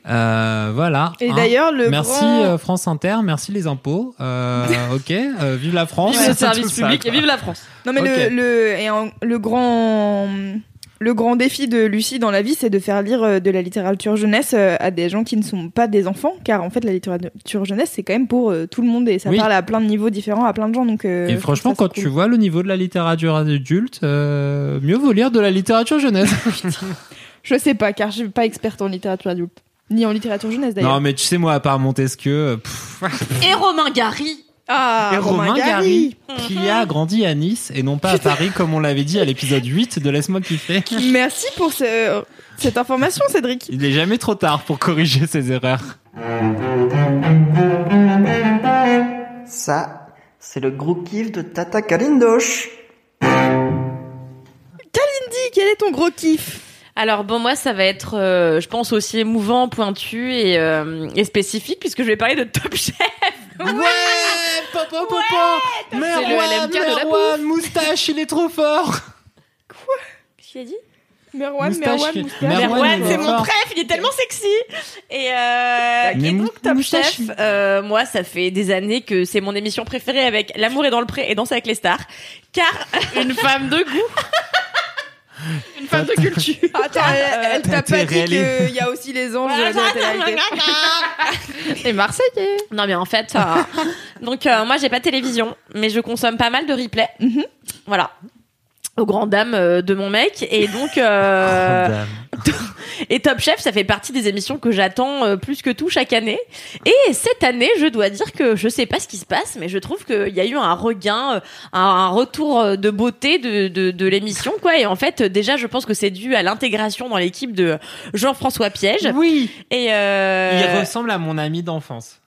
S2: Euh, voilà
S3: Et
S2: hein.
S3: d'ailleurs, le
S2: merci
S3: grand-
S2: euh, France Inter merci les impôts Euh, ok euh, vive la France
S1: Vive le
S2: c'est
S1: service
S2: tout ça,
S1: public
S2: quoi.
S1: et vive la France.
S3: Non mais
S2: Ok.
S3: le, le, et en- le grand le grand défi de Lucie dans la vie, c'est de faire lire euh, de la littérature jeunesse euh, à des gens qui ne sont pas des enfants, car en fait la littérature jeunesse c'est quand même pour euh, tout le monde et ça
S2: Oui.
S3: parle à plein de niveaux différents, à plein de gens. Donc euh,
S2: et
S3: je
S2: franchement,
S3: trouve ça,
S2: quand
S3: c'est
S2: tu
S3: cool.
S2: vois le niveau de la littérature adulte, euh, mieux vaut lire de la littérature jeunesse.
S3: je sais pas, car je suis pas experte en littérature adulte ni en littérature jeunesse
S2: non,
S3: d'ailleurs.
S2: mais tu sais, moi, à part Montesquieu, euh, pff,
S4: Et Romain Gary.
S3: Ah,
S2: et Romain Gary,
S1: Mhm.
S2: qui a grandi à Nice et non pas à Paris, comme on l'avait dit à l'épisode 8 de Laisse-moi kiffer.
S3: Merci pour ce- cette information, Cédric.
S2: Il n'est jamais trop tard pour corriger ses erreurs.
S6: Ça, c'est le gros kiff de Tata Kalindosh.
S3: Dis, quel est ton gros kiff
S4: Alors bon, moi, ça va être, euh, je pense, aussi émouvant, pointu et, euh, et spécifique, puisque je vais parler de Top Chef.
S2: Ouais, papa, papa,
S4: Merwan, le LMK de la Merwan,
S2: moustache, il est trop fort.
S4: Qu'est-ce qu'il a dit
S3: Merwan,
S2: Moustache
S3: Merwan,
S2: qui-
S3: moustache.
S2: Merwan,
S4: Merwan,
S2: il est
S4: c'est mon
S2: fort.
S4: préf, il est tellement sexy. Et, euh,
S2: Bah, Mais
S4: et
S2: mou-
S4: donc Top
S2: moustache.
S4: Chef, euh, moi, ça fait des années que c'est mon émission préférée avec L'amour est dans le pré et Danse avec les stars, car
S1: Une femme de goût. Une femme de culture.
S3: Attends, elle, Euh, elle t'a
S2: Ah, T'as
S3: pas dit
S2: réalisé.
S3: qu'il y a aussi les anges. dans la télé-réalité. Ah,
S1: Et Marseillais.
S4: Non mais en fait, euh, donc euh, moi j'ai pas de télévision, mais je consomme pas mal de replays.
S2: Mhm.
S4: Voilà. Aux grandes dames euh, de mon mec et donc euh, et Top Chef ça fait partie des émissions que j'attends euh, plus que tout chaque année et cette année je dois dire que je sais pas ce qui se passe mais je trouve qu'il y a eu un regain euh, un, un retour euh, de beauté de, de, de l'émission quoi et en fait euh, déjà je pense que c'est dû à l'intégration dans l'équipe de Jean-François Piège
S2: Oui,
S4: et euh,
S2: il ressemble à mon ami d'enfance.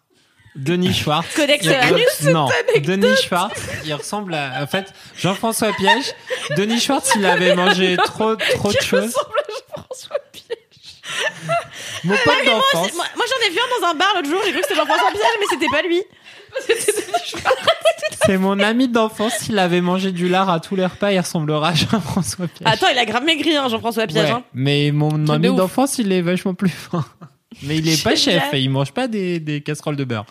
S2: Denis Schwartz.
S4: Codex
S2: Il-
S4: Anus,
S2: Non, Denis Schwartz, il ressemble à. En fait, Jean-François Piège. Denis Schwartz, il avait mangé trop, trop de choses.
S4: ressemble à Jean-François Piège Euh,
S2: Mon pote d'enfance.
S4: Moi, moi, j'en ai vu un dans un bar l'autre jour, j'ai cru que c'était Jean-François Piège, mais c'était pas lui.
S2: C'est mon ami d'enfance, il avait mangé du lard à tous les repas, il ressemblera à Jean-François Piège.
S4: Attends, il a grave maigri, hein, Jean-François Piège.
S2: Ouais,
S4: hein.
S2: Mais mon ami
S4: ouf.
S2: d'enfance, il est vachement plus fin. Mais il est pas
S4: Génial.
S2: chef et il mange pas des, des casseroles de beurre.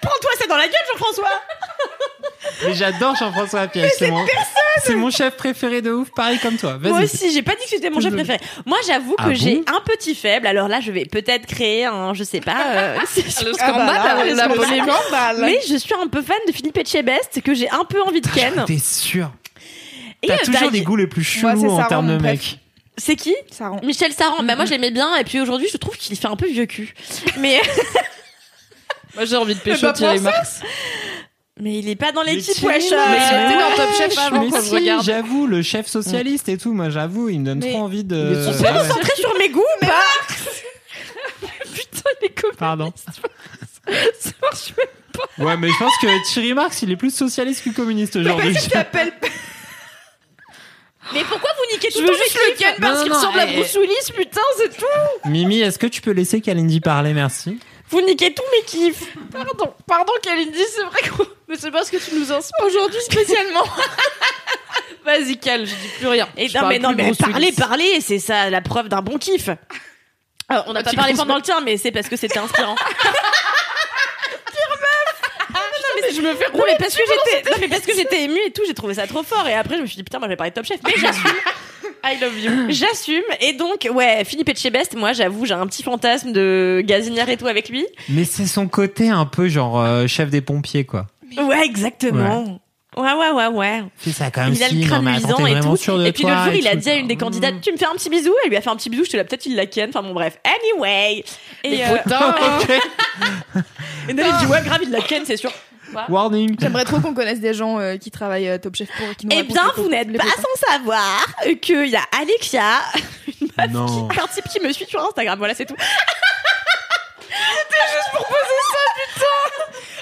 S4: Prends-toi ça dans la gueule, Jean-François
S2: Mais j'adore Jean-François Piège. C'est mon, c'est mon chef préféré de ouf, pareil comme toi.
S4: Moi
S2: Vas-y.
S4: aussi, j'ai pas dit que c'était mon chef
S2: Désolé.
S4: préféré. Moi, j'avoue que
S2: Ah
S4: j'ai
S2: bon
S4: un petit faible, alors là, je vais peut-être créer un, je sais pas, euh,
S1: Le
S3: Ah bah
S1: scandale,
S3: là,
S1: la- la
S3: le
S1: polémique.
S3: scandale.
S4: Mais je suis un peu fan de Philippe Etchebest, que j'ai un peu envie de ken.
S2: T'es sûr
S4: Et
S2: Ah, T'as
S4: euh,
S2: toujours
S4: t'as-
S2: les goûts les plus
S3: Moi,
S2: chelous
S3: c'est
S2: en
S3: Saran,
S2: termes de
S3: mon
S2: mec.
S4: C'est qui
S3: Ça rend.
S4: Michel Saran. Bah, moi, je l'aimais bien, et puis aujourd'hui, je trouve qu'il fait un peu vieux cul. Mais,
S1: Moi j'ai envie de
S3: Mais pas
S1: pécho Thierry
S3: pensé.
S1: Marx.
S4: mais il est pas dans l'équipe,
S2: qui-
S4: wesh.
S1: Ah, Mais
S4: euh,
S1: il était dans Top Chef avant
S2: Mais
S1: qu'on
S2: si,
S1: se regarde.
S2: j'avoue, le chef socialiste et tout, moi j'avoue, il me donne
S3: Mais-
S2: trop envie de.
S1: On peut
S2: Ouais, ouais.
S4: Centré sur mes goûts, mais
S1: Putain, les copains.
S2: Pardon.
S1: Ça marche
S2: Ouais, mais je pense que Thierry Marx, il est plus socialiste que communiste aujourd'hui.
S3: T'appelles
S4: Mais pourquoi vous niquez tout
S1: Je
S4: le
S1: veux
S4: temps
S1: juste
S4: mes
S1: le
S4: kiffs
S1: ken parce
S2: Non,
S1: qu'il
S2: non,
S1: ressemble à
S2: eh,
S1: Bruce Willis, putain, c'est tout.
S2: Mimi, est-ce que tu peux laisser Kalindi parler, merci
S4: Vous niquez tous mes kiffs
S1: Pardon, pardon Kalindi, c'est vrai que... Mais c'est parce que tu nous inspires aujourd'hui spécialement. Vas-y, Cal, je dis plus rien.
S4: Et
S1: Je
S4: non,
S1: parle
S4: mais non,
S1: plus de
S4: mais
S1: Bruce
S4: parlez,
S1: Willis.
S4: parlez, c'est ça la preuve d'un bon kiff. Alors, Euh, on n'a
S1: Un
S4: pas
S1: petit
S4: parlé
S1: gros
S4: pendant le tien, mais c'est parce que c'était inspirant. Ah, Pire meuf! je me fais non, mais parce que j'étais non, mais parce que j'étais émue et tout j'ai trouvé ça trop fort et après je me suis dit putain moi je vais parler de Top Chef mais j'assume I love you j'assume et donc ouais Philippe Etchebest moi j'avoue j'ai un petit fantasme de gazinière et tout avec lui
S2: Mais c'est son côté un peu genre euh, chef des pompiers, quoi.
S4: ouais exactement ouais ouais ouais ouais
S2: Fais ça quand même
S4: il a
S2: si,
S4: le crâne
S2: non, mais attends,
S4: luisant
S2: t'es
S4: et
S2: vraiment
S4: tout. Mm.
S2: sûr de
S4: et puis
S2: toi
S4: l'autre jour,
S2: et
S4: il a
S2: tout.
S4: dit à une des candidates Tu me fais un petit bisou Elle lui a fait un petit bisou, je te l'ai peut-être, il la ken. Enfin bon, bref. Anyway. Et, euh,
S2: Ok.
S4: et non, il dit Ouais, grave, il la ken, c'est sûr.
S2: Warning.
S3: J'aimerais trop qu'on connaisse des gens euh, qui travaillent à Top Chef pour qui nous
S4: Eh
S3: racontent
S4: bien,
S3: les
S4: vous
S3: photos-
S4: n'êtes
S3: les
S4: pas
S3: photos.
S4: sans savoir qu'il y a Alexia,
S2: Non.
S4: un type qui me suit sur Instagram, voilà, c'est tout.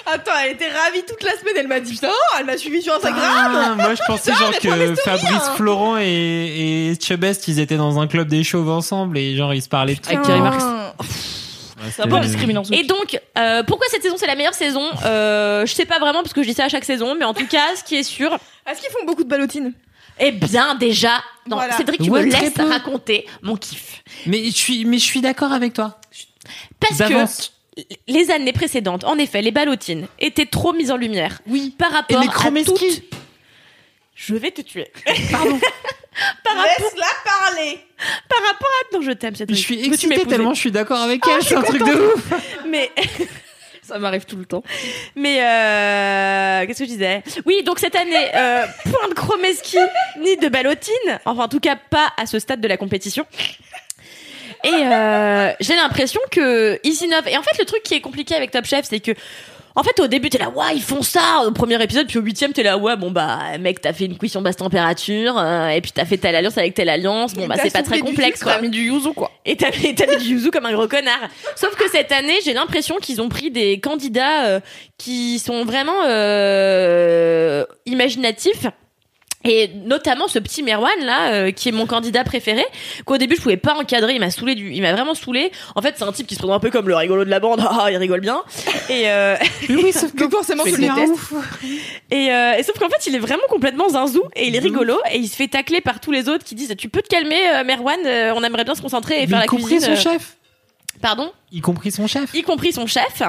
S3: Attends, elle était ravie toute la semaine. Elle m'a dit putain, elle m'a suivi sur
S2: Ah, moi je pensais
S3: Non,
S2: genre
S3: mais prends mes
S2: que
S3: stories,
S2: Fabrice
S3: hein.
S2: Florent et, et Chebest ils étaient dans un club des chauves ensemble et genre ils se parlaient tout
S1: Avec
S2: le
S1: Thierry
S2: temps.
S1: Marx.
S4: Ah,
S2: Ouais,
S1: C'est un
S2: c'était-
S1: peu discriminant. ce
S4: Et
S1: truc.
S4: donc, euh, pourquoi cette saison c'est la meilleure saison euh, Je sais pas vraiment parce que je dis ça à chaque saison, mais en tout cas, ce qui est sûr,
S3: Est-ce qu'ils font beaucoup de ballotines
S4: eh bien déjà, non,
S3: Voilà.
S4: Cédric, tu
S2: Ouais,
S4: me
S2: très
S4: laisses
S2: peu.
S4: raconter mon kiff.
S2: Mais je suis mais je suis d'accord avec toi.
S4: Parce que
S2: D'avance.
S4: les années précédentes, en effet, les ballotines étaient trop mises en lumière
S2: Oui.
S4: par
S2: Et
S4: rapport
S2: les
S4: à toutes.
S2: Kromeski.
S4: Je vais te tuer.
S2: Pardon.
S4: Par
S3: Ah,
S4: rapport,
S3: Laisse-la parler.
S4: par rapport à. Non, je t'aime,
S2: Je
S4: Cédric.
S2: suis
S4: Mais tu
S2: excité
S4: m'épousais.
S2: tellement hein, je suis d'accord avec
S4: Ah,
S2: elle. C'est un truc de ouf.
S4: Mais
S1: ça m'arrive tout le temps.
S4: Mais euh, qu'est-ce que je disais Oui, donc cette année, euh, point de Kromeski ni de Ballotine. Enfin, en tout cas, pas à ce stade de la compétition. Et euh, j'ai l'impression que ils innovent. Et en fait, le truc qui est compliqué avec Top Chef, c'est que en fait, au début, t'es là, ouais, ils font ça au premier épisode, puis au huitième, t'es là, ouais, bon bah, mec, t'as fait une cuisson basse température, euh, et puis t'as fait telle alliance avec telle alliance, bon
S3: Et
S4: bah,
S3: t'as
S4: c'est pas
S3: soufflé
S4: très
S3: du
S4: complexe,
S3: jus,
S4: quoi.
S3: quoi.
S1: du yuzu quoi.
S4: Et t'as mis, t'as mis du yuzu comme un gros connard. Sauf que cette année, j'ai l'impression qu'ils ont pris des candidats euh, qui sont vraiment euh, imaginatifs. Et notamment ce petit Merwan là, euh, qui est mon candidat préféré, qu'au début je pouvais pas encadrer, il m'a saoulé du, il m'a vraiment saoulé. En fait, c'est un type qui se prend un peu comme le rigolo de la bande, ah, il rigole bien. Et euh,
S2: Oui, sauf
S3: Donc forcément, tu le
S2: C'est
S3: détestes.
S2: ouf.
S4: et, euh, et sauf qu'en fait, il est vraiment complètement zinzou et il est rigolo et il se fait tacler par tous les autres qui disent "Tu peux te calmer, euh, Merwan, euh, on aimerait bien se concentrer et
S2: Mais
S4: faire
S2: y
S4: la
S2: compris
S4: cuisine."
S2: son
S4: euh,
S2: chef.
S4: Pardon
S2: Y compris son chef.
S4: y compris son chef.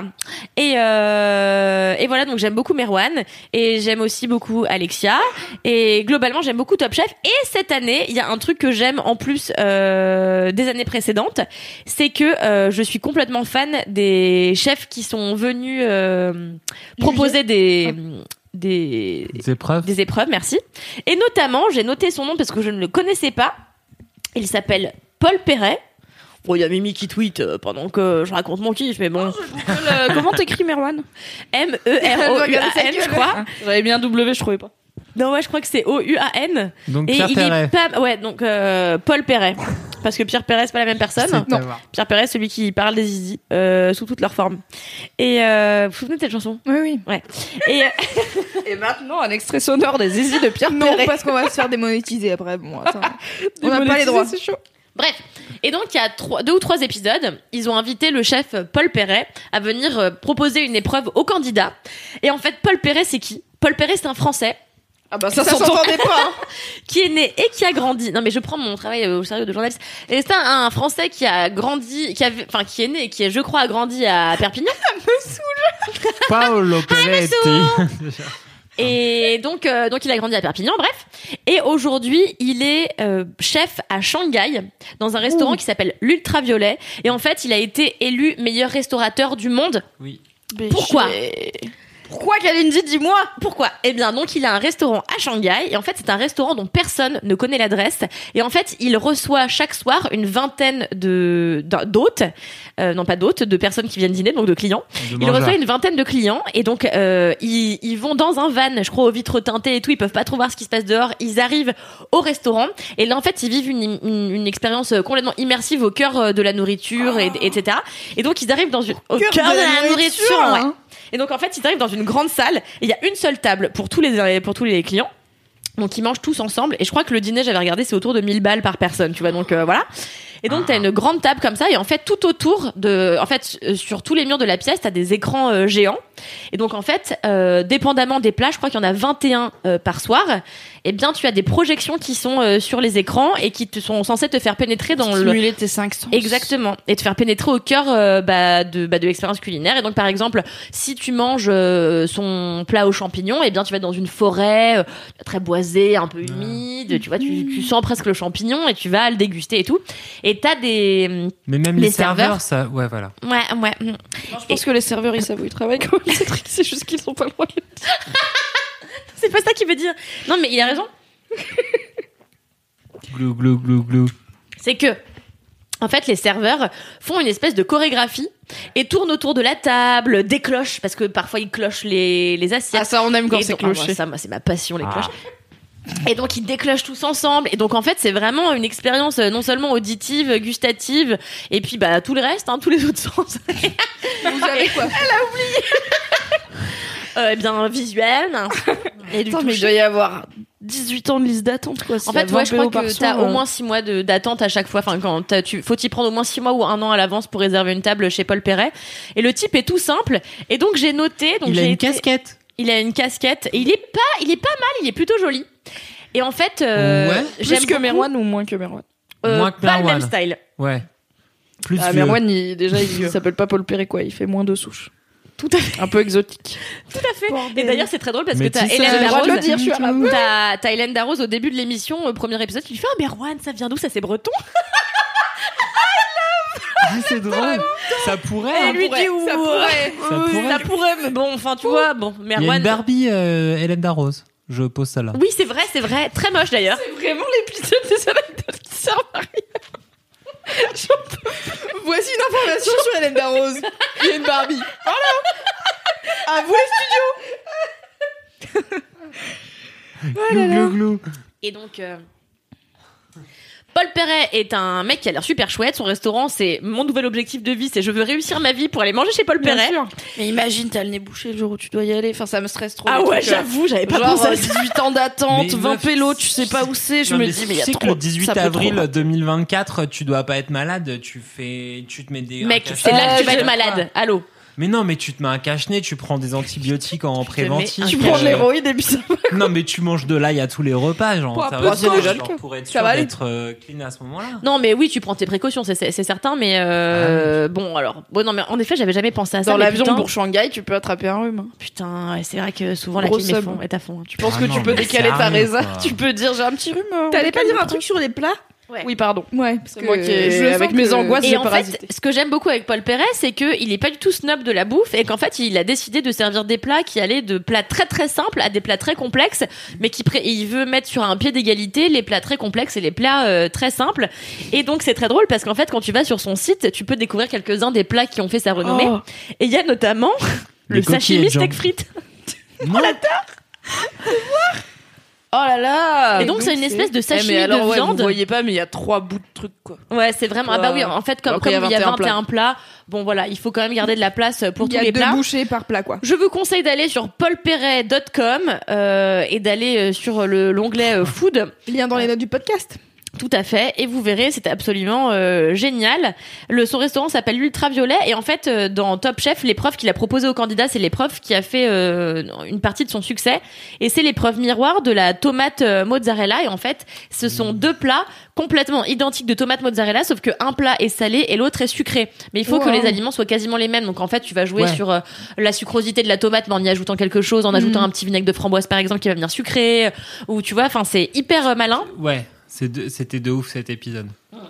S4: Et, euh, et voilà, donc j'aime beaucoup Merwan et j'aime aussi beaucoup Alexia. Et globalement, j'aime beaucoup Top Chef. Et cette année, il y a un truc que j'aime en plus euh, des années précédentes, c'est que euh, je suis complètement fan des chefs qui sont venus euh, proposer des...
S2: Oh.
S4: Des,
S2: Des épreuves.
S4: des épreuves, merci. Et notamment, j'ai noté son nom parce que je ne le connaissais pas. Il s'appelle Paul Perret. Bon, il y a Mimi qui tweet euh, pendant que je raconte mon kiff, mais bon.
S1: euh,
S4: E
S1: comment t'écris Merwan
S4: M-E-R-O-U-A-N, je crois.
S1: J'avais bien W, je trouvais pas.
S4: Non, ouais, je crois que c'est O-U-A-N.
S2: Donc
S4: Et
S2: Pierre
S4: il est
S2: Perret.
S4: pas. Ouais, donc euh, Paul Perret. Parce que Pierre Perret, c'est pas la même personne.
S2: C'est à voir.
S4: Pierre Perret, celui qui parle des zizi euh, sous toutes leurs formes. Et euh, vous vous souvenez de cette chanson
S3: Oui, oui.
S4: Et
S1: Et maintenant, un extrait sonore des zizi de Pierre
S3: Non, parce qu'on va se faire démonétiser après. Bon, attends. On n'a pas les
S1: Démonétiser,
S3: droits.
S1: c'est chaud.
S4: Bref, et donc il y a trois, deux ou trois épisodes, ils ont invité le chef euh, Paul Perret à venir euh, proposer une épreuve aux candidats. Et en fait, Paul Perret, c'est qui Paul Perret, c'est un Français
S1: Ah bah ça,
S3: Ça
S1: s'entend.
S3: s'entendait pas. hein.
S4: qui est né et qui a grandi. Non, mais je prends mon travail euh, au sérieux de journaliste. Et c'est un, un Français qui a grandi, qui a, enfin qui est né et qui, est, je crois, a grandi à Perpignan. Ah,
S2: Paolo Pelletti.
S4: Et donc, euh, donc il a grandi à Perpignan, bref. Et aujourd'hui, il est euh, chef à Shanghai, dans un restaurant qui s'appelle l'Ultraviolet. Et en fait, il a été élu meilleur restaurateur du monde
S2: Oui.
S4: Pourquoi
S1: Pourquoi Kalindi, dis-moi
S4: Pourquoi Eh bien, donc, il a un restaurant à Shanghai. Et en fait, c'est un restaurant dont personne ne connaît l'adresse. Et en fait, il reçoit chaque soir une vingtaine de d'un- d'hôtes, euh, non pas d'hôtes, de personnes qui viennent dîner, donc de clients. Il reçoit une vingtaine de clients et donc euh, ils, ils vont dans un van, je crois aux vitres teintées et tout, ils peuvent pas trop voir ce qui se passe dehors. Ils arrivent au restaurant et là en fait ils vivent une, une, une expérience euh, complètement immersive au cœur euh, de la nourriture et, etc. Et donc ils arrivent dans une, au cœur de, la nourriture. ouais.
S3: hein.
S4: Et donc en fait ils arrivent dans une grande salle et il y a une seule table pour tous les pour tous les clients. Donc ils mangent tous ensemble et je crois que le dîner j'avais regardé c'est autour de 1000 balles par personne tu vois donc euh, voilà et donc t'as une grande table comme ça et en fait tout autour de en fait su- euh, sur tous les murs de la pièce t'as des écrans euh, géants et donc en fait euh, dépendamment des plats je crois qu'il y en a 21 euh, par soir et bien tu as des projections qui sont euh, sur les écrans et qui te sont censées te faire pénétrer dans le
S1: Stimuler tes 5 sens.
S4: Exactement. Et te faire pénétrer au cœur euh, bah, de, bah, de l'expérience culinaire. Et donc, par exemple, si tu manges euh, son plat aux champignons, eh bien, tu vas dans une forêt euh, très boisée, un peu humide. Tu vois, tu, tu sens presque le champignon et tu vas le déguster et tout. Et t'as des...
S2: Mais même
S4: Les
S2: les serveurs,
S4: serveurs.
S2: ça. Ouais, voilà.
S4: Ouais, ouais. mm.
S1: Je pense que les serveurs, ils savent où ils travaillent quand même, Cédric, C'est juste qu'ils sont pas loin.
S4: C'est pas ça qu'il veut dire. Non, mais il a raison.
S2: Glou, glou, glou, glou.
S4: c'est que en fait, les serveurs font une espèce de chorégraphie et tournent autour de la table, des cloches, parce que parfois ils clochent les, les assiettes.
S1: Ah, bah, ça, on aime quand
S4: Et
S1: c'est
S4: donc- ah, moi,
S1: cloché.
S4: ça, moi, c'est ma passion, les
S2: Ah.
S4: cloches. Et donc, ils déclochent tous ensemble. Et donc, en fait, c'est vraiment une expérience euh, non seulement auditive, gustative, et puis bah, tout le reste, hein, tous les autres sens.
S3: Vous savez quoi
S4: euh, eh bien visuel. Et du
S1: Putain, mais il
S4: toucher.
S1: doit y avoir 18 ans de liste d'attente, quoi.
S4: En fait, ouais, je crois que t'as
S3: hein.
S2: hein.
S4: au moins 6 mois de- d'attente à chaque fois. Enfin, quand t'as- tu, faut t'y prendre au moins 6 mois ou un an à l'avance pour réserver une table chez Paul Perret. Et le type est tout simple. Et donc, j'ai noté. Donc
S2: Il a
S4: j'ai
S2: une
S4: été-
S2: casquette.
S4: Il a une casquette. Et il est pas, il est pas mal, il est plutôt joli. Et en fait, euh,
S2: Ouais.
S4: j'aime
S1: Plus que
S4: beaucoup,
S1: Merwan ou moins que Merwan
S4: euh,
S2: Moins que
S4: pas le
S2: Merwan.
S4: même style.
S2: Ouais. Plus
S1: ah,
S2: vieux.
S1: Merwan, il- déjà, il s'appelle pas Paul Perret, quoi. Il fait moins de souches.
S4: Tout à fait.
S1: Un peu exotique.
S4: Tout à fait.
S3: Bordel.
S4: Et d'ailleurs, c'est très drôle parce
S2: Mais
S4: que t'as
S2: tu sais,
S4: Hélène
S1: J'ai le droit de le
S4: Darroze.
S1: dire, je suis arabe.
S4: T'as t'as Hélène Darroze au début de l'émission, au premier épisode, qui lui fait Ah, Merwan, ça vient d'où Ça, c'est breton
S2: Ah, c'est drôle. Ça pourrait.
S4: Et
S2: hein.
S4: lui dit
S3: ça
S4: Ouais,
S2: Ça
S4: Eh oui,
S2: pourrait.
S4: ça pourrait, mais bon, enfin, tu vois, bon,
S2: Il y a une
S4: Merwan.
S2: Barbie euh, Hélène Darroze. Je pose ça là.
S4: Oui, c'est vrai, c'est vrai. Très moche d'ailleurs. C'est vraiment l'épisode des anecdotes qui servent à
S3: Voici une information sur Hélène Darroze. Il y a une Barbie. Voilà. À vous les studios.
S2: Glou, glou, glou.
S4: Et donc. euh, Paul Perret est un mec qui a l'air super chouette. Son restaurant, c'est mon nouvel objectif de vie, c'est je veux réussir ma vie pour aller manger chez Paul Perret.
S1: Mais imagine, t'as le nez bouché le jour où tu dois y aller. Enfin, ça me stresse trop.
S4: Ah
S1: les
S4: ouais,
S1: trucs, euh,
S4: j'avoue, j'avais pas
S1: Genre
S4: pensé
S1: euh,
S4: à ça.
S1: 18 ans d'attente,
S2: Mais
S1: 20
S2: meuf,
S1: pélos, tu sais pas où c'est. Je
S2: Non,
S1: me
S2: mais
S1: dis,
S2: tu
S1: mais il y a
S2: sais
S1: trop.
S2: que le 18
S1: ça peut trop.
S2: avril 2024, tu dois pas être malade. Tu fais, tu te mets des. un
S4: Mec,
S2: cache-
S4: c'est là que
S1: Euh,
S4: tu vas
S1: je-
S4: être malade. Allô.
S2: Mais non, mais tu te mets un cache-nez, tu prends des antibiotiques en préventif. euh,
S4: mets
S1: Tu
S4: un
S1: prends
S4: cache-
S1: de l'héroïde et puis ça va.
S2: Non, mais tu manges de l'ail à tous les repas, genre.
S1: Pour un
S2: ça
S1: peu
S2: va,
S1: de temps,
S2: genre,
S1: genre.
S2: pour être
S1: Ça
S2: sûr
S1: va aller.
S2: d'être euh, clean à ce moment-là.
S4: Non, mais oui, tu prends tes précautions, c'est- c'est c'est certain, mais euh, bon, alors. Bon, non, mais en effet, j'avais jamais pensé à ça.
S1: Ah Dans
S4: mais
S1: l'avion
S4: putain,
S1: pour Shanghai, tu peux attraper un rhume. hein.
S3: Ah
S4: Putain, ouais, c'est vrai que souvent la
S1: Gros
S4: clim est,
S1: somme.
S4: fond- est à fond. hein, tu
S1: Je pense
S2: Ah
S1: que
S2: non,
S1: tu peux
S2: mais
S1: décaler ta
S2: sérieux,
S1: résa.
S2: quoi.
S1: Tu peux dire, j'ai un petit rhume. euh, on
S3: T'allais pas
S1: décale
S3: dire
S1: le
S3: un truc sur les plats
S4: Ouais.
S1: Oui, pardon.
S3: Ouais, parce
S1: C'est moi qui ai-
S3: je sens
S1: avec mes
S3: que-
S1: angoisses.
S4: Et
S1: j'ai
S4: en
S1: parasité.
S4: fait, ce que j'aime beaucoup avec Paul Perret, c'est qu'il est pas du tout snob de la bouffe et qu'en fait, il a décidé de servir des plats qui allaient de plats très très simples à des plats très complexes, mais qui pré- il veut mettre sur un pied d'égalité les plats très complexes et les plats euh, très simples. Et donc, c'est très drôle parce qu'en fait, quand tu vas sur son site, tu peux découvrir quelques-uns des plats qui ont fait sa renommée.
S1: Oh.
S4: Et il y a notamment le
S2: Les coquillettes
S4: sashimi
S2: jambes.
S4: steak frites.
S2: Non,
S1: Oh là là
S4: Et donc, c'est une espèce de
S1: Eh, mais
S4: sashimi
S1: alors,
S4: de
S1: ouais,
S4: viande.
S1: Vous voyez pas, mais il y a trois bouts de trucs quoi.
S4: Ouais, c'est vraiment. Ah bah oui,
S1: Ouais.
S4: en fait, comme,
S1: Alors qu'il y a
S4: comme il y a
S1: 21 plats.
S4: 21 plats, bon voilà, il faut quand même garder de la place pour
S3: Il y
S4: tous
S3: a
S4: les
S3: deux
S4: plats.
S3: bouchées par plat, quoi.
S4: Je vous conseille d'aller sur paulperret.com euh, et d'aller euh, sur le- l'onglet euh, food.
S3: Lien dans les notes du podcast.
S4: Tout à fait. Et vous verrez, c'est absolument euh, génial. Le, son restaurant s'appelle l'Ultraviolet. Et en fait, euh, dans Top Chef, l'épreuve qu'il a proposée aux candidats, c'est l'épreuve qui a fait euh, une partie de son succès. Et c'est l'épreuve miroir de la tomate euh, mozzarella. Et en fait, ce sont
S1: Mmh.
S4: deux plats complètement identiques de tomate mozzarella, sauf que un plat est salé et l'autre est sucré. Mais il faut que
S3: Wow.
S4: les aliments soient quasiment les mêmes. Donc en fait, tu vas jouer
S2: Ouais.
S4: sur euh, la sucrosité de la tomate, mais en y ajoutant quelque chose,
S1: Mmh.
S4: en ajoutant un petit vinaigre de framboise, par exemple, qui va venir sucré. Ou tu vois, enfin, c'est hyper euh, malin.
S2: Ouais, c'est de- c'était de ouf cet épisode.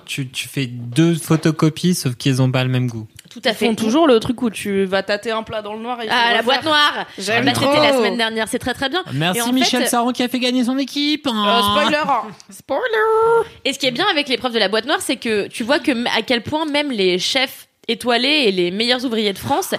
S2: Tu, tu fais deux photocopies, sauf qu'ils ont pas le même goût.
S4: Tout à
S1: Ils
S4: fait.
S1: font toujours le truc où tu vas tâter un plat dans le noir et il faut
S4: Ah, la
S1: refaire.
S4: boîte noire
S1: J'aime
S4: Bah,
S1: trop.
S4: C'était la semaine dernière, c'est très très bien.
S2: Merci
S4: Et en fait,
S2: Michel
S4: euh,
S2: Saron qui a fait gagner son équipe.
S1: Euh,
S2: hein.
S1: spoiler hein.
S4: Et ce qui est bien avec l'épreuve de la boîte noire, c'est que tu vois que m- à quel point même les chefs étoilés et les meilleurs ouvriers de France,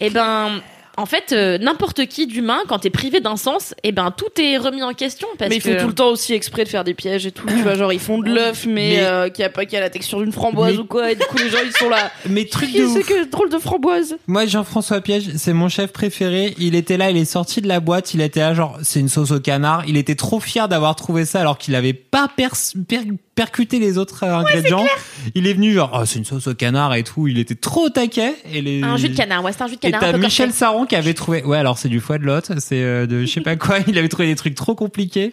S4: eh ben. En fait, euh, n'importe qui d'humain, quand t'es privé d'un sens, eh ben tout est remis en question parce
S1: Mais ils
S4: que
S1: font tout le temps aussi exprès de faire des pièges et tout. Tu vois, genre ils font de l'œuf, mais,
S2: Mais-
S1: euh, qui a pas qui a la texture d'une framboise
S2: Mais-
S1: ou quoi. Et du coup, les gens ils sont là.
S2: Mais truc de
S1: Qu'est-ce
S2: ouf.
S1: que drôle de framboise
S2: Moi, Jean-François Piège, c'est mon chef préféré. Il était là, il est sorti de la boîte, il était là, genre, c'est une sauce au canard. Il était trop fier d'avoir trouvé ça alors qu'il avait pas pers- per- percuté les autres euh, ingrédients. il est venu, genre, oh, c'est une sauce au canard et tout. Il était trop au taquet. Et les...
S4: un jus de canard, ouais, c'est un jus de
S2: Et
S4: canard. un
S2: t'as
S4: peu
S2: Michel
S4: comme ça.
S2: Saron qui avait trouvé, ouais, alors c'est du foie de lotte, c'est euh, de je sais pas quoi. Il avait trouvé des trucs trop compliqués.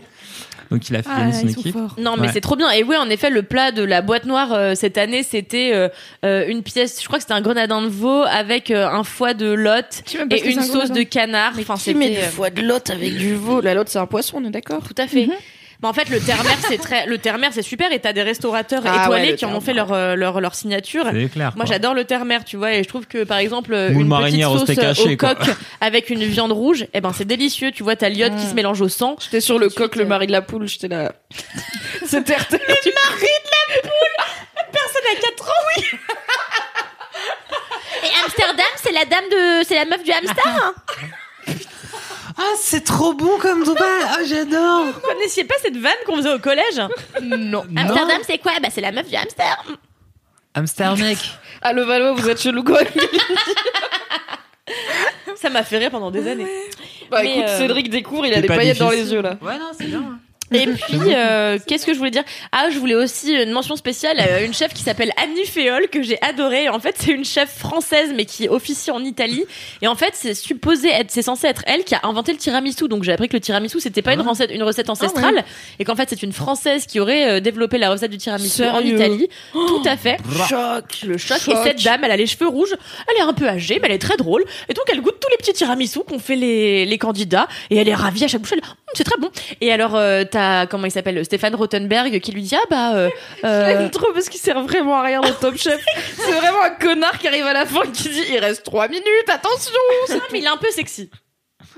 S2: Donc il a fait
S4: Ah,
S2: gagner son équipe.
S4: Non, mais
S2: Ouais.
S4: c'est trop bien. Et oui, en effet, le plat de la boîte noire euh, cette année, c'était euh, euh, une pièce. Je crois que c'était un grenadin de veau avec euh, un foie de lotte
S3: Je sais même pas ce que
S4: et une
S3: c'est un
S4: sauce
S3: grenadin.
S4: de canard. Enfin,
S1: Tu mets
S4: c'était
S1: du
S4: euh,
S1: foie de l'autre avec du veau. La l'autre c'est un poisson, on est d'accord
S4: Tout à fait. Mais en fait, le terre-mer, c'est très, le terre-mer, c'est super. Et t'as des restaurateurs
S1: Ah
S4: étoilés
S1: ouais, le
S4: qui en ont
S1: terre-mer.
S4: fait leur, euh, leur, leur signature.
S2: C'est clair.
S4: Moi,
S2: quoi.
S4: j'adore le terre-mer, tu vois. Et je trouve que, par exemple,
S2: Moule
S4: une petite
S2: marinière au
S4: sauce euh,
S2: steak haché,
S4: au
S2: quoi.
S4: coq avec une viande rouge, eh ben, c'est délicieux. Tu vois, t'as l'iode
S1: Mm.
S4: qui se mélange au sang.
S1: J'étais sur le
S4: Ensuite,
S1: coq, le
S4: euh,
S1: mari de la poule. J'étais là. C'était terre
S4: Personne à 4 ans, oui! Et Amsterdam, c'est la dame de, c'est la meuf du hamster, hein.
S2: Ah, c'est trop bon comme Dubaï. Ah, j'adore.
S4: Vous connaissiez pas cette vanne qu'on faisait au collège?
S1: Non.
S4: Amsterdam, c'est quoi? Bah, c'est la meuf du hamster.
S2: Amsterdam.
S1: À le Valois, vous êtes chelou quoi.
S4: Ça m'a fait rire pendant des années.
S1: Bah
S4: Mais,
S1: écoute,
S4: euh,
S1: Cédric découvre, il a des
S2: pas
S1: paillettes dans
S2: difficile.
S1: les yeux là.
S2: Ouais, non, c'est bien.
S4: Et puis, euh, qu'est-ce que je voulais dire Ah, je voulais aussi une mention spéciale à une chef qui s'appelle Annie Féol, que j'ai adorée. En fait, c'est une chef française, mais qui officie en Italie. Et en fait, c'est supposé être, c'est censé être elle qui a inventé le tiramisu. Donc, j'ai appris que le tiramisu, c'était pas une recette, une recette ancestrale, et qu'en fait, c'est une française qui aurait euh, développé la recette du tiramisu en
S1: Sérieux
S4: Italie. Tout à fait.
S1: Choc, le
S4: Choc. Et cette dame, elle a les cheveux rouges, elle est un peu âgée, mais elle est très drôle. Et donc, elle goûte tous les petits tiramisus qu'ont fait les, les candidats. Et elle est ravie à chaque bouchée. Elle, Hum, c'est très bon. Et alors, euh, t'as, comment il s'appelle, Stéphane Rottenberg, qui lui dit, ah bah, euh, euh,
S1: J'aime trop parce qu'il sert vraiment à rien dans Top Chef. C'est vraiment un connard qui arrive à la fin qui dit il reste 3 minutes, attention
S4: non, mais il est un peu sexy.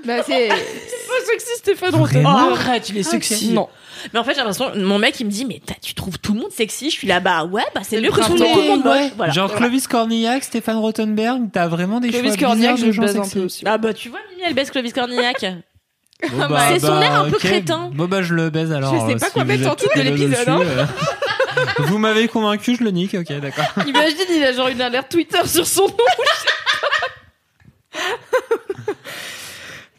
S3: Bah, c'est.
S1: C'est pas sexy Stéphane
S2: Oh,
S1: Rothenberg.
S2: arrête, il est sexy.
S1: Ah, Non.
S4: Ah, Mais en fait, j'ai l'impression, mon mec, il me dit, mais t'as- tu trouves tout le monde sexy? Je suis là, bah, ouais, bah,
S1: C'est
S4: c'est mieux
S1: le
S4: que tout le
S1: printemps.
S4: monde, tout le monde moche. Voilà.
S2: Genre Clovis Cornillac, Stéphane Rothenberg, t'as vraiment des
S1: Clovis
S2: choix
S1: Cornillac,
S2: bizarres
S1: je
S2: de
S1: le
S2: gens
S1: baise un
S2: sexy.
S1: peu aussi.
S4: Ah bah, tu vois, Mimi, elle baisse Clovis Cornillac.
S2: Bon, bah,
S4: C'est son
S2: bah,
S4: air un peu
S2: ok.
S4: crétin.
S2: Bon bah je le baise alors.
S3: Je sais
S2: euh,
S3: pas
S2: si
S3: quoi
S2: vous
S3: mettre en
S2: êtes
S3: titre de
S2: des bonnes
S3: l'épisode,
S1: hein.
S2: dessus, euh. Vous m'avez convaincu, je le nique, ok d'accord.
S1: Imagine, il a genre une alerte Twitter sur son nom.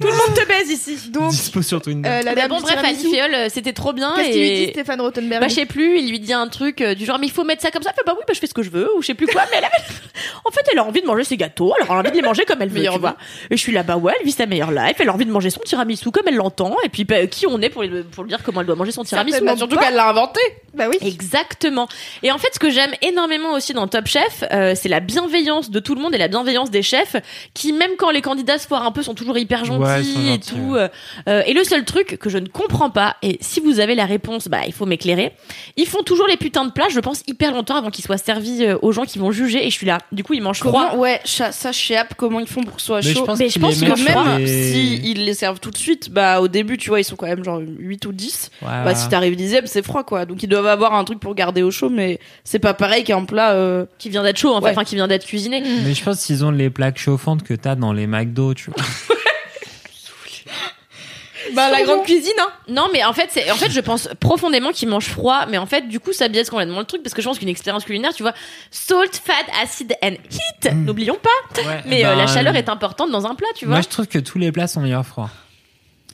S4: tout le monde te baise ici.
S3: Donc,
S2: Dispo sur Twitter.
S3: euh, la
S4: Mais
S3: dame
S4: bon,
S3: du
S4: bref, Annie
S3: tiramisu,
S4: Féol, euh, c'était trop bien.
S3: Qu'est-ce
S4: et...
S3: qu'il lui dit, Stéphane Rottenberg
S4: Bah, je sais plus, il lui dit un truc euh, du genre, mais il faut mettre ça comme ça. Elle fait, bah oui, bah, je fais ce que je veux, ou je sais plus quoi. Mais elle avait- en fait, elle a envie de manger ses gâteaux, alors elle a envie de les manger comme elle veut, tu vois. Et je suis là, bah ouais, elle vit sa meilleure life, elle a envie de manger son tiramisu comme elle l'entend, et puis, bah, qui on est pour, lui- pour lui dire comment elle doit manger son tiramisu
S1: Certainement, surtout qu'elle l'a inventé.
S3: Bah oui.
S4: Exactement. Et en fait, ce que j'aime énormément aussi dans Top Chef, euh, c'est la bienveillance de tout le monde et la bienveillance des chefs qui, même quand les candidats se foirent un peu, sont toujours hyper gentils
S2: Ouais, ils sont
S4: et
S2: gentils,
S4: tout. euh, euh, et le seul truc que je ne comprends pas, et si vous avez la réponse, bah il faut m'éclairer. Ils font toujours les putains de plats, je pense, hyper longtemps avant qu'ils soient servis euh, aux gens qui vont juger. Et je suis là. Du coup, ils mangent froid.
S1: Comment, ouais, ça, ça, je sais pas comment ils font pour que ce soit
S2: Mais je
S1: chaud.
S2: pense
S4: mais je
S2: qu'il
S4: pense
S2: les
S4: que
S1: Parce
S2: met
S1: que
S2: sur
S1: même
S2: des-
S1: si ils les servent tout de suite, bah au début, tu vois, ils sont quand même genre 8 ou 10.
S2: Voilà.
S1: Bah si t'arrives dixième, c'est froid quoi. Donc ils doivent avoir un truc pour garder au chaud, mais c'est pas pareil qu'un plat. euh,
S4: Qui vient d'être chaud, en fait,
S1: Ouais. Mm.
S4: enfin qui vient d'être cuisiné.
S2: Mais je pense qu'ils ont les plaques chauffantes que t'as dans les McDo, tu vois.
S1: Bah la grande cuisine, hein.
S4: Non, mais en fait, c'est, en fait, je pense profondément qu'ils mangent froid, mais en fait, du coup, ça biaise complètement le truc, parce que je pense qu'une expérience culinaire, tu vois, salt, fat, acid and heat, n'oublions pas, mais
S1: Eh
S4: euh,
S1: ben,
S4: la chaleur est importante dans un plat, tu
S2: Mm.
S4: vois.
S2: Bah, Moi je trouve que tous les plats sont meilleurs froids.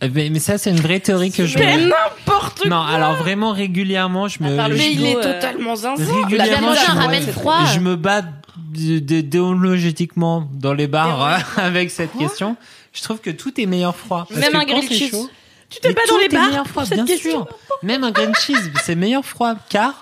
S2: Euh, Mais, mais ça c'est une vraie théorie que je.
S4: Mais
S1: n'importe
S2: Non alors vraiment régulièrement je me.
S4: À part le
S2: je-
S1: Mais il est
S4: euh,
S1: totalement zinzin.
S2: Bah, Régulièrement,
S4: pizza
S2: je, me-
S4: ramène froid.
S2: je me bats d- d- déontologiquement dans les bars avec cette question. Je trouve que tout est meilleur froid. Parce
S4: Même
S2: que
S4: un
S2: quand
S4: grilled
S2: c'est
S4: cheese.
S2: chaud-
S4: Tu te
S2: Mais
S4: bats
S2: tout
S4: dans les
S2: est
S4: bars
S2: meilleur
S4: pour
S2: froid,
S4: cette
S2: bien
S4: question.
S2: sûr. Même un grilled cheese, c'est meilleur froid car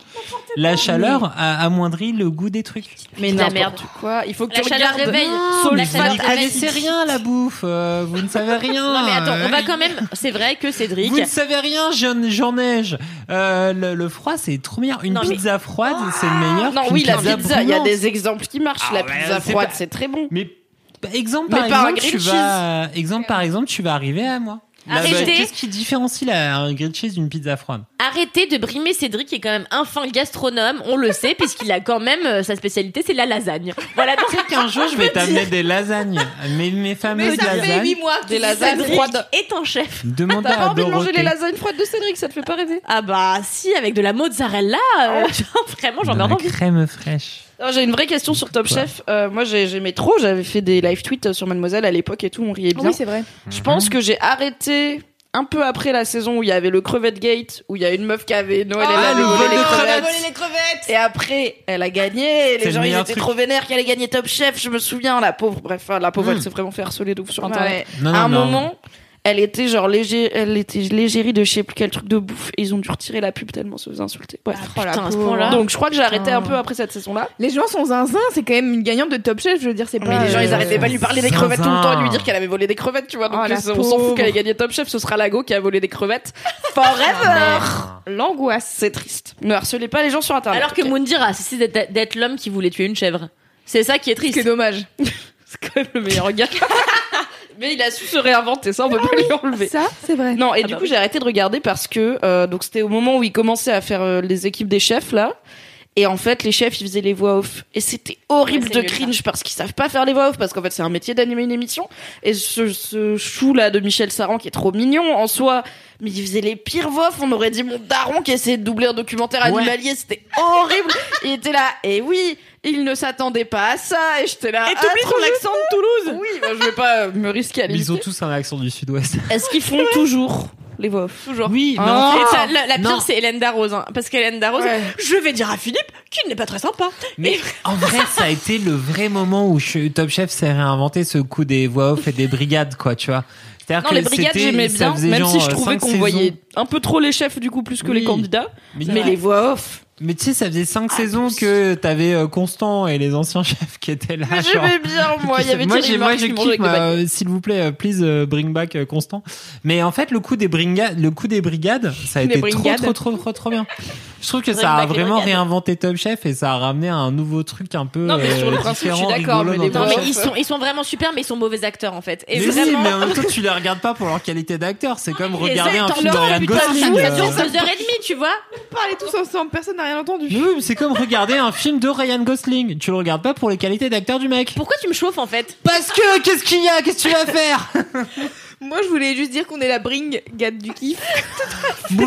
S2: la chaleur a amoindri le goût des trucs.
S1: Mais
S4: La
S1: n'importe
S4: merde.
S1: quoi. Il faut que
S4: La
S1: tu
S4: chaleur
S1: regardes.
S4: réveille.
S1: Saul
S4: Ah, La
S1: Fat,
S4: chaleur
S2: Vous ne
S4: réveille.
S2: connaissez rien à la bouffe, euh, vous ne savez rien.
S4: Non, mais attends, on va
S2: Euh,
S4: quand même, c'est vrai que Cédric,
S2: Vous ne savez rien, jeune Jean-Neige. Euh, le, le froid, c'est trop bien. Une
S4: Non, mais-
S2: pizza froide, c'est meilleur.
S1: Non,
S2: qu'une
S1: oui, la pizza. Il y a
S2: brûlante.
S1: des exemples qui marchent.
S2: Ah
S1: la
S2: ouais,
S1: pizza
S2: c'est
S1: froide,
S2: pas-
S1: c'est très bon.
S2: Mais bah, exemple
S1: Mais
S2: par
S1: pas un
S2: exemple, tu
S1: grilled Ah,
S2: vas euh, exemple par exemple, tu vas arriver à moi. Là,
S4: Arrêtez.
S2: bah, Qu'est-ce qui différencie la, un grilled cheese d'une pizza froide
S4: arrêtez de brimer Cédric, qui est quand même un fin gastronome, on le sait, puisqu'il a quand même, euh, sa spécialité, c'est la lasagne. Voilà, donc,
S2: Tu sais qu'un jour je vais t'amener des lasagnes, mais mes fameuses lasagnes.
S1: mois des lasagnes
S4: Cédric
S1: froides.
S4: est un chef.
S2: Demande
S1: T'as pas
S2: à
S1: envie de manger les
S2: Dorothée.
S1: lasagnes froides de Cédric, ça te fait pas rêver
S4: Ah bah, si, avec de la mozzarella, euh,
S1: Ah.
S4: vraiment, j'en ai
S2: De la
S4: envie.
S2: crème fraîche.
S1: Non, J'ai une vraie question sur Top
S2: Quoi
S1: Chef. Euh, moi, j'ai- j'aimais trop. J'avais fait des live tweets sur Mademoiselle à l'époque et tout. On riait
S3: Ah
S1: bien.
S3: Oui, c'est vrai.
S1: Je
S2: Mhm.
S1: pense que j'ai arrêté un peu après la saison où il y avait le crevette gate, où il y a une meuf qui avait Noël elle
S2: Ah,
S1: avait
S2: le
S1: volé
S2: vol
S1: les
S2: de
S1: crevettes.
S2: crevettes.
S1: Et après, elle a gagné. et Les
S2: C'est le
S1: gens ils
S2: meilleur
S1: étaient
S2: truc.
S1: trop vénères qu'elle ait gagné Top Chef. Je me souviens, la pauvre. Bref, la pauvre,
S2: Mm.
S1: elle s'est vraiment fait harceler de ouf sur
S3: Bah
S1: internet.
S3: ouais.
S2: Ah, Non,
S1: à un
S2: non, non.
S1: moment, elle était genre léger, elle était légérie de je sais plus quel truc de bouffe. Et ils ont dû retirer la pub tellement se faisait insulter. Bref.
S3: Oh, la
S4: Putain, à ce
S3: pauvre.
S4: point-là.
S1: Donc je crois que j'ai arrêté
S3: Putain.
S1: un peu après cette saison-là.
S3: Les gens sont zinzin, c'est quand même une gagnante de Top Chef, je veux dire, c'est
S1: Mais
S3: pas.
S1: les gens,
S3: euh,
S1: ils arrêtaient pas de lui parler des
S2: zinzin.
S1: crevettes tout le temps et de lui dire qu'elle avait volé des crevettes, tu vois. Donc
S3: Oh, la
S1: on s'en
S3: pauvre.
S1: fout qu'elle ait gagné Top Chef, ce sera Lago qui a volé des crevettes.
S4: Ah,
S1: Forever L'angoisse, c'est triste. Ne harcelez pas les gens sur internet.
S4: Alors que
S1: ok
S4: Moundir a cessé d'être d'être l'homme qui voulait tuer une chèvre. C'est ça qui est
S3: C'est
S4: triste.
S3: dommage.
S1: C'est quand même le meilleur gars. Mais il a su se réinventer, ça on peut pas lui enlever.
S3: Ça, c'est vrai.
S1: Non, et
S4: Ah
S1: du
S4: bah
S1: coup, j'ai arrêté de regarder parce que euh, donc c'était au moment où ils commençaient à faire euh, les équipes des chefs là. Et en fait, les chefs, ils faisaient les voix off. Et c'était horrible
S4: Ouais,
S1: de
S4: c'est nul,
S1: cringe parce qu'ils savent pas faire les voix off parce qu'en fait, c'est un métier d'animer une émission. Et ce, ce chou là de Michel Saran qui est trop mignon en soi, mais il faisait les pires voix off. On aurait dit mon daron qui essayait de doubler un documentaire
S2: Ouais.
S1: animalier, c'était horrible. il était là. Et oui, il ne s'attendait pas à ça, et j'étais là.
S4: Et t'oublies
S1: ah,
S4: ton
S1: Toulouse
S4: accent de Toulouse
S1: Oui, bah, je vais pas euh, me risquer à
S2: Ils ont
S1: l'imiter.
S2: tous un réaction du sud-ouest.
S1: Est-ce qu'ils font toujours les voix off
S4: Toujours.
S2: Oui, mais
S1: Ah.
S4: Et ça, la, la
S2: Non.
S4: pire, c'est Hélène Darroze. hein. parce qu'Hélène Darroze,
S1: Ouais.
S4: je vais dire à Philippe qu'il n'est pas très sympa.
S2: Mais en vrai, ça a été le vrai moment où Ch- Top Chef s'est réinventé ce coup des voix off et des brigades, quoi, tu vois. C'est-à-dire
S1: Non,
S2: que
S1: les brigades,
S2: c'était-
S1: j'aimais
S2: ça
S1: bien,
S2: faisait
S1: même
S2: genre,
S1: si je
S2: euh,
S1: trouvais
S2: cinq
S1: qu'on
S2: saisons.
S1: voyait un peu trop les chefs, du coup, plus que les
S2: Oui.
S1: candidats.
S2: Mais, Ah,
S1: Mais les voix off.
S2: mais tu sais, ça faisait cinq
S1: Ah,
S2: saisons que t'avais euh, Constant et les anciens chefs qui étaient là.
S1: Mais
S2: genre,
S1: j'aimais bien, moi. Il y avait
S2: moi,
S1: Thierry
S2: j'ai- moi,
S1: Marx
S2: je
S1: qui mangeait avec
S2: kiffe,
S1: des
S2: moi,
S1: baguettes.
S2: euh, s'il vous plaît, euh, please euh, bring back euh, Constant. Mais en fait, le coup des brigades, le coup des brigades, ça a
S1: Des
S2: été trop,
S1: brigades.
S2: trop, trop, trop, trop bien. Je trouve que
S4: Bring
S2: ça a
S4: back les
S2: vraiment
S4: brigades.
S2: réinventé Top Chef et ça a ramené un nouveau truc un peu
S1: Non, mais sur le
S2: euh,
S1: principe, je suis
S2: différent,
S1: d'accord,
S2: rigolo
S1: mais
S2: dans
S1: les
S2: Top
S4: Non,
S1: voix
S2: Chef.
S1: off.
S4: mais ils sont, ils sont vraiment super, mais ils sont mauvais acteurs en fait. Et
S2: mais si,
S4: vraiment.
S2: mais en même temps, tu les regardes pas pour leur qualité d'acteur. C'est comme regarder un
S4: Attends,
S2: film
S4: Laurent,
S2: d'Orient
S4: putain,
S2: Gosling.
S4: Ça
S2: euh.
S4: dure deux heures et demie, tu vois.
S3: Parlez tous ensemble, personne n'a rien entendu.
S2: Mais oui, mais c'est comme regarder un film de Ryan Gosling. Tu le regardes pas pour les qualités d'acteur du mec.
S4: Pourquoi tu me chauffes en fait
S2: Parce que qu'est-ce qu'il y a Qu'est-ce que tu vas faire
S3: Moi, je voulais juste dire qu'on est la bring gade du kiff.
S1: Bon,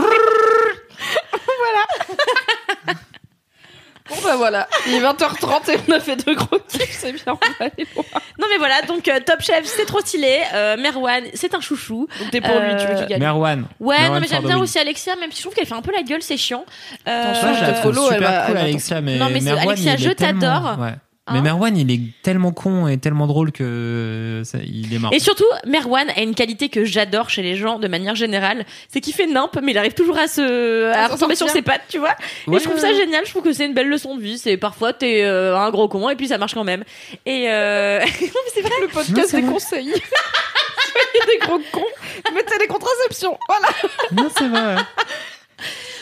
S1: bah voilà. Il est 20h30 et on a fait deux gros kiffs, c'est bien. on va aller loin.
S4: Non mais voilà, donc euh, Top Chef, c'est trop stylé. Euh, Merwan, c'est un chouchou.
S1: Donc t'es pour lui,
S2: Euh,
S1: tu veux qu'il gagne.
S2: Merwan.
S4: Ouais,
S2: Merwan
S4: non mais j'aime bien
S2: Sardoui.
S4: aussi Alexia, même si je trouve qu'elle fait un peu la gueule, c'est chiant. Euh,
S1: Attention,
S2: Moi, je la
S1: Euh,
S2: trouve
S1: Polo, elle
S2: super
S1: va-
S2: cool,
S1: elle va
S2: Alexia, mais
S4: Non, mais c'est-
S2: Merwan,
S4: Alexia,
S2: il
S4: je
S2: est tellement-
S4: t'adore.
S2: Ouais.
S4: Hein
S2: mais Merwan, il est tellement con et tellement drôle que euh, ça- il est marrant.
S4: Et surtout, Merwan a une qualité que j'adore chez les gens de manière générale, c'est qu'il fait nimp, mais il arrive toujours à se à
S3: s'en
S4: retomber sur
S3: sortir.
S4: ses pattes, tu vois.
S2: Ouais.
S4: Et je trouve ça génial. Je trouve que c'est une belle leçon de vie. C'est parfois t'es euh, un gros con et puis ça marche quand même. Et euh... non, mais c'est vrai.
S3: Le
S2: Non,
S3: podcast
S2: c'est
S3: des
S2: vrai.
S3: conseils. Soyez des gros cons. Mettez des contraceptions. Voilà.
S2: Non, c'est vrai.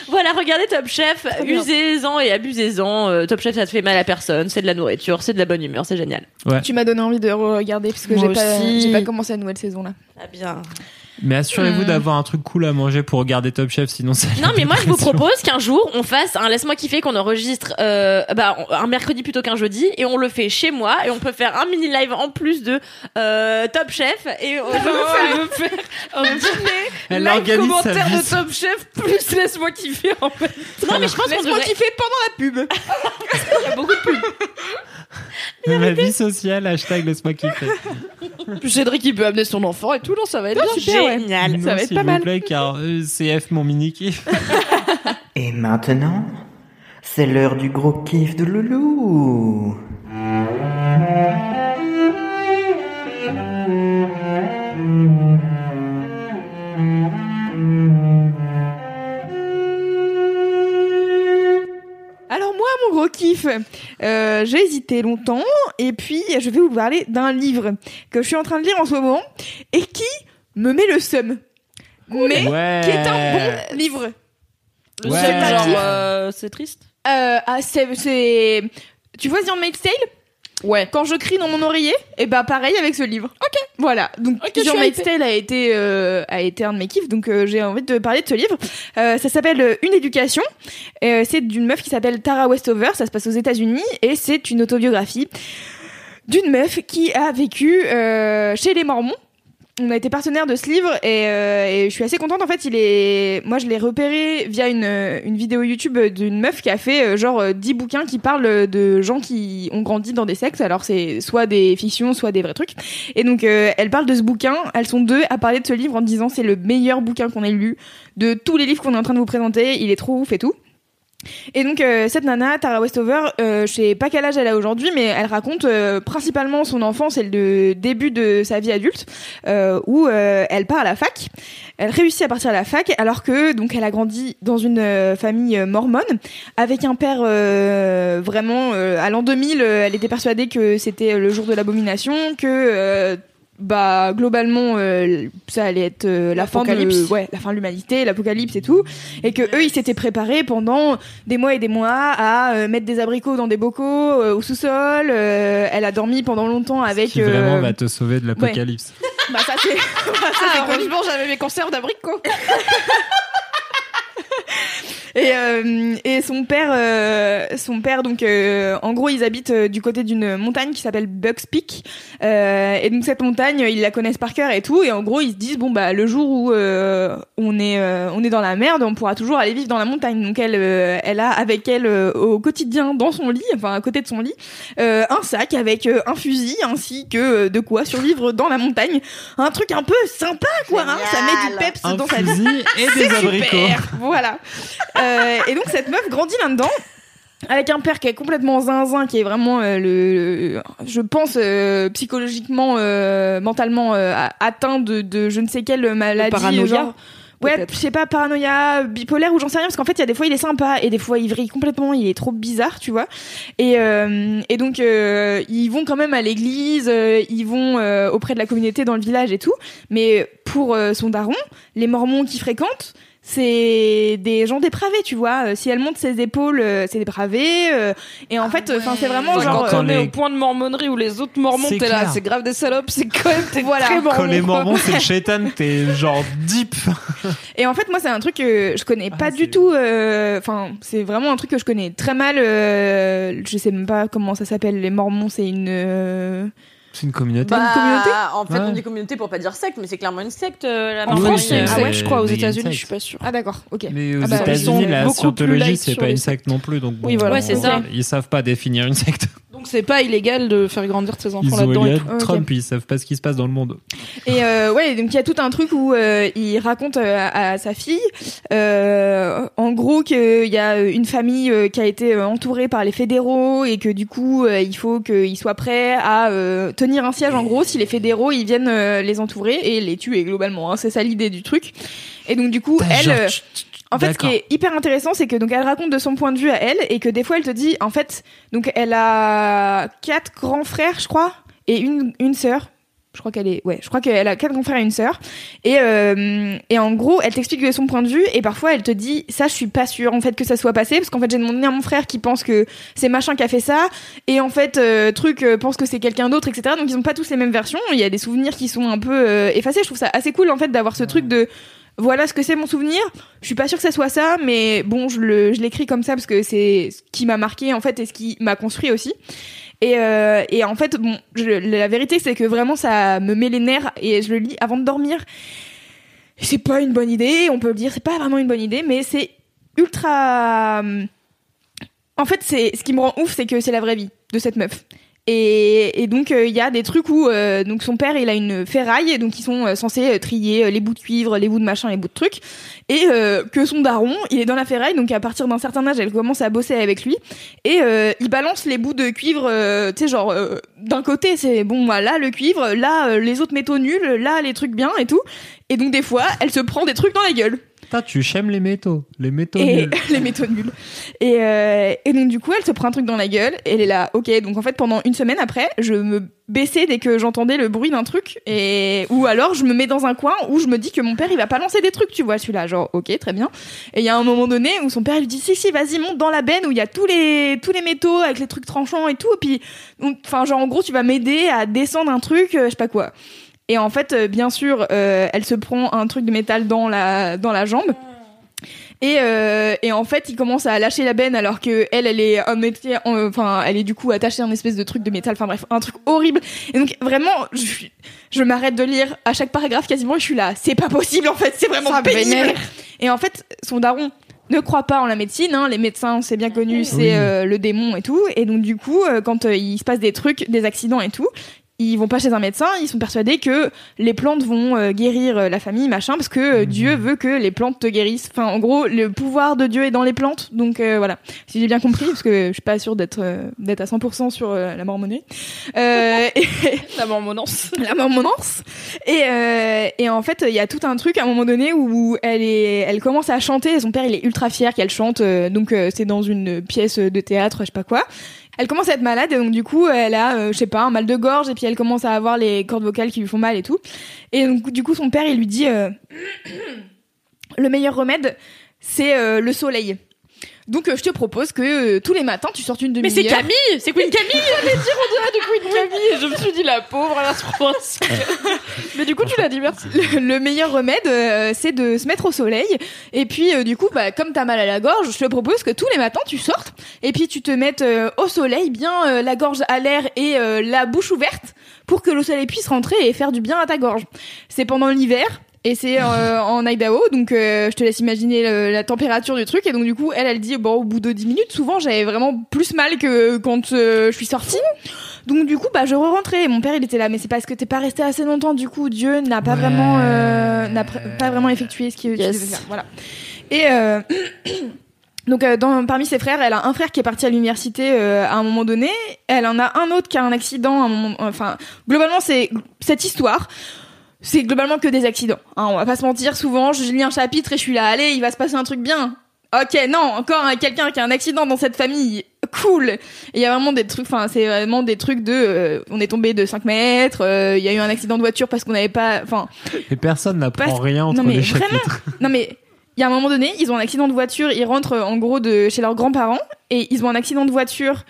S4: Voilà, regardez Top Chef,
S3: bien.
S4: usez-en et abusez-en. Euh, Top Chef, ça te fait mal à personne. C'est de la nourriture, c'est de la bonne humeur, c'est génial.
S2: Ah.
S3: Tu m'as donné envie de regarder parce que
S1: Moi
S3: j'ai pas,
S1: aussi.
S3: j'ai pas commencé la nouvelle saison là.
S4: Ah bien.
S2: Mais assurez-vous
S3: Hmm.
S2: d'avoir un truc cool à manger pour regarder Top Chef, sinon ça.
S4: Non, mais moi, je vous propose qu'un jour, on fasse un laisse-moi kiffer qu'on enregistre euh, bah, on- un mercredi plutôt qu'un jeudi et on le fait chez moi et on peut faire un mini live en plus de euh, Top Chef et euh, je me fais-
S2: Elle
S1: Like,
S2: organise sa
S1: commentaire
S2: vie.
S1: de Top Chef, plus laisse-moi kiffer en fait.
S4: Non, mais je pense qu'on devrait.
S3: kiffer pendant la pub.
S2: Ma vie sociale, hashtag laisse-moi kiffer.
S1: Puis Cédric, il peut amener son enfant et tout, non, ça va être bien.
S3: super, ouais.
S4: Génial.
S2: Nous,
S3: va être
S2: s'il
S3: pas
S2: vous
S3: mal.
S2: plaît, car euh, CF, mon mini kiff.
S6: Et maintenant, c'est l'heure du gros kiff de Loulou.
S3: Alors moi, mon gros kiff, euh, j'ai hésité longtemps et puis je vais vous parler d'un livre que je suis en train de lire en ce moment et qui me met le seum. Mais
S2: Ouais.
S3: qui est un bon livre.
S1: Le
S2: Ouais.
S1: seul genre,
S3: Kiffer.
S1: euh, c'est triste.
S3: Euh, ah, c'est, c'est... Tu vois The Handmaid's Tale Ouais. Quand je crie dans mon oreiller, et bah pareil avec ce livre. Ok. Voilà. Donc
S1: Ok, je
S3: The
S1: suis
S3: Handmaid's
S1: hypée.
S3: Tale a été, euh, a été un de mes kiffs, donc euh, j'ai envie de parler de ce livre. Euh, ça s'appelle euh, Une éducation. Euh, c'est d'une meuf qui s'appelle Tara Westover, ça se passe aux États-Unis, et c'est une autobiographie d'une meuf qui a vécu euh, chez les Mormons. On a été partenaire de ce livre et, euh, et je suis assez contente. En fait, il est, moi, je l'ai repéré via une, euh, une vidéo YouTube d'une meuf qui a fait euh, genre euh, 10 bouquins qui parlent de gens qui ont grandi dans des sectes. Alors c'est soit des fictions, soit des vrais trucs. Et donc euh, elle parle de ce bouquin. Elles sont deux à parler de ce livre en disant c'est le meilleur bouquin qu'on ait lu de tous les livres qu'on est en train de vous présenter. Il est trop ouf et tout. Et donc euh, cette nana, Tara Westover, euh, je sais pas quel âge elle a aujourd'hui, mais elle raconte euh, principalement son enfance et le début de sa vie adulte, euh, où euh, elle part à la fac. Elle réussit à partir à la fac, alors que donc elle a grandi dans une euh, famille euh, mormone, avec un père euh, vraiment euh, à l'an 2000, euh, elle était persuadée que c'était le jour de l'abomination, que euh, bah globalement euh, ça allait être euh, la fin de
S1: L'apocalypse.
S3: ouais, la fin de l'humanité, l'apocalypse et tout, et que eux ils s'étaient préparés pendant des mois et des mois à euh, mettre des abricots dans des bocaux euh, au sous-sol. euh, elle a dormi pendant longtemps avec.
S2: Qui vraiment
S3: euh,
S2: va te sauver de l'apocalypse.
S3: bah, ça c'est.
S1: Ah,
S3: bah, ça, c'est connu.
S1: j'avais mes conserves d'abricots.
S3: Et, euh, et son père, euh, son père, donc euh, en gros, ils habitent euh, du côté d'une montagne qui s'appelle Bucks Peak. Euh, et donc cette montagne, ils la connaissent par cœur et tout. Et en gros, ils se disent bon bah le jour où euh, on est euh, on est dans la merde, on pourra toujours aller vivre dans la montagne. Donc elle, euh, elle a avec elle euh, au quotidien dans son lit, enfin à côté de son lit, euh, un sac avec euh, un fusil ainsi que euh, de quoi survivre dans la montagne. Un truc un peu sympa quoi. hein. ça met du peps
S2: Un
S3: dans sa vie.
S2: fusil et des
S3: C'est
S2: abricots.
S3: super. Voilà. Euh, et donc cette meuf grandit là-dedans. Avec un père qui est complètement zinzin, qui est vraiment euh, le, le- je pense euh, psychologiquement, euh, mentalement euh, a- atteint de, de je ne sais quelle maladie,
S1: paranoïa,
S3: genre- ouais,
S1: peut-être.
S3: je sais pas, paranoïa, bipolaire ou j'en sais rien, parce qu'en fait il y a des fois il est sympa et des fois il vrille complètement, il est trop bizarre, tu vois. Et, euh, et donc euh, ils vont quand même à l'église, euh, ils vont euh, auprès de la communauté dans le village et tout. Mais pour euh, son daron, les Mormons qui fréquentent, c'est des gens dépravés, tu vois. Euh, si elle monte ses épaules, euh, c'est dépravé. euh, et en
S2: Ah
S3: fait, enfin, c'est vraiment
S1: Enfin,
S3: genre.
S1: quand on
S2: euh,
S1: est au point de mormonnerie où les autres mormons,
S2: C'est
S1: t'es là,
S2: clair.
S1: c'est grave des salopes, c'est quand même t'es
S3: Voilà.
S1: très mormon.
S2: Quand les
S1: quoi.
S2: mormons, c'est le chétan, t'es genre deep.
S3: Et en fait, moi, c'est un truc que je connais
S2: Ah,
S3: pas
S2: c'est-
S3: du tout. euh, Enfin, c'est vraiment un truc que je connais très mal. euh, je sais même pas comment ça s'appelle. Les Mormons, c'est une. euh,
S2: C'est une communauté.
S3: Bah, communauté
S4: En fait,
S2: Ouais.
S4: on dit communauté pour pas dire secte, mais c'est clairement une secte, euh, la
S1: En France,
S2: Oui,
S4: mormonerie,
S2: c'est-
S4: euh,
S1: ah ouais, je crois aux
S2: c'est une
S1: États-Unis,
S2: secte.
S1: je suis pas sûre.
S3: Ah d'accord, ok.
S2: Mais aux
S3: Ah bah, ils
S2: États-Unis,
S3: sont
S2: la
S1: beaucoup plus
S2: scientologie,
S1: light
S2: c'est
S1: sur
S2: pas
S1: les
S2: une
S1: sectes.
S2: secte non plus, donc bon,
S1: Oui, voilà,
S2: on-
S4: Ouais, c'est ça.
S2: Ils savent pas définir une secte.
S1: Donc c'est pas illégal de faire grandir tes enfants
S2: Ils ont
S1: là-dedans. et
S2: Elliot
S1: tout.
S3: Ok.
S2: Trump, ils savent pas ce qui se passe dans le monde.
S3: Et euh, ouais, donc il y a tout un truc où euh, il raconte euh, à, à sa fille, euh, en gros, qu'il y a une famille euh, qui a été euh, entourée par les fédéraux et que du coup, euh, il faut qu'ils soient prêts à euh, tenir un siège, en gros, si les fédéraux, ils viennent euh, les entourer et les tuer globalement. hein. c'est ça l'idée du truc. Et donc du coup, elle... euh, en fait, ce qui est hyper intéressant, c'est que donc elle raconte de son point de vue à elle et que des fois elle te dit, en fait, donc elle a quatre grands frères, je crois, et une une sœur. Je crois qu'elle est, ouais, je crois qu'elle a quatre grands frères et une sœur. Et euh, et en gros, elle t'explique de son point de vue et parfois elle te dit, ça, je suis pas sûre en fait que ça soit passé parce qu'en fait j'ai demandé à mon frère qui pense que c'est machin qui a fait ça et en fait euh, truc euh, pense que c'est quelqu'un d'autre, etc. Donc ils ont pas tous les mêmes versions. Il y a des souvenirs qui sont un peu euh, effacés. Je trouve ça assez cool en fait d'avoir ce truc de voilà ce que c'est mon souvenir. Je suis pas sûre que ça soit ça, mais bon, je le, je l'écris comme ça parce que c'est ce qui m'a marqué en fait et ce qui m'a construit aussi. Et, euh, et en fait, bon, je- la vérité c'est que vraiment ça me met les nerfs et je le lis avant de dormir. C'est pas une bonne idée, on peut le dire, c'est pas vraiment une bonne idée, mais c'est ultra. En fait, c'est ce qui me rend ouf, c'est que c'est la vraie vie de cette meuf. Et, et donc il y a des trucs où euh, donc son père il a une ferraille et donc ils sont euh, censés euh, trier euh, les bouts de cuivre, les bouts de machin, les bouts de trucs et euh, que son daron il est dans la ferraille donc à partir d'un certain âge elle commence à bosser avec lui et euh, il balance les bouts de cuivre euh, tu sais genre euh, d'un côté c'est bon bah, là le cuivre là euh, les autres métaux nuls là les trucs bien et tout et donc des fois elle se prend des trucs dans la gueule
S2: Putain, tu chèmes les métaux. Les métaux
S3: et
S2: nuls.
S3: les métaux nuls. Et, euh, et donc du coup, elle se prend un truc dans la gueule. Et elle est là, ok. Donc en fait, pendant une semaine après, je me baissais dès que j'entendais le bruit d'un truc. Et ou alors, je me mets dans un coin où je me dis que mon père, il va pas lancer des trucs, tu vois. Je suis là, genre, ok, très bien. Et il y a un moment donné où son père il lui dit, si si, vas-y, monte dans la benne où il y a tous les tous les métaux avec les trucs tranchants et tout. Et puis, donc, enfin, genre en gros, tu vas m'aider à descendre un truc, euh, je sais pas quoi. Et en fait, euh, bien sûr, euh, elle se prend un truc de métal dans la dans la jambe. Et, euh, et en fait, il commence à lâcher la benne alors que elle, elle est un métier, en- enfin, elle est du coup attachée à un espèce de truc de métal. Enfin bref, un truc horrible. Et donc vraiment, je, suis- je m'arrête de lire à chaque paragraphe quasiment. et Je suis là, c'est pas possible en fait, c'est vraiment
S1: Ça
S3: pénible.
S1: vénère.
S3: Et en fait, son daron ne croit pas en la médecine. Hein. Les médecins, c'est bien connu, c'est
S2: Oui.
S3: euh, le démon et tout. Et donc du coup, euh, quand euh, il se passe des trucs, des accidents et tout, ils vont pas chez un médecin. Ils sont persuadés que les plantes vont euh, guérir euh, la famille, machin, parce que euh, Dieu veut que les plantes te guérissent. Enfin, en gros, le pouvoir de Dieu est dans les plantes. Donc euh, voilà, si j'ai bien compris, parce que je suis pas sûre d'être euh, d'être à 100% sur euh, la mormonerie. Euh, et-
S1: La mormonance.
S3: la mormonance. Et, euh, et en fait, il y a tout un truc à un moment donné où elle est, elle commence à chanter. Et son père, il est ultra fier qu'elle chante. euh, donc euh, c'est dans une pièce de théâtre, je sais pas quoi. Elle commence à être malade et donc du coup, elle a, euh, je sais pas, un mal de gorge et puis elle commence à avoir les cordes vocales qui lui font mal et tout. Et donc du coup, son père, il lui dit, euh, le meilleur remède, c'est euh, le soleil. Donc euh, je te propose que euh, tous les matins tu sortes une
S4: Mais c'est
S3: demi-heure.
S4: Camille C'est Queen Camille J'allais dire, on dirait de Queen Camille. Et je me suis dit, la pauvre, elle a ce
S3: Mais du coup, tu l'as dit, merci. Le, le meilleur remède, euh, c'est de se mettre au soleil. Et puis, euh, du coup, bah, comme t'as mal à la gorge, je te propose que tous les matins, tu sortes et puis tu te mettes euh, au soleil, bien euh, la gorge à l'air et euh, la bouche ouverte pour que le soleil puisse rentrer et faire du bien à ta gorge. C'est pendant l'hiver. Et c'est euh, en Idaho, donc euh, je te laisse imaginer le- la température du truc. Et donc du coup, elle, elle dit bon, au bout de 10 minutes, souvent j'avais vraiment plus mal que quand euh, je suis sortie. Donc du coup, bah je re-rentrais. Et Mon père, il était là, mais c'est parce que t'es pas resté assez longtemps. Du coup, Dieu n'a pas
S2: Ouais.
S3: vraiment euh, n'a pr- pas vraiment effectué ce qu'il qu'il
S1: Yes.
S3: devait faire. Voilà. Et euh, donc euh, dans, parmi ses frères, elle a un frère qui est parti à l'université euh, à un moment donné. Elle en a un autre qui a un accident. à un moment- enfin, globalement, c'est cette histoire. C'est globalement que des accidents. hein. on va pas se mentir. Souvent, je lis un chapitre et je suis là, allez, il va se passer un truc bien. Ok, non, encore un- quelqu'un qui a un accident dans cette famille. Cool. Et Il y a vraiment des trucs. Enfin, c'est vraiment des trucs de. euh, on est tombé de 5 mètres. euh, Il y a eu un accident de voiture parce qu'on n'avait pas. Enfin,
S2: Et personne n'apprend
S3: Parce-
S2: rien entre
S3: Non, mais
S2: les
S3: vraiment.
S2: chapitres.
S3: non mais il y a un moment donné, ils ont un accident de voiture, ils rentrent euh, en gros de chez leurs grands-parents et ils ont un accident de voiture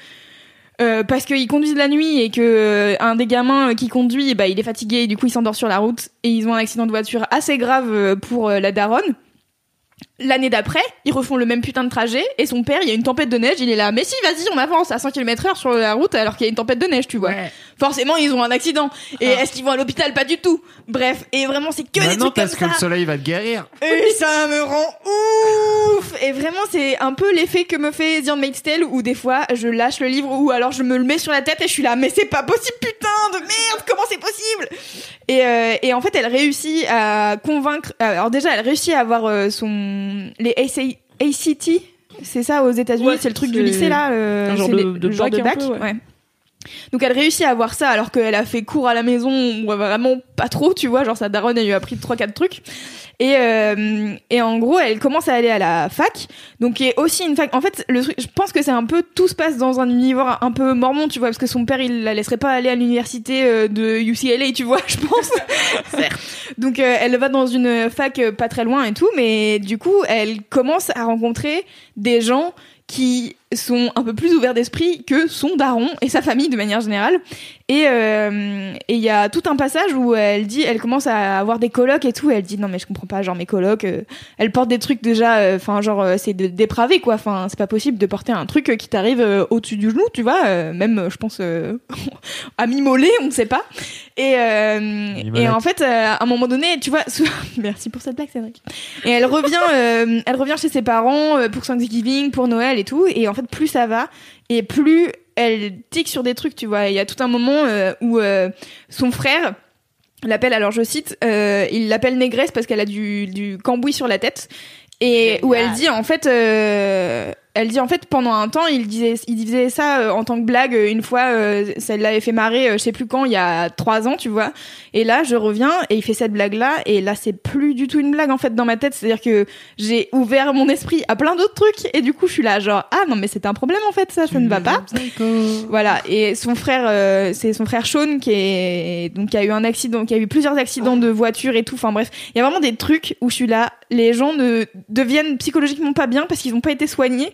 S3: euh, parce qu'ils conduisent la nuit et que euh, un des gamins euh, qui conduit, bah, il est fatigué et du coup il s'endort sur la route et ils ont un accident de voiture assez grave euh, pour euh, la daronne. L'année d'après, ils refont le même putain de trajet et son père, il y a une tempête de neige, il est là, mais si, vas-y, on avance à 100 km/h sur la route alors qu'il y a une tempête de neige, tu vois. Forcément, ils ont un accident. Et
S2: Ah.
S3: est-ce qu'ils vont à l'hôpital Pas du tout. Bref, et vraiment, c'est que
S2: Bah
S3: des
S2: non,
S3: trucs comme
S2: parce
S3: ça.
S2: que le soleil va te guérir.
S3: Et ça me rend ouf Et vraiment, c'est un peu l'effet que me fait The Handmaid's Tale, où des fois, je lâche le livre, ou alors je me le mets sur la tête et je suis là, mais c'est pas possible, putain de merde, comment c'est possible et, euh, et en fait, elle réussit à convaincre... euh, Alors déjà, elle réussit à avoir euh, son... les AC ACT, c'est ça, aux états unis
S1: Ouais,
S3: c'est le truc
S1: c'est
S3: du lycée, là euh,
S1: un genre
S3: c'est
S1: de-
S3: les-
S1: de
S3: le genre
S1: bac
S3: de
S1: un
S3: bac,
S1: peu, ouais.
S3: ouais. Donc elle réussit à avoir ça alors qu'elle a fait cours à la maison ou vraiment pas trop, tu vois, genre sa daronne elle lui a pris trois quatre trucs. Et, euh, et en gros, elle commence à aller à la fac, donc qui est aussi une fac. En fait, le truc, je pense que c'est un peu tout se passe dans un univers un peu mormon, tu vois, parce que son père il la laisserait pas aller à l'université euh, de UCLA, tu vois, je pense. donc euh, elle va dans une fac euh, pas très loin et tout, mais du coup, elle commence à rencontrer des gens qui sont un peu plus ouverts d'esprit que son daron et sa famille de manière générale. Et euh, et il y a tout un passage où elle dit, elle commence à avoir des colocs et tout. Et elle dit non mais je comprends pas, genre mes colocs, euh, elles portent des trucs déjà, enfin genre euh, c'est de- dépravé quoi. Enfin c'est pas possible de porter un truc euh, qui t'arrive euh, au-dessus du genou, tu vois. euh, même euh, je pense euh, à mi-mollet, on ne sait pas. Et euh,
S2: Mi-molette.
S3: et en fait euh, à un moment donné, tu vois, sou- merci pour cette blague Cédric. Et elle revient, euh, elle revient chez ses parents euh, pour Thanksgiving, pour Noël et tout. Et en fait, plus ça va, et plus elle tique sur des trucs, tu vois. Et Il y a tout un moment euh, où euh, son frère l'appelle, alors je cite, euh, il l'appelle négresse parce qu'elle a du, du cambouis sur la tête. Et où elle dit, en fait, euh, elle dit, en fait, pendant un temps, il disait, il disait ça euh, en tant que blague. euh, Une fois, euh, ça l'avait fait marrer, euh, je sais plus quand, il y a trois ans, tu vois. Et là, je reviens et il fait cette blague-là. Et là, c'est plus du tout une blague en fait dans ma tête. C'est-à-dire que j'ai ouvert mon esprit à plein d'autres trucs. Et du coup, je suis là, genre, ah non, mais c'est un problème en fait, ça, ça ne va pas. Voilà. Et son frère, euh, c'est son frère Sean qui est donc qui a eu un accident, qui a eu plusieurs accidents de voiture et tout. Enfin bref, il y a vraiment des trucs où je suis là. Les gens ne deviennent psychologiquement pas bien parce qu'ils n'ont pas été soignés.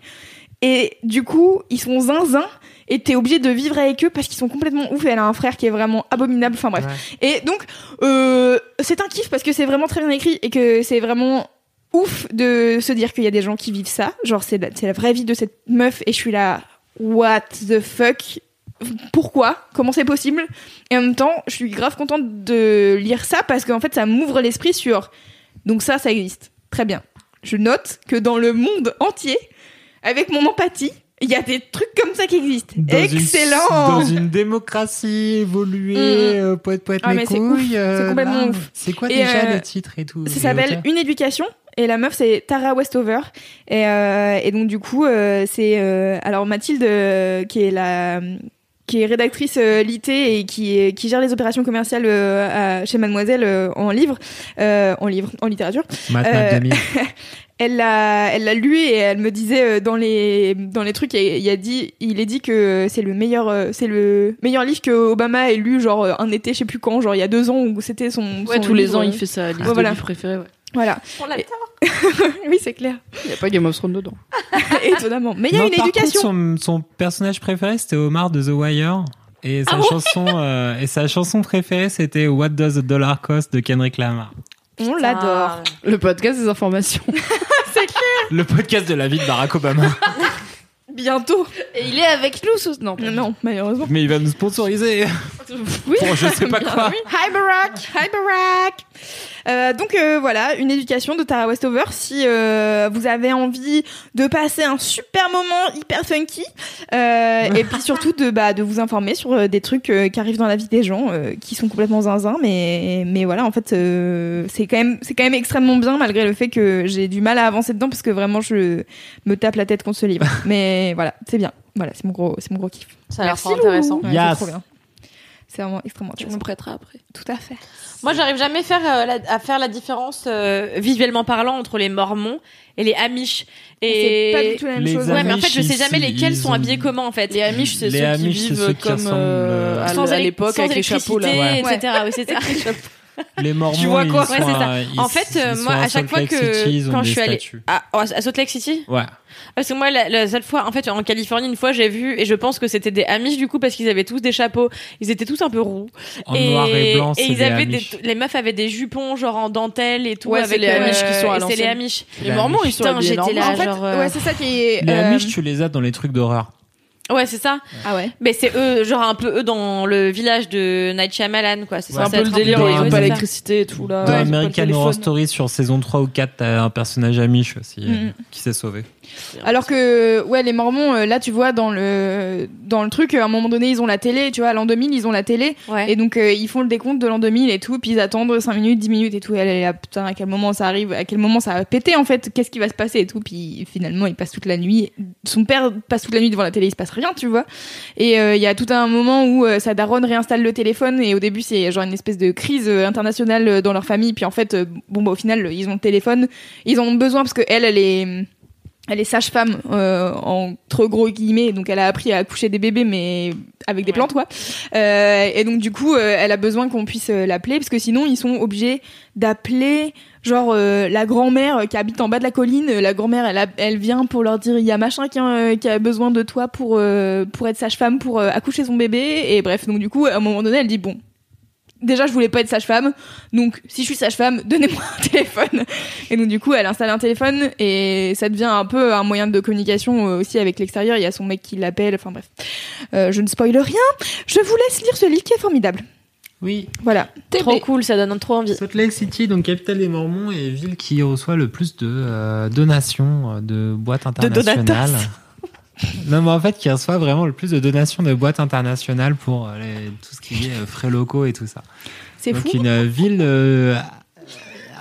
S3: Et du coup, ils sont zinzins. Et t'es obligé de vivre avec eux parce qu'ils sont complètement ouf. Et elle a un frère qui est vraiment abominable. Enfin bref. Et donc, euh, c'est un kiff parce que c'est vraiment très bien écrit et que c'est vraiment ouf de se dire qu'il y a des gens qui vivent ça. Genre, c'est la, c'est la vraie vie de cette meuf et je suis là, what the fuck pourquoi Comment c'est possible Et en même temps, je suis grave contente de lire ça parce qu'en fait, ça m'ouvre l'esprit sur. Donc, ça, ça existe. Très bien. Je note que dans le monde entier, avec mon empathie, il y a des trucs comme ça qui existent.
S2: Dans une-
S3: Excellent
S2: dans une démocratie évoluée,
S3: Mm.
S2: euh, poète poète
S3: Ah,
S2: mes
S3: mais c'est
S2: couilles.
S3: ouf. C'est
S2: euh,
S3: complètement
S2: là,
S3: ouf.
S2: C'est quoi
S3: Et,
S2: déjà
S3: euh,
S2: le titre et tout
S3: Ça
S2: les
S3: s'appelle
S2: auteurs
S3: Une éducation et la meuf c'est Tara Westover et, euh, et donc du coup euh, c'est euh, alors Mathilde euh, qui est la qui est rédactrice euh, l'IT et qui, est- qui gère les opérations commerciales euh, à- chez Mademoiselle euh, en livre euh, en livre en littérature
S2: Matt,
S3: euh,
S2: Matt, Damien.
S3: elle l'a elle l'a lu et elle me disait euh, dans les dans les trucs il y a- il y a dit il est dit que c'est le meilleur euh, c'est le meilleur livre que Obama ait lu genre euh, un été je sais plus quand genre il y a deux ans où c'était son,
S1: Ouais,
S3: son
S1: tous les
S3: livre,
S1: ans,
S3: euh,
S1: il fait sa liste
S3: voilà.
S1: de livres préférés. Ouais.
S3: voilà
S4: On l'adore.
S3: oui, c'est clair.
S1: Il n'y a pas Game of Thrones dedans.
S3: Étonnamment. Mais il y a
S2: Non,
S3: une
S2: par contre,
S3: éducation.
S2: son, son personnage préféré, c'était Omar de The Wire. Et sa, chanson, euh, et sa chanson préférée, c'était What Does the Dollar Cost de Kendrick Lamar.
S3: On
S2: ah.
S3: l'adore.
S1: Le podcast des informations.
S2: Le podcast de la vie de Barack Obama.
S3: Bientôt.
S1: Et il est avec nous, ce... non, pas du
S3: Non, malheureusement.
S2: Mais il va nous sponsoriser.
S1: tout. Oui.
S2: Bon, je sais pas quoi.
S3: Hi Barack, hi Barack. Euh, donc euh, voilà, une éducation de Tara Westover. Si euh, vous avez envie de passer un super moment hyper funky, euh, et puis surtout de bah, de vous informer sur euh, des trucs euh, qui arrivent dans la vie des gens, euh, qui sont complètement zinzin, mais mais voilà, en fait, euh, c'est quand même c'est quand même extrêmement bien malgré le fait que j'ai du mal à avancer dedans parce que vraiment je me tape la tête contre ce livre. Mais voilà, c'est bien. Voilà, c'est mon gros c'est mon gros kiff.
S4: Ça a l'air
S3: Merci,
S4: fort intéressant.
S3: Ouais,
S2: Yes.
S3: C'est trop bien. C'est vraiment extrêmement
S4: Tu
S3: intéressant.
S4: me prêteras après.
S3: Tout à fait.
S4: Moi, j'arrive jamais à faire, euh, la, à faire la différence euh, visuellement parlant entre les Mormons et les Amish. Et
S3: C'est pas du tout la même
S2: Les
S3: chose.
S4: Ouais, mais en fait, je sais
S2: Amish,
S4: jamais
S2: ils-
S4: lesquels
S2: ils
S4: sont
S2: ont-
S4: habillés comment en fait.
S1: Les Amish, c'est
S2: Les
S1: ceux
S2: Amish,
S1: qui
S2: c'est
S1: vivent
S2: ceux qui
S1: comme euh,
S2: ressemblent,
S1: à,
S2: euh,
S4: Sans
S1: l- à
S4: éle-
S1: l'époque
S4: sans
S1: avec les chapeaux là.
S4: électricité,
S3: Ouais.
S4: etc. Oui, c'est ça.
S2: Les Mormons,
S4: Tu vois quoi
S2: ils
S4: Ouais,
S2: sont
S4: c'est
S2: à-
S4: ça.
S2: ils-
S4: En fait, euh,
S2: ils
S4: moi,
S2: sont
S4: à chaque
S2: Salt
S4: fois
S2: Lake City, ils
S4: que
S2: ont
S4: quand
S2: des
S4: je suis allée
S2: statues.
S4: à, à Salt Lake City,
S2: Ouais.
S4: Parce que moi, la, la seule fois, en fait, en Californie, une fois, j'ai vu, et je pense que c'était des Amish du coup, parce qu'ils avaient tous des chapeaux. Ils étaient tous un peu roux.
S2: En noir et blanc, c'est
S4: ils
S2: des
S4: avaient
S2: Amish.
S4: des, les meufs avaient des jupons, genre en dentelle et tout.
S1: Ouais, c'est
S4: avec euh,
S1: les Amish qui sont à
S4: et C'est les
S1: l'ancienne.
S4: Amish.
S1: Les Mormons, ils sont
S4: Putain,
S1: habillés
S4: j'étais là,
S1: normalement.
S3: En fait,
S4: genre, euh,
S3: ouais, c'est ça qui est.
S2: Les
S3: euh,
S2: Amish, tu les as dans les trucs d'horreur.
S4: Ouais, c'est ça.
S3: Ah ouais.
S4: Mais c'est eux, genre un peu eux dans le village de Night Shyamalan, quoi. C'est
S1: C'est un
S4: censé
S1: peu le
S4: être
S1: délire,
S2: peu-
S1: où ils ont
S2: Ouais,
S1: pas
S4: c'est ça.
S1: l'électricité et tout là.
S2: Dans
S1: ils ont pas le
S2: American
S1: téléphone.
S2: Horror Story sur saison 3 ou 4, t'as un personnage Amish aussi euh,
S3: Mm.
S2: qui s'est sauvé.
S3: Alors que ouais, les Mormons, euh, là, tu vois dans le dans le truc, euh, à un moment donné, ils ont la télé. Tu vois, à l'an 2000, ils ont la télé.
S4: Ouais.
S3: Et donc euh, ils font le décompte de l'an 2000 et tout, puis ils attendent 5 minutes, 10 minutes et tout. Et elle est là, putain, à quel moment ça arrive, à quel moment ça va péter en fait, qu'est-ce qui va se passer et tout. Puis finalement, il passe toute la nuit. Son père passe toute la nuit devant la télé, il se passe rien, tu vois. Et euh, il y a tout un moment où euh, sa daronne réinstalle le téléphone et au début c'est genre une espèce de crise euh, internationale euh, dans leur famille. Puis en fait, euh, bon bah au final, ils ont le téléphone, ils en ont besoin parce que elle, elle est elle est sage-femme, euh, entre gros guillemets, donc elle a appris à accoucher des bébés, mais avec des plantes, quoi. Euh, et donc, du coup, euh, elle a besoin qu'on puisse euh, l'appeler, parce que sinon, ils sont obligés d'appeler, genre, euh, la grand-mère qui habite en bas de la colline. euh, La grand-mère, elle, a- elle vient pour leur dire, il y a machin qui, euh, qui a besoin de toi pour, euh, pour être sage-femme, pour euh, accoucher son bébé. Et bref, donc, du coup, à un moment donné, elle dit, bon, déjà, je voulais pas être sage-femme, donc si je suis sage-femme, donnez-moi un téléphone. Et donc du coup, elle installe un téléphone et ça devient un peu un moyen de communication euh, aussi avec l'extérieur. Il y a son mec qui l'appelle. Enfin bref, Euh, je ne spoile rien. Je vous laisse lire ce livre qui est formidable.
S2: Oui.
S3: Voilà.
S4: Trop cool, ça donne trop envie.
S2: Salt Lake City, donc capitale des Mormons et ville qui reçoit le plus de euh, donations euh, de boîtes internationales. non, mais en fait, qui reçoit vraiment le plus de donations de boîtes internationales pour euh, les- tout ce qui est euh, frais locaux et tout ça.
S3: C'est
S2: donc
S3: fou.
S2: une euh, ville euh,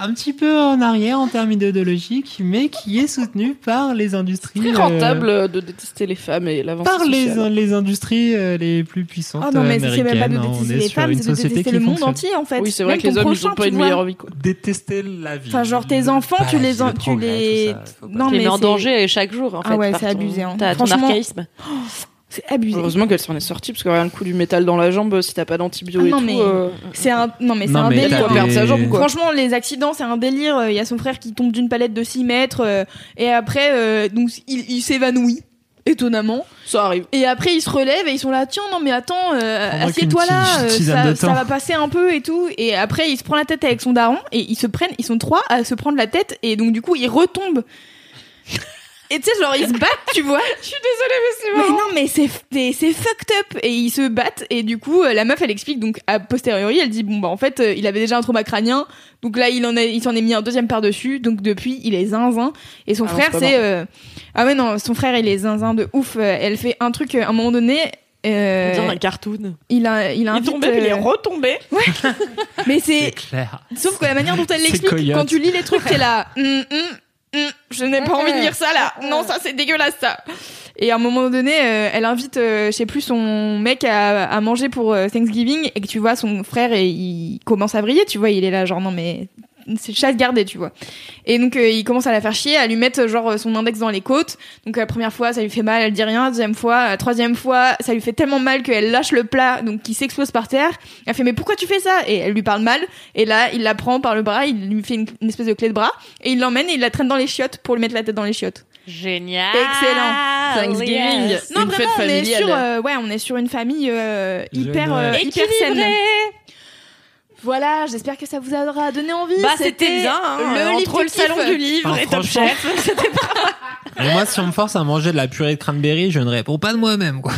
S2: un petit peu en arrière en termes idéologiques, mais qui est soutenue par les industries.
S1: Très
S3: Bah,
S2: euh,
S1: rentable euh, de détester les femmes et l'avance
S2: par les,
S1: sociale.
S2: les industries euh, les plus puissantes.
S3: Oh non mais c'est
S2: américaines.
S3: même pas de
S2: hein. On
S3: détester
S2: est
S3: les
S2: sur
S3: femmes,
S2: une
S3: c'est de
S2: société
S3: détester
S2: qui
S3: le monde
S2: fonctionne.
S3: entier en fait.
S1: Oui, c'est vrai
S3: Même
S1: que les
S3: ton
S1: hommes, ils
S3: prochain,
S1: ont pas
S3: tu
S1: une
S3: vois.
S1: meilleure vie quoi.
S2: détester la vie.
S3: Enfin, genre tes enfants, tu les en-
S2: en,
S3: tu les- Non,
S4: Tu
S3: mais
S4: les mets en
S3: c'est-
S4: danger chaque jour, en fait.
S3: Ah ouais,
S4: par
S3: c'est
S4: ton-
S3: abusé, hein.
S4: T'as ton
S3: Franchement,
S4: archaïsme.
S3: C'est abusé.
S1: Heureusement qu'elle s'en est sortie parce que rien le coup du métal dans la jambe si t'as pas d'antibio
S3: Ah
S1: et
S3: non,
S1: tout.
S3: mais-
S1: euh,
S3: C'est un non mais c'est
S2: Non,
S3: un
S2: mais
S1: Elle
S2: t'as
S3: délire.
S1: doit perdre sa jambe
S2: des-
S1: quoi.
S3: Franchement, les accidents, c'est un délire. Il y a son frère qui tombe d'une palette de 6 mètres euh, et après, euh, donc il, il s'évanouit étonnamment.
S1: Ça arrive.
S3: Et après, ils se relèvent et ils sont là, tiens, non mais attends, euh,
S2: Prends-moi
S3: assieds-toi
S2: qu'une
S3: là,
S2: petite
S3: euh,
S2: tisane
S3: ça,
S2: de
S3: ça
S2: thym.
S3: va passer un peu et tout. Et après, il se prend la tête avec son daron et ils se prennent, ils sont trois à se prendre la tête et donc du coup, ils retombent. Et tu sais, genre, ils se battent, tu vois. Je suis désolée, mais c'est non, mais c'est, c'est, c'est fucked up. Et ils se battent. Et du coup, euh, la meuf, elle explique, donc, a posteriori, elle dit, bon, bah, en fait, euh, il avait déjà un trauma crânien. Donc là, il en a, il s'en est mis un deuxième par-dessus. Donc depuis, il est zinzin. Et son
S1: Ah non,
S3: frère,
S1: c'est pas
S3: c'est, euh, ah ouais, non, son frère, il est zinzin de ouf. Euh, Elle fait un truc, euh, à un moment donné, euh,
S4: Dans un cartoon.
S3: il a, il a
S4: Il est tombé, puis il est retombé.
S3: mais c'est,
S2: C'est clair.
S3: Sauf que la manière dont elle
S2: C'est
S3: l'explique,
S2: coyote.
S3: quand tu lis les trucs, t'es là. Hum, hum, hum, je n'ai pas envie de lire ça là. Non, ça c'est dégueulasse ça. Et à un moment donné, euh, elle invite, euh, je sais plus, son mec à, à manger pour euh, Thanksgiving et que tu vois son frère et il commence à vriller. Tu vois, il est là genre non mais c'est le chat gardé, tu vois. Et donc euh, il commence à la faire chier, à lui mettre genre euh, son index dans les côtes. Donc la première fois ça lui fait mal, elle dit rien. Deuxième fois, la troisième fois ça lui fait tellement mal qu'elle lâche le plat, donc il s'explose par terre. Elle fait mais pourquoi tu fais ça Et elle lui parle mal. Et là il la prend par le bras, il lui fait une, une espèce de clé de bras et il l'emmène et il la traîne dans les chiottes pour lui mettre la tête dans les chiottes.
S4: Génial.
S3: Excellent.
S1: Thanksgiving.
S4: Ah, Yes.
S3: Non
S1: Une
S3: vraiment
S1: fête
S3: on est
S1: familiale.
S3: sur euh, ouais on est sur une famille euh, hyper euh, hyper saine.
S4: Équilibré.
S3: Voilà, j'espère que ça vous aura donné envie.
S4: Bah c'était bien. hein,
S3: le livre
S4: entre le
S3: du kiff.
S4: salon du livre
S2: Enfin,
S4: et Top
S2: franchement.
S4: Chef.
S2: Et moi, si on me force à manger de la purée de cranberry, je ne réponds pas de moi-même, quoi.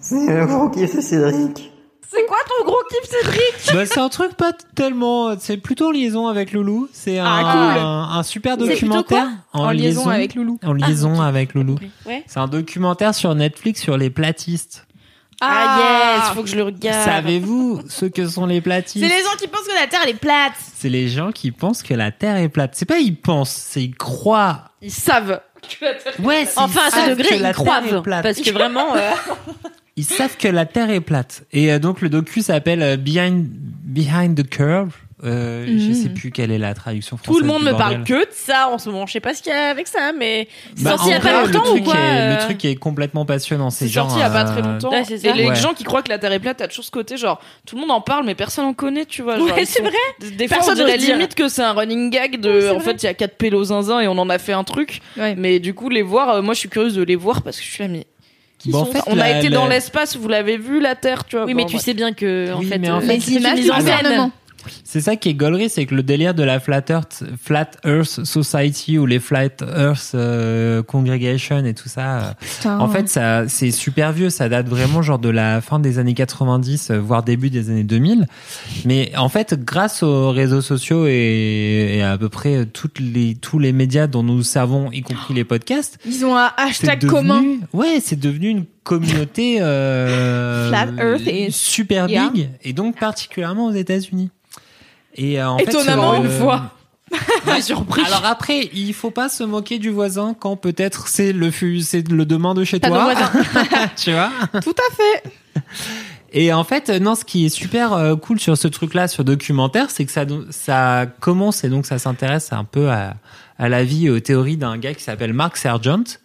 S6: C'est le gros kiff de Cédric.
S4: C'est quoi ton gros kiff Cédric
S2: Bah, c'est un truc pas tellement. C'est plutôt en liaison avec Loulou. C'est un,
S3: Ah, cool.
S2: un, un super
S3: C'est plutôt
S2: documentaire
S3: En, liaison, avec Loulou.
S2: En liaison
S4: Ah,
S2: avec Loulou.
S4: Ouais.
S2: C'est un documentaire sur Netflix sur les platistes.
S4: Ah yes, faut que je le regarde.
S2: Savez-vous ce que sont les platistes
S3: C'est les gens qui pensent que la Terre elle est plate.
S2: C'est les gens qui pensent que la Terre est plate. C'est pas ils pensent, c'est ils croient.
S1: Ils savent.
S2: Ouais, c'est
S4: Enfin, à
S2: ils savent
S4: ce
S2: que la
S4: degré, ils
S2: Terre est
S4: croivent.
S2: plate.
S4: Parce que vraiment, euh,
S2: Ils savent que la Terre est plate. Et euh, donc le docu s'appelle euh, Behind Behind the Curve. Euh, Je sais plus quelle est la traduction française.
S4: Mhm. tout le
S2: du
S4: monde me
S2: bordel.
S4: parle que de ça en ce moment. Je sais pas ce qu'il y a avec ça, mais c'est
S2: Bah,
S4: sorti il y a
S2: en vrai,
S4: pas longtemps
S2: le
S4: ou
S2: truc
S4: quoi
S2: est,
S4: euh,
S2: Le truc est complètement passionnant.
S1: C'est
S2: C'est genre.
S1: sorti il y a pas
S2: euh,
S1: très longtemps.
S4: Ouais, c'est ça.
S1: et les
S2: Ouais.
S1: gens qui croient que la Terre est plate, t'as toujours ce côté genre tout le monde en parle mais personne en connaît, tu vois. genre,
S4: Ouais,
S1: ils
S4: c'est
S1: sont-
S4: vrai.
S1: Des, des fois,
S4: Personne
S1: on dirait
S4: n'ose dire.
S1: limite que c'est un running gag de. en fait, il y a quatre pélos zinzin et on en a fait un truc.
S3: Ouais.
S1: Mais du coup, les voir, euh, moi, je suis curieuse de les voir parce que je suis amie.
S2: Qui Bon, sont en fait, ça
S1: on a
S2: la-
S1: été
S2: la-
S1: dans l'espace, vous l'avez vu la Terre, tu vois.
S4: Oui,
S1: Bon, bah,
S4: mais tu
S1: bref.
S4: sais bien que en
S2: Oui,
S4: fait,
S2: mais en
S4: euh,
S2: fait,
S4: c'est une mise en
S2: du
S4: scène.
S3: gouvernement.
S2: C'est ça qui est gaulerie, c'est que le délire de la Flat Earth, Flat Earth Society ou les Flat Earth euh, Congregation et tout ça. euh,
S3: Putain.
S2: En fait, ça, c'est super vieux. Ça date vraiment genre de la fin des années 90, euh, voire début des années 2000. Mais en fait, grâce aux réseaux sociaux et, et à peu près euh, toutes les, tous les médias dont nous servons, y compris les podcasts,
S3: ils ont un
S2: c'est
S3: hashtag
S2: devenu,
S3: commun.
S2: ouais, c'est devenu une communauté euh,
S3: Flat Earth is-
S2: super big
S3: Yeah.
S2: et donc particulièrement aux États-unis. Et euh, en
S3: Étonnamment,
S2: fait,
S3: une fois.
S2: Ouais, Alors après, il faut pas se moquer du voisin quand peut-être c'est le fu- c'est le demain de chez
S4: T'as
S2: toi.
S4: nos voisins.
S2: tu vois.
S3: Tout à fait.
S2: Et en fait, euh, non, ce qui est super euh, cool sur ce truc-là, sur documentaire, c'est que ça, do- ça commence et donc ça s'intéresse un peu à, à la vie et aux théories d'un gars qui s'appelle Mark Sargent,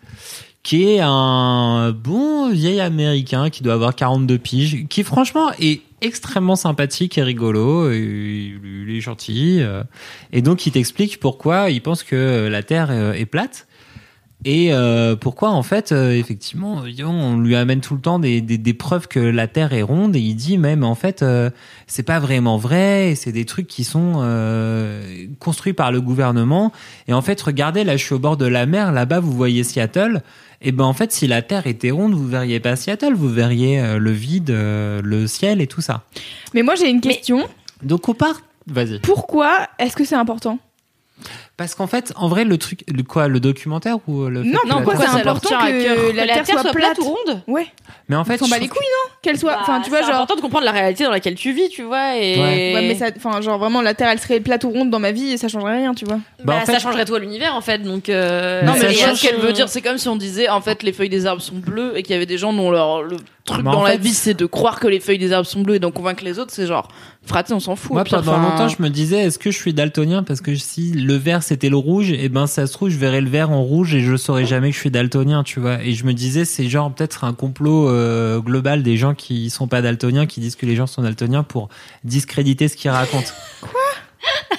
S2: qui est un bon vieil américain qui doit avoir 42 piges, qui franchement est extrêmement sympathique et rigolo, et il il est gentil, euh, et donc il t'explique pourquoi il pense que euh, la Terre euh, est plate. Et euh, pourquoi en fait, euh, effectivement, on lui amène tout le temps des, des, des preuves que la Terre est ronde et il dit même en fait, euh, c'est pas vraiment vrai. et C'est des trucs qui sont euh, construits par le gouvernement. Et en fait, regardez, là, je suis au bord de la mer. Là-bas, vous voyez Seattle. Et ben en fait, si la Terre était ronde, vous verriez pas Seattle. Vous verriez euh, le vide, euh, le ciel et tout ça.
S3: Mais moi j'ai une question.
S2: Donc on part. Vas-y.
S3: Pourquoi est-ce que c'est important
S2: Parce qu'en fait, en vrai, le truc, le quoi, le documentaire ou euh, le fait
S3: Non,
S2: que la
S3: pourquoi
S2: Terre
S3: c'est
S2: soit
S3: important
S1: tient à
S3: que
S1: cœur.
S3: la, Terre soit plate
S4: ou ronde
S3: Ouais.
S2: Mais en
S3: On
S2: fait,
S3: s'en bat
S2: je
S3: les
S2: trouve-
S3: couilles, non Qu'elle soit. Enfin, tu vois,
S4: Bah, C'est
S3: genre.
S4: important de comprendre la réalité dans laquelle tu vis, tu vois. Et...
S2: Ouais.
S3: Ouais, mais ça, enfin, genre vraiment, la Terre, elle serait plate ou ronde dans ma vie et ça changerait rien, tu vois.
S4: Bah,
S2: Bah, en fait-
S4: ça changerait tout à l'univers en fait. Donc, euh,
S2: Non,
S1: Non,
S2: Mais
S1: mais
S2: ça
S1: je vois ce
S2: change.
S1: qu'elle veut dire, c'est comme si on disait en fait les feuilles des arbres sont bleues et qu'il y avait des gens dont leur le truc
S2: Mais Bah, en
S1: dans la
S2: fait-
S1: vie c'est de croire que les feuilles des arbres sont bleues et d'en convaincre les autres, c'est genre fraté, on s'en fout.
S2: Moi,
S1: au pire,
S2: pendant
S1: enfin,
S2: longtemps, je me disais, est-ce que je suis daltonien Parce que si le vert c'était le rouge, et ben ça se trouve, je verrais le vert en rouge et je saurais jamais que je suis daltonien, tu vois. Et je me disais, c'est genre peut-être un complot euh, global des gens qui sont pas daltoniens, qui disent que les gens sont daltoniens pour discréditer ce qu'ils racontent. Quoi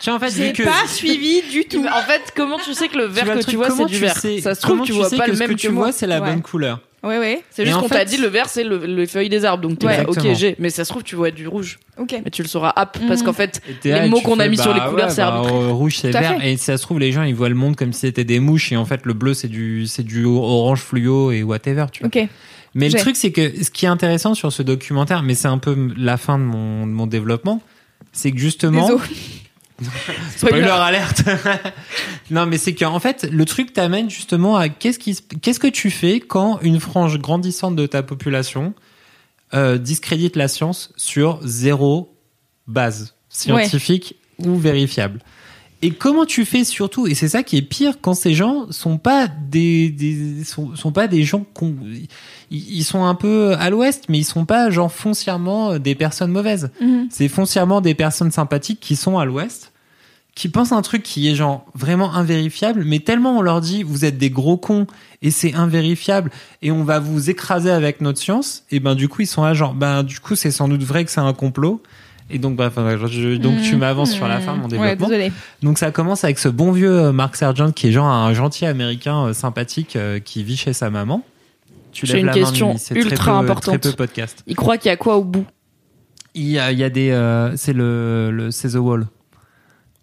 S2: Tiens, en fait, vu que
S3: suivi du
S1: Mais En fait, comment tu sais que le vert
S2: vois le
S1: que
S2: truc,
S1: tu vois
S2: comment
S1: c'est du vert
S2: sais-
S1: Ça se trouve
S2: comment
S1: tu vois
S2: sais
S1: pas
S2: que
S1: le
S2: ce
S1: même
S2: que tu
S1: moi.
S2: vois, c'est la
S3: Ouais.
S2: bonne couleur.
S3: Ouais, ouais.
S1: C'est
S2: Et
S1: juste
S2: en
S1: qu'on t'a
S2: fait-
S1: dit le vert c'est le, les feuilles des arbres donc t'es
S2: Ouais.
S1: là, ok
S2: Exactement. Mm.
S1: j'ai mais ça se trouve tu vois du rouge
S3: Ok.
S1: mais tu le sauras hop parce
S3: Mhm.
S1: qu'en fait
S2: Et t'es
S1: les
S2: là, et
S1: mots
S2: tu
S1: qu'on a
S2: fais,
S1: mis sur les
S2: bah
S1: couleurs
S2: ouais,
S1: c'est
S2: bah,
S1: arbitraire.
S2: euh, rouge c'est
S3: Tout à
S2: vert
S3: fait.
S2: et si ça se trouve les gens ils voient le monde comme si c'était des mouches et en fait le bleu c'est du c'est du orange fluo et whatever tu vois.
S3: Ok.
S2: Mais le
S3: J'ai.
S2: truc, c'est que ce qui est intéressant sur ce documentaire, mais c'est un peu la fin de mon, de mon développement, c'est que justement.
S3: Désolé.
S2: Spoiler alerte. non, mais c'est qu'en fait, le truc t'amène justement à qu'est-ce qui, se- qu'est-ce que tu fais quand une frange grandissante de ta population euh, discrédite la science sur zéro base scientifique ou vérifiable. Et comment tu fais surtout Et c'est ça qui est pire quand ces gens sont pas des, des sont, sont pas des gens qu'on- ils, ils sont un peu à l'ouest, mais ils sont pas genre foncièrement euh, des personnes mauvaises.
S3: Mhm.
S2: C'est foncièrement des personnes sympathiques qui sont à l'ouest, qui pensent un truc qui est genre vraiment invérifiable, mais tellement on leur dit vous êtes des gros cons et c'est invérifiable et on va vous écraser avec notre science, et ben du coup ils sont là genre ben du coup c'est sans doute vrai que c'est un complot. Et donc, bref, je- donc tu
S3: Mhm.
S2: m'avances sur la fin, Ah, mon
S3: Ouais,
S2: développement.
S3: désolé.
S2: Donc ça commence avec ce bon vieux euh, Mark Sargent qui est genre un gentil américain euh, sympathique euh, qui vit chez sa maman. Tu
S1: J'ai
S2: lèves
S1: une
S2: la
S1: question
S2: Mimi, c'est
S1: ultra
S2: très peu-
S1: importante.
S2: Très peu podcast.
S1: Il croit qu'il y a quoi au bout
S2: Il y a, il y a des euh, c'est le, le c'est The Wall.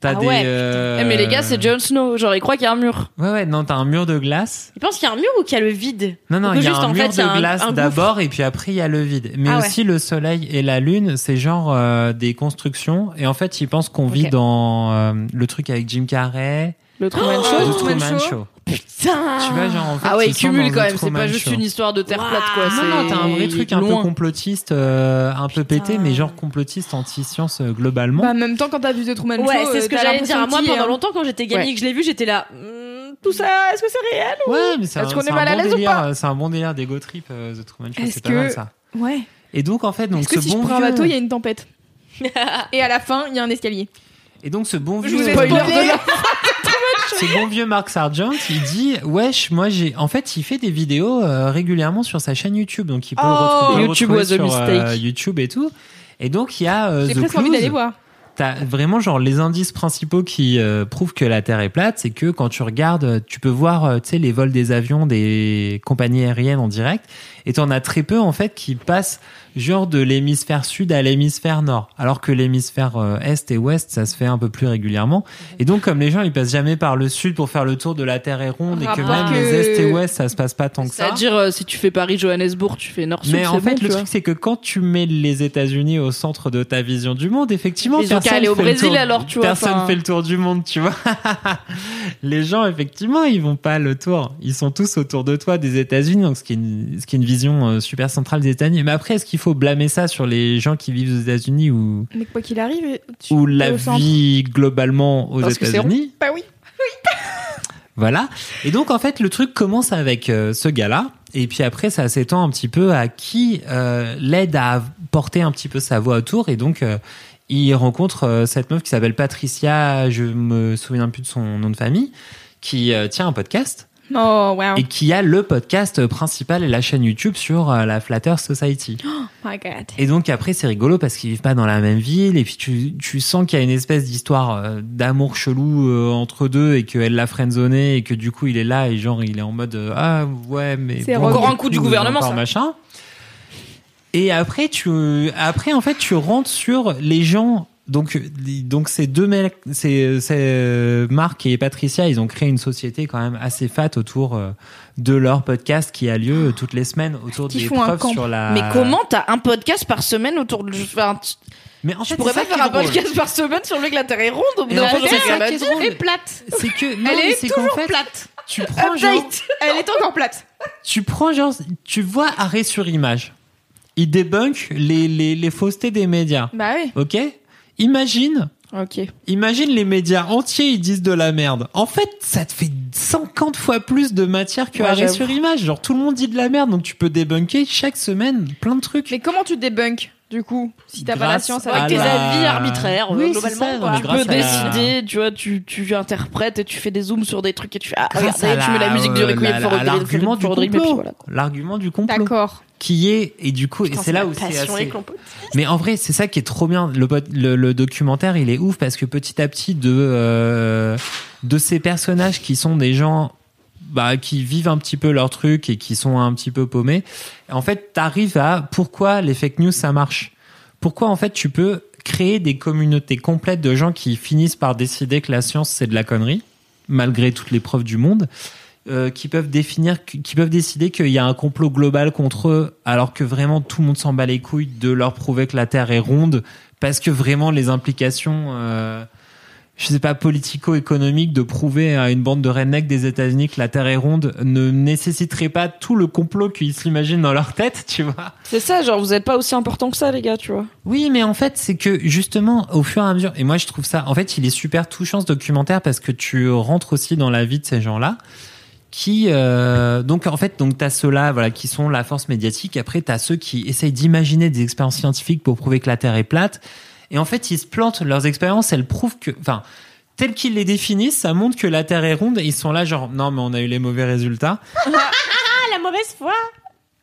S2: T'as
S4: Ah
S2: des
S4: ouais,
S2: euh,
S1: Eh, mais les gars, c'est Jon Snow. Genre, il croit qu'il y a un mur.
S2: Ouais ouais, non, t'as un mur de glace.
S4: Il pense qu'il y a un mur ou qu'il y a le vide
S2: Non non,
S4: Ou
S2: il y a
S4: juste,
S2: un
S4: en
S2: mur
S4: fait, il y a
S2: de
S4: un-
S2: glace
S4: un gouffre.
S2: d'abord et puis après il y a le vide. Mais
S4: Ah ouais.
S2: aussi le soleil et la lune, c'est genre euh, des constructions et en fait, ils pensent qu'on
S4: Ok.
S2: vit dans euh, le truc avec Jim Carrey,
S1: Oh, Le Truman Show.
S2: The Truman Show.
S4: Putain
S2: Tu vois, genre, en fait,
S1: Ah ouais,
S2: ils
S1: il
S2: sont dans
S1: cumule
S2: le
S1: quand même. C'est
S2: Truman
S1: pas juste
S2: Show.
S1: une histoire de terre
S4: Waouh.
S1: plate, quoi.
S2: Non, non,
S1: c'est
S2: t'as un vrai truc un
S1: loin.
S2: peu complotiste, euh, un peu pété, mais genre complotiste anti-science euh, globalement.
S3: Bah, en même temps, quand t'as vu The Truman
S4: Ouais,
S3: Show,
S4: c'est
S3: euh,
S4: ce que hein.
S3: t'as
S4: j'allais dire.
S3: l'impression
S4: Moi,
S3: qu'il y a
S4: pendant
S3: un-
S4: longtemps, quand j'étais gamine
S1: Ouais.
S4: et que je l'ai vu, j'étais là. Hmm, Tout ça, est-ce que c'est réel
S2: ouais, mais c'est un,
S3: Est-ce qu'on est
S2: c'est un
S3: mal à
S2: bon
S3: l'aise ou
S2: délire,
S3: pas
S2: euh, c'est un bon délire d'ego trip, euh, The Truman Show,
S3: Est-ce
S2: c'est pas mal
S3: que-
S2: ça.
S3: Ouais.
S2: Et donc en fait, donc
S3: Est-ce
S2: ce
S3: que si je
S2: bon
S3: prends un
S2: vieux-
S3: bateau, il y a une tempête Et à la fin, il y a un escalier.
S2: et donc ce bon
S3: Je
S2: vieux,
S3: vous ai
S2: euh,
S3: spoilé.
S2: ce bon vieux Mark Sargent, il dit wesh, moi j'ai, en fait, il fait des vidéos euh, régulièrement sur sa chaîne YouTube, donc il
S3: Oh,
S2: peut le retrouver, le
S1: YouTube
S2: retrouver
S1: was a
S2: sur euh,
S1: mistake.
S2: YouTube et tout. Et donc il y a euh,
S3: J'ai
S2: The
S3: presque envie
S2: Clues.
S3: d'aller voir.
S2: T'as vraiment genre les indices principaux qui euh, prouvent que la Terre est plate, c'est que quand tu regardes, euh, tu peux voir euh, tu sais les vols des avions des compagnies aériennes en direct et t'en as très peu en fait qui passent genre de l'hémisphère sud à l'hémisphère nord, alors que l'hémisphère euh, est et ouest ça se fait un peu plus régulièrement. Et donc comme les gens ils passent jamais par le sud pour faire le tour de la Terre est ronde et que
S3: Rapport
S2: même
S3: que-
S2: les est et ouest ça se passe pas tant que ça.
S1: C'est-à-dire, euh, si tu fais Paris-Johannesburg, tu fais Nord-Sud.
S2: Mais en
S1: c'est
S2: fait,
S1: bon, tu
S2: le
S1: vois.
S2: truc, c'est que quand tu mets les États-Unis au centre de ta vision du monde, effectivement,
S1: Ils ont qu'à
S2: personne
S1: aller au
S2: fait le
S1: Brésil,
S2: tour-
S1: alors, tu vois,
S2: Personne
S1: enfin.
S2: fait le tour du monde, tu vois. les gens, effectivement, ils vont pas le tour. Ils sont tous autour de toi des États-Unis, donc ce qui est une, ce qui est une vision euh, super centrale des États-Unis. Mais après, est-ce qu'il faut blâmer ça sur les gens qui vivent aux États-Unis ou
S3: Mais quoi qu'il arrive, tu
S2: ou
S3: es
S2: la
S3: au centre.
S2: vie globalement aux
S1: Parce que c'est
S2: États-Unis
S3: Bah oui.
S2: Voilà. Et donc, en fait, le truc commence avec euh, ce gars-là. Et puis après, ça s'étend un petit peu à qui euh, l'aide à porter un petit peu sa voix autour. Et donc, euh, il rencontre euh, cette meuf qui s'appelle Patricia, je me souviens plus de son nom de famille, qui euh, tient un podcast
S3: Oh, wow.
S2: et qui a le podcast principal et la chaîne YouTube sur euh, la Flatter Society.
S3: Oh My God.
S2: Et donc après, c'est rigolo parce qu'ils vivent pas dans la même ville et puis tu, tu sens qu'il y a une espèce d'histoire euh, d'amour chelou euh, entre deux et qu'elle l'a friendzoné et que du coup il est là et genre il est en mode euh, ah ouais mais
S3: C'est encore
S1: un coup du gouvernement,
S2: encore
S1: ça.
S2: machin. Et après tu après en fait tu rentres sur les gens donc donc ces deux mecs c'est c'est euh, Marc et Patricia ils ont créé une société quand même assez fat autour euh, de leur podcast qui a lieu toutes les semaines autour
S3: Qui
S2: des
S3: font un
S2: preuves
S3: camp.
S2: sur la
S1: Mais comment t'as un podcast par semaine autour de. Enfin, tu-
S2: mais en
S1: je
S2: fait,
S1: pourrais
S2: c'est
S1: pas
S2: ça qui
S1: faire un
S2: est drôle.
S1: podcast par semaine sur le fait que la Terre est ronde. au bout
S2: Et
S1: d'un
S2: en
S1: moment,
S2: fait,
S1: ça
S2: c'est
S1: fait
S2: ça
S1: la
S2: qui est
S1: Terre
S2: drôle.
S1: est plate.
S2: c'est que non,
S1: Elle
S2: mais
S1: est
S2: c'est qu'en
S1: toujours
S2: fait,
S1: plate.
S2: tu prends genre,
S3: Elle est encore plate.
S2: tu prends genre, tu vois arrêt sur image. Il débunk les, les, les faussetés des médias.
S3: Bah oui.
S2: Ok Imagine,
S1: Ok.
S2: imagine les médias entiers, ils disent de la merde. En fait, ça te fait 50 fois plus de matière que
S1: Ouais,
S2: arrêt
S1: j'avoue.
S2: sur image. Genre, tout le monde dit de la merde, donc tu peux débunker chaque semaine plein de trucs.
S3: Mais comment tu débunkes, du coup, si t'as pas la
S2: Grâce
S3: science
S2: à
S3: avec
S2: la-
S3: tes
S1: avis arbitraires, euh,
S2: oui, c'est
S1: globalement,
S2: ça,
S1: quoi.
S2: mais
S1: Tu
S2: grâce
S1: peux
S2: à la-
S1: décider, tu vois, tu, tu interprètes et tu fais des zooms sur des trucs et tu fais ah
S2: grâce
S1: regardez,
S2: à
S1: tu mets la musique du
S2: euh,
S1: Requiem
S2: la-
S1: for a
S2: la-
S1: Dream,
S2: l'argument du
S1: for a Dream, et puis
S2: complot.
S1: voilà, quoi.
S2: L'argument du complot.
S3: D'accord.
S2: Qui est, et du coup, et
S4: Putain,
S2: c'est là
S4: la
S2: où c'est
S4: passion et
S2: assez.
S4: qu'on peut-
S2: Mais en vrai, c'est ça qui est trop bien. Le, pot- le, le documentaire, il est ouf parce que petit à petit, de, euh, de ces personnages qui sont des gens bah, qui vivent un petit peu leur truc et qui sont un petit peu paumés, en fait, t'arrives à pourquoi les fake news, ça marche. Pourquoi, en fait, tu peux créer des communautés complètes de gens qui finissent par décider que la science, c'est de la connerie, malgré toutes les preuves du monde. euh, qui peuvent définir, qui peuvent décider qu'il y a un complot global contre eux, alors que vraiment tout le monde s'en bat les couilles de leur prouver que la Terre est ronde, parce que vraiment les implications, euh, je sais pas, politico-économique de prouver à une bande de rednecks des États-Unis que la Terre est ronde ne nécessiterait pas tout le complot qu'ils s'imaginent dans leur tête, tu vois.
S1: C'est ça, genre, vous êtes pas aussi important que ça, les gars, tu vois.
S2: Oui, mais en fait, c'est que justement, au fur et à mesure, et moi je trouve ça, en fait, il est super touchant ce documentaire parce que tu rentres aussi dans la vie de ces gens-là qui euh, donc en fait donc t'as ceux-là voilà qui sont la force médiatique après t'as ceux qui essayent d'imaginer des expériences scientifiques pour prouver que la Terre est plate et en fait ils se plantent leurs expériences elles prouvent que enfin telles qu'ils les définissent ça montre que la Terre est ronde et ils sont là genre non mais on a eu les mauvais résultats
S4: Ah, la mauvaise foi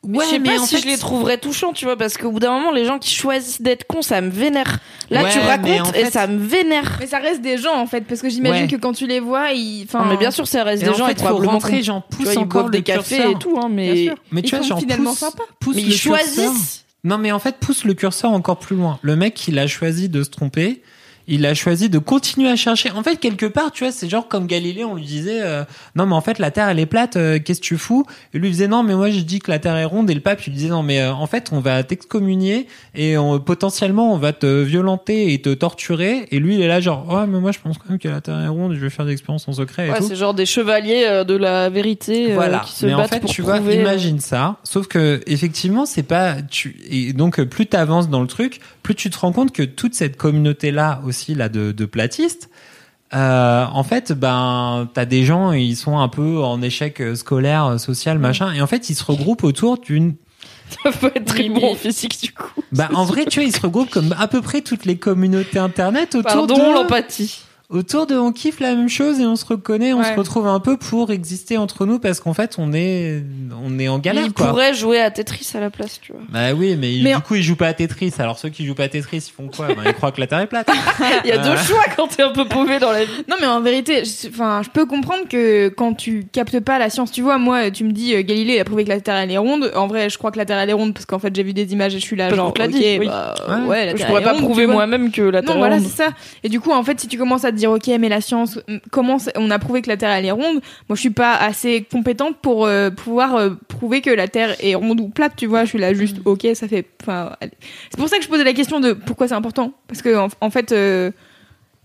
S1: Mais je sais pas si
S2: fait,
S1: je les trouverais touchants, tu vois, parce qu'au bout d'un moment, les gens qui choisissent d'être cons, ça me vénère. Là,
S2: Ouais,
S1: tu
S2: mais
S1: racontes
S2: en fait-
S1: et ça me vénère.
S3: Mais ça reste des gens en fait, parce que j'imagine
S2: Ouais.
S3: que quand tu les vois, ils. Enfin,
S1: Non, mais bien sûr, ça reste
S2: Et
S1: des
S2: en
S1: gens
S2: fait,
S1: et
S2: faut
S1: probablement
S2: rentrer
S1: qu'on-
S2: j'en
S1: tu
S2: pousse
S1: vois, ils
S2: encore
S1: boivent
S2: le
S1: des cafés
S2: curseur.
S1: et tout, hein, mais
S3: sûr.
S2: mais tu
S3: Ils
S2: vois
S3: sont
S2: genre
S3: finalement
S2: pousse,
S3: sympas.
S2: pousse
S1: mais
S2: le
S1: ils
S2: curseur.
S1: choisissent.
S2: Non, mais en fait, pousse le curseur encore plus loin. Le mec, il a choisi de se tromper. Il a choisi de continuer à chercher. En fait, quelque part, tu vois, c'est genre comme Galilée, on lui disait euh, non, mais en fait, la Terre elle est plate. euh, Qu'est-ce que tu fous Et lui il disait non, mais moi je dis que la Terre est ronde. Et le pape il lui disait non, mais euh, en fait, on va t'excommunier et on- potentiellement on va te violenter et te torturer. Et lui, il est là genre oh, mais moi je pense quand même que la Terre est ronde. et Je vais faire des expériences en secret. Et
S1: Ouais,
S2: tout.
S1: c'est genre des chevaliers euh, de la vérité euh,
S2: Voilà.
S1: qui se
S2: mais
S1: battent
S2: en fait,
S1: pour
S2: tu
S1: prouver. euh,
S2: vois, imagine ça. Sauf que effectivement, c'est pas tu et donc euh, plus t'avances dans le truc, plus tu te rends compte que toute cette communauté là aussi là de, de platistes. euh, en fait, ben, t'as des gens, ils sont un peu en échec euh, scolaire, euh, social, machin, et en fait, ils se regroupent autour d'une.
S1: Ça peut être très
S4: Oui,
S1: bon
S4: mais-
S1: en physique du coup.
S2: Bah, en vrai, tu vois, ils se regroupent comme à peu près toutes les communautés internet autour
S1: Pardon
S2: de
S1: l'empathie.
S2: autour de on kiffe la même chose et on se reconnaît, on
S3: Ouais.
S2: se retrouve un peu pour exister entre nous parce qu'en fait, on est on est en galère.
S1: Ils
S2: quoi.
S1: pourraient jouer à Tetris à la place, tu vois.
S2: Bah oui, mais,
S3: Mais
S2: du
S3: en-
S2: coup, ils jouent pas à Tetris. Alors ceux qui jouent pas à Tetris, ils font quoi ben, Ils croient que la Terre est plate.
S1: Il y a deux
S2: Ouais.
S1: choix quand t'es un peu paumé dans la vie.
S3: Non mais en vérité, je, enfin, je peux comprendre que quand tu captes pas la science, tu vois, moi, tu me dis euh, Galilée a prouvé que la Terre elle est ronde. En vrai, je crois que la Terre elle est ronde parce qu'en fait j'ai vu des images et je suis là
S1: Parce
S3: genre
S1: qu'on te l'a
S3: ok,
S1: dit, oui.
S3: bah,
S2: Ouais.
S3: ouais, la
S1: Je
S3: Terre
S1: pourrais
S3: elle
S1: pas
S3: est ronde, tu
S1: prouver
S3: vois.
S1: moi-même que la Terre
S3: Non,
S1: est
S3: voilà,
S1: ronde.
S3: c'est ça. Et du coup, en fait, si tu commences à te dire, ok, mais la science, hum, comment ça- on a prouvé que la Terre elle est ronde Moi, je suis pas assez compétente pour euh, pouvoir euh, prouver que la Terre est ronde ou plate. Tu vois, je suis là juste, ok, ça fait. Enfin, allez. c'est pour ça que je posais la question de pourquoi c'est important, parce que en, en fait. euh,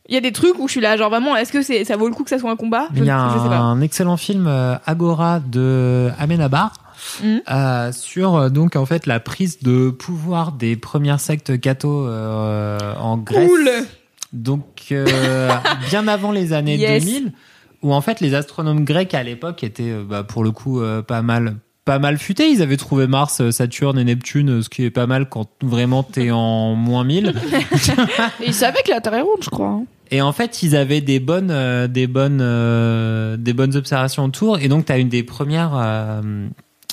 S3: il y a des trucs où je suis là, genre vraiment, est-ce que c'est, ça vaut le coup que ça soit un combat je,
S2: Il y a
S3: je sais pas.
S2: un excellent film euh, Agora de Amenabar
S3: Mhm.
S2: euh, sur euh, donc en fait la prise de pouvoir des premières sectes catho euh, en Grèce. Donc euh, bien avant les années
S3: Yes.
S2: 2000 où en fait les astronomes grecs à l'époque étaient euh, bah, pour le coup euh, pas mal pas mal futés, ils avaient trouvé Mars, euh, Saturne et Neptune, euh, ce qui est pas mal quand vraiment t'es en moins 1000.
S1: Et ils savaient que la Terre est ronde, je crois. hein.
S2: Et en fait, ils avaient des bonnes, euh, des bonnes, euh, des bonnes observations autour. Et donc, tu as une des premières euh,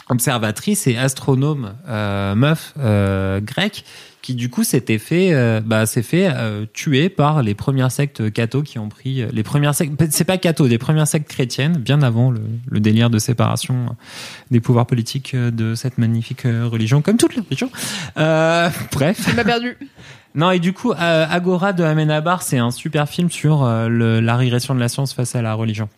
S2: observatrices et astronomes euh, meufs euh, grecques qui, du coup, s'était fait, euh, bah, s'est fait euh, tuer par les premières sectes catho qui ont pris euh, les premières sectes. C'est pas catho, des premières sectes chrétiennes, bien avant le, le délire de séparation euh, des pouvoirs politiques euh, de cette magnifique euh, religion, comme toutes les religions. Euh, bref.
S3: Tu m'as perdu.
S2: Non, et du coup, euh, Agora de Amenabar, c'est un super film sur euh, le- la régression de la science face à la religion.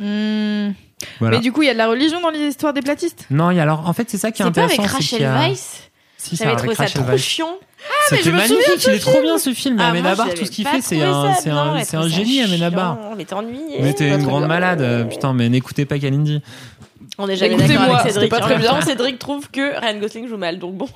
S1: Hmm.
S3: Hum.
S2: Voilà.
S3: Mais du coup, il y a de la religion dans les histoires des platistes.
S2: Non, et alors, en fait, c'est ça qui est,
S4: C'est pas avec
S2: intéressant. c'est qu'il y
S4: Rachel
S2: a-
S4: Weiss
S2: Si, c'est
S4: J'avais
S2: avec
S4: trouvé ça
S2: Rachel
S4: trop
S2: Weiss.
S4: chiant.
S2: C'était
S4: je me souviens
S2: magnifique, il est trop bien ce film.
S4: Ah, moi,
S2: Amenabar,
S4: j'avais
S2: tout ce qu'il
S4: pas
S2: fait, c'est
S4: trouvé
S2: un,
S4: ça
S2: c'est un-
S4: bien,
S2: c'est
S4: elle
S2: un
S4: trouvait ça
S2: génie, Amenabar.
S4: chiant, Mais t'es ennuyé.
S2: Mais t'es une grande malade. euh, Putain, mais n'écoutez pas Kalindi.
S4: On est jamais
S1: Écoutez-moi,
S4: d'accord avec
S1: c'était
S4: Cédric. hein.
S1: pas
S4: En
S1: très
S4: même
S1: bien.
S4: temps, Cédric trouve que Ryan Gosling joue mal, donc bon.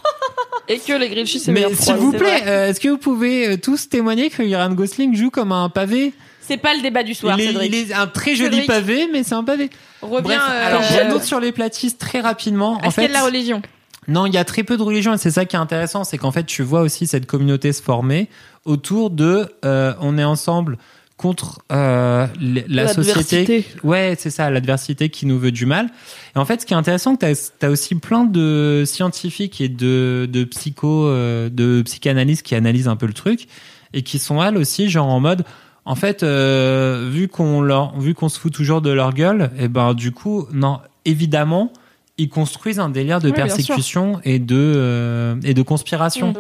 S1: Et que les Grinchy, c'est
S2: Mais
S1: meilleur
S2: s'il
S1: proie.
S2: vous
S4: c'est
S2: plaît, euh, est-ce que vous pouvez euh, tous témoigner que Ryan Gosling joue comme un pavé
S4: C'est pas le débat du soir,
S2: il est,
S4: Cédric.
S2: il est un très joli
S3: Cédric.
S2: pavé, mais c'est un pavé.
S3: Reviens.
S2: Bref,
S3: euh,
S2: alors
S3: euh,
S2: je note sur les platistes très rapidement. En
S3: est-ce qu'il y
S2: fait,
S3: a de la religion
S2: Non, il y a très peu de religions et c'est ça qui est intéressant, c'est qu'en fait tu vois aussi cette communauté se former autour de euh, on est ensemble contre euh, l- la société.
S1: L'adversité.
S2: Ouais, c'est ça, l'adversité qui nous veut du mal. Et en fait, ce qui est intéressant, tu as, aussi plein de scientifiques et de, de psycho, euh, de psychanalystes qui analysent un peu le truc et qui sont elles aussi genre en mode en fait euh, vu qu'on leur vu qu'on se fout toujours de leur gueule et ben du coup non évidemment ils construisent un délire de
S3: Ouais, bien sûr.
S2: persécution et de euh, et de conspiration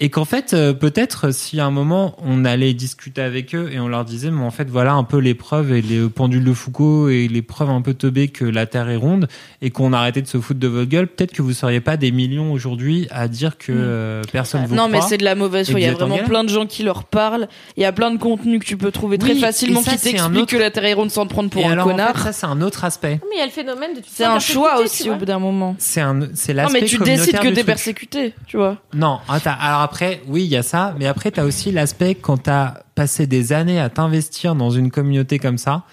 S2: Et qu'en fait, euh, peut-être si à un moment on allait discuter avec eux et on leur disait, mais en fait, voilà un peu les preuves et les pendules de Foucault et les preuves un peu teubées que la Terre est ronde et qu'on arrêtait de se foutre de votre gueule, peut-être que vous seriez pas des millions aujourd'hui à dire que euh, personne vous
S1: Hmm. Bah, non, mais
S2: croit.
S1: c'est de la mauvaise
S2: Et
S1: foi. Il y a
S2: vous êtes en
S1: vraiment
S2: galère.
S1: plein de gens qui leur parlent. Il y a plein de contenus que tu peux trouver très
S2: Oui,
S1: facilement
S2: et ça,
S1: qui
S2: c'est un
S1: t'expliquent
S2: autre-
S1: que la Terre est ronde sans te prendre pour
S2: et
S1: un
S2: alors, en fait,
S1: connard.
S2: ça, c'est un autre aspect.
S4: Mais il y a le phénomène de.
S1: c'est un choix aussi au bout d'un moment.
S2: C'est un, c'est
S1: Non,
S2: l'aspect
S1: mais tu
S2: communautaire
S1: décides que
S2: du
S1: t'es
S2: truc.
S1: persécuté, tu vois.
S2: Non, attends, alors après, oui, il y a ça, mais après, t'as aussi l'aspect quand t'as passé des années à t'investir dans une communauté comme ça.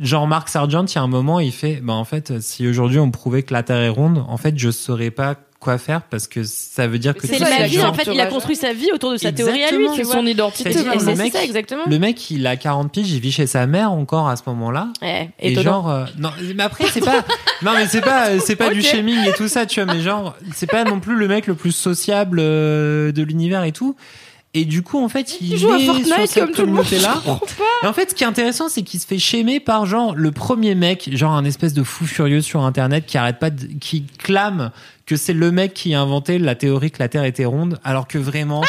S2: Genre, Mark Sargent, il y a un moment, il fait, bah, en fait, si aujourd'hui on prouvait que la Terre est ronde, en fait, je saurais pas quoi faire parce que ça veut dire que
S4: C'est
S2: tous ces
S4: la vie,
S2: gens-
S4: en fait. Il a construit sa vie autour de sa théorie à lui,
S2: Exactement.
S4: tu
S1: C'est
S4: vois.
S1: son identité.
S4: Et
S2: C'est-à-dire,
S4: c'est-
S2: le
S4: c'est
S2: mec-
S4: ça, exactement.
S2: Le mec, il a 40 piges, il vit chez sa mère encore à ce moment-là.
S4: Ouais,
S2: Et
S4: étonnant.
S2: genre, euh, non, mais après, c'est pas, non, mais c'est pas, euh, c'est pas du shaming et tout ça, tu vois, mais genre, c'est pas non plus le mec le plus sociable euh, de l'univers et tout. Et du coup, en fait, il
S1: joue à
S2: est
S1: Fortnite
S2: sur
S1: comme
S2: cette
S1: tout le monde,
S2: communauté-là. Et en fait, ce qui est intéressant, c'est qu'il se fait shamer par genre le premier mec, genre un espèce de fou furieux sur Internet qui arrête pas, de- qui clame que c'est le mec qui a inventé la théorie que la Terre était ronde, alors que vraiment,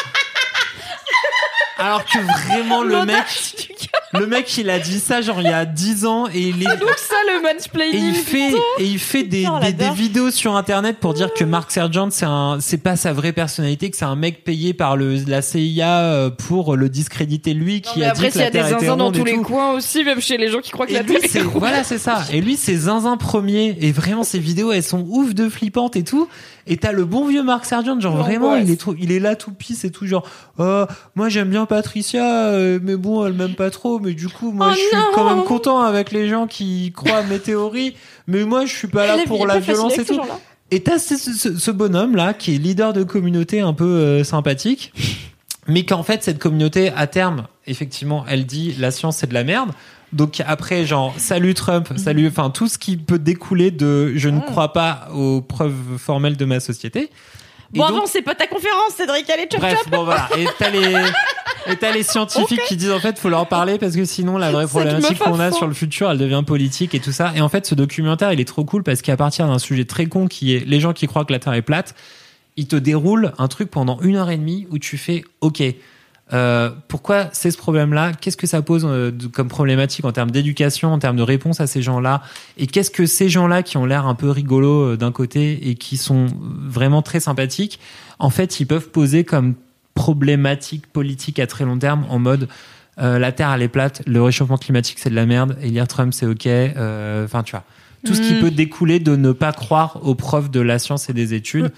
S2: alors que vraiment le mec, le mec, il a dit ça genre il y a 10 ans et il est
S1: Donc ça, le
S2: et il
S1: mansplaining.
S2: fait et il fait des,
S4: Putain, on
S2: des, des
S4: l'adore.
S2: vidéos sur internet pour dire que Mark Sergent c'est un c'est pas sa vraie personnalité que c'est un mec payé par le la CIA euh, pour le discréditer lui
S1: Non,
S2: qui
S1: mais
S2: a
S1: après,
S2: dit que
S1: s'il y
S2: la
S1: a des
S2: Terre était
S1: zinzins dans
S2: ronde et
S1: tous les
S2: tout.
S1: coins aussi, même chez les gens qui croient que
S2: Et
S1: la
S2: lui,
S1: Terre
S2: c'est
S1: est ronde.
S2: voilà, c'est ça. Et lui, ses zinzins premiers. Et vraiment, ses vidéos, elles sont ouf de flippantes et tout. Et t'as le bon vieux Mark Sargent, genre vraiment, il est trop, il est là tout pisse et tout, genre, oh, moi j'aime bien Patricia, euh, mais bon, elle m'aime pas trop. Mais du coup, moi,
S4: Oh
S2: je suis
S4: non.
S2: quand même content avec les gens qui croient à mes théories. Mais moi, je suis pas là pour la violence et tout. Et t'as ce, ce- ce bonhomme là qui est leader de communauté un peu euh, sympathique, mais qu'en fait cette communauté à terme, effectivement, elle dit la science c'est de la merde. Donc après genre salut Trump,
S4: Mhm.
S2: salut, enfin tout ce qui peut découler de je ne crois pas aux preuves formelles de ma société. Et
S4: Bon,
S2: donc-
S4: avant, c'est pas ta conférence, Cédric. Allez, tchop,
S2: Bref, bon voilà. Et t'as les, et t'as les scientifiques qui disent en fait faut leur parler parce que sinon la vraie
S1: Cette
S2: problématique
S1: meuf à
S2: qu'on a
S1: fond.
S2: sur le futur elle devient politique et tout ça. Et en fait ce documentaire il est trop cool parce qu'à partir d'un sujet très con qui est les gens qui croient que la Terre est plate, il te déroule un truc pendant une heure et demie où tu fais ok. euh, pourquoi c'est ce problème-là Qu'est-ce que ça pose euh, de- comme problématique en termes d'éducation, en termes de réponse à ces gens-là Et qu'est-ce que ces gens-là qui ont l'air un peu rigolos euh, d'un côté et qui sont vraiment très sympathiques en fait, ils peuvent poser comme problématique politique à très long terme en mode euh, la Terre elle est plate, le réchauffement climatique c'est de la merde, élire Trump c'est ok, euh, enfin tu vois. Tout ce qui
S3: Mm.
S2: peut découler de ne pas croire aux preuves de la science et des études.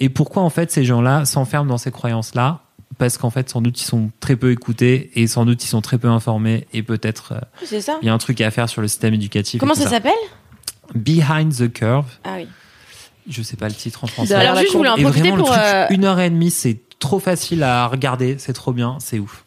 S2: Et pourquoi en fait ces gens-là s'enferment dans ces croyances-là Parce qu'en fait sans doute ils sont très peu écoutés et sans doute ils sont très peu informés et peut-être euh,
S4: C'est ça.
S2: il y a un truc à faire sur le système éducatif. et
S4: Comment
S2: tout
S4: ça s'appelle
S2: Behind the Curve,
S4: Ah oui.
S2: je sais pas le titre en français.
S1: Derrière
S4: Alors,
S1: la
S4: juste, je
S1: courbe.
S4: voulais en
S2: Et
S4: profiter
S2: vraiment,
S4: pour.
S2: le truc,
S4: euh,
S2: une heure et demie, c'est trop facile à regarder, c'est trop bien, c'est ouf.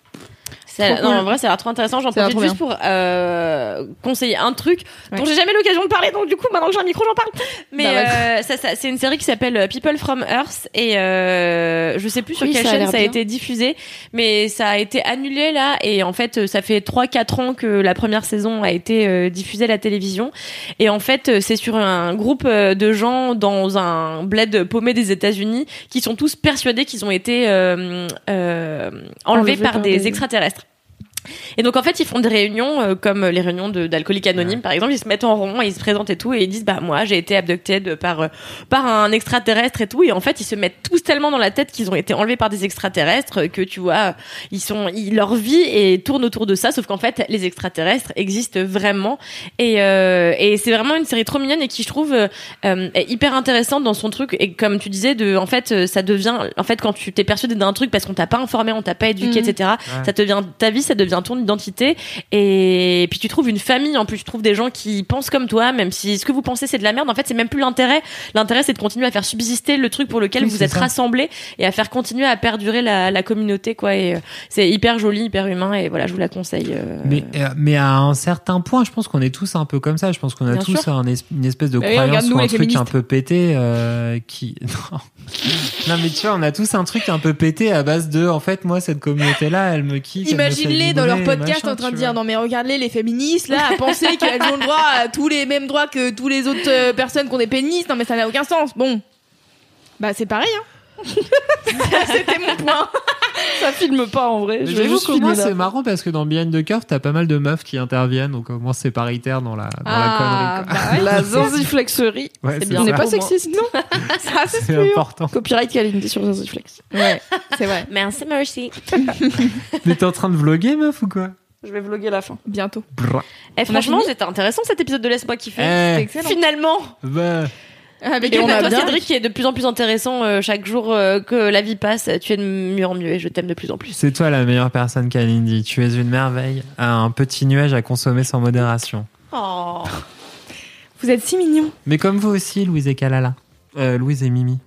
S4: Ça-
S1: Trop
S4: non,
S1: cool.
S4: en vrai, ça a l'air trop intéressant. J'en
S1: Ça a l'air
S4: profite juste pour euh, conseiller un truc dont
S1: Ouais.
S4: j'ai jamais l'occasion de parler. Donc, du coup, maintenant que j'ai un micro, j'en parle. Mais
S1: Bah,
S4: euh, ça, ça- c'est une série qui s'appelle euh, People from Earth. Et euh, je sais plus sur
S1: Oui,
S4: quelle
S1: ça a
S4: chaîne
S1: l'air
S4: ça a
S1: bien.
S4: été diffusé. Mais ça a été annulé là. Et en fait, euh, ça fait 3-4 ans que la première saison a été euh, diffusée à la télévision. Et en fait, euh, c'est sur un groupe euh, de gens dans un bled paumé des États-Unis qui sont tous persuadés qu'ils ont été euh, euh, enlevés
S1: Enlevés
S4: par,
S1: par
S4: des,
S1: des-
S4: extraterrestres. Et donc en fait ils font des réunions euh, comme les réunions de- d'alcooliques anonymes par exemple ils se mettent en rond et ils se présentent et tout et ils disent bah moi j'ai été abducté de- par euh, par un extraterrestre et tout et en fait ils se mettent tous tellement dans la tête qu'ils ont été enlevés par des extraterrestres euh, que tu vois ils sont ils- leur vie et tourne autour de ça sauf qu'en fait les extraterrestres existent vraiment et euh, et c'est vraiment une série trop mignonne et qui je trouve euh, euh, est hyper intéressante dans son truc et comme tu disais de en fait euh, ça devient en fait quand tu t'es persuadé d'un truc parce qu'on t'a pas informé on t'a pas éduqué
S1: Mhm.
S4: etc ça devient ta vie ça devient ton identité et puis tu trouves une famille en plus tu trouves des gens qui pensent comme toi même si ce que vous pensez c'est de la merde en fait c'est même plus l'intérêt l'intérêt c'est de continuer à faire subsister le truc pour lequel
S2: Oui,
S4: vous
S2: c'est
S4: êtes
S2: ça.
S4: rassemblés et à faire continuer à perdurer la, la communauté quoi et euh, c'est hyper joli hyper humain et voilà je vous la conseille euh,
S2: Mais, euh, mais à un certain point, je pense qu'on est tous un peu comme ça. Je pense qu'on a
S4: Bien
S2: tous
S4: sûr.
S2: un es- une espèce de
S1: Bah oui,
S2: croyance
S1: regarde-nous,
S2: ou un
S1: les
S2: truc
S1: féministes.
S2: un peu pété euh, qui. Non. non, mais tu vois, on a tous un truc un peu pété à base de. En fait, moi, cette communauté-là, elle me kiffe. elle me fait
S3: Imagine-les dans leur
S2: vibrer,
S3: podcast
S2: machin,
S3: en train de
S2: tu
S3: dire
S2: vois.
S3: non mais regardez les féministes là à penser qu'elles ont le droit à tous les mêmes droits que tous les autres euh, personnes qui ont des pénis non mais ça n'a aucun sens bon bah c'est pareil hein. C'était mon point.
S1: Ça filme pas en vrai.
S2: Mais
S1: Je vais vous
S2: juste au moins,
S1: filmer là.
S2: c'est marrant parce que dans Behind the Curve, t'as pas mal de meufs qui interviennent, donc au moins c'est paritaire dans la, dans la
S3: Ah,
S2: connerie.
S3: bah ouais.
S1: La zanziflexerie.
S2: quoi. Ouais,
S1: C'est
S2: c'est
S1: bien.
S2: ça.
S1: On n'est pas
S3: Pour moi.
S1: sexiste, non
S3: Ça, c'est
S2: C'est
S3: sûr.
S2: important.
S1: Copyright Kalindi sur Zanziflex.
S3: Ouais, c'est vrai.
S4: Merci, merci.
S2: Mais t'es en train de vloguer, meuf, ou quoi
S1: Je vais vloguer la fin.
S3: Bientôt.
S2: Brrr.
S4: Eh, franchement,
S1: fini
S4: c'était intéressant cet épisode de Laisse-moi
S2: Eh,
S4: kiffer. Finalement,
S2: bah,
S3: Avec
S4: et
S1: on
S4: on
S1: a
S4: toi,
S1: bien-
S4: Cédric, qui est de plus en plus intéressant euh, chaque jour euh, que la vie passe. Tu es de mieux en mieux et je t'aime de plus en plus.
S2: c'est toi la meilleure personne, Kalindi. Tu es une merveille, un petit nuage à consommer sans modération.
S4: Oh.
S3: Vous êtes si mignons.
S2: Mais comme vous aussi, Louise et Kalala. Euh, Louise et Mimi.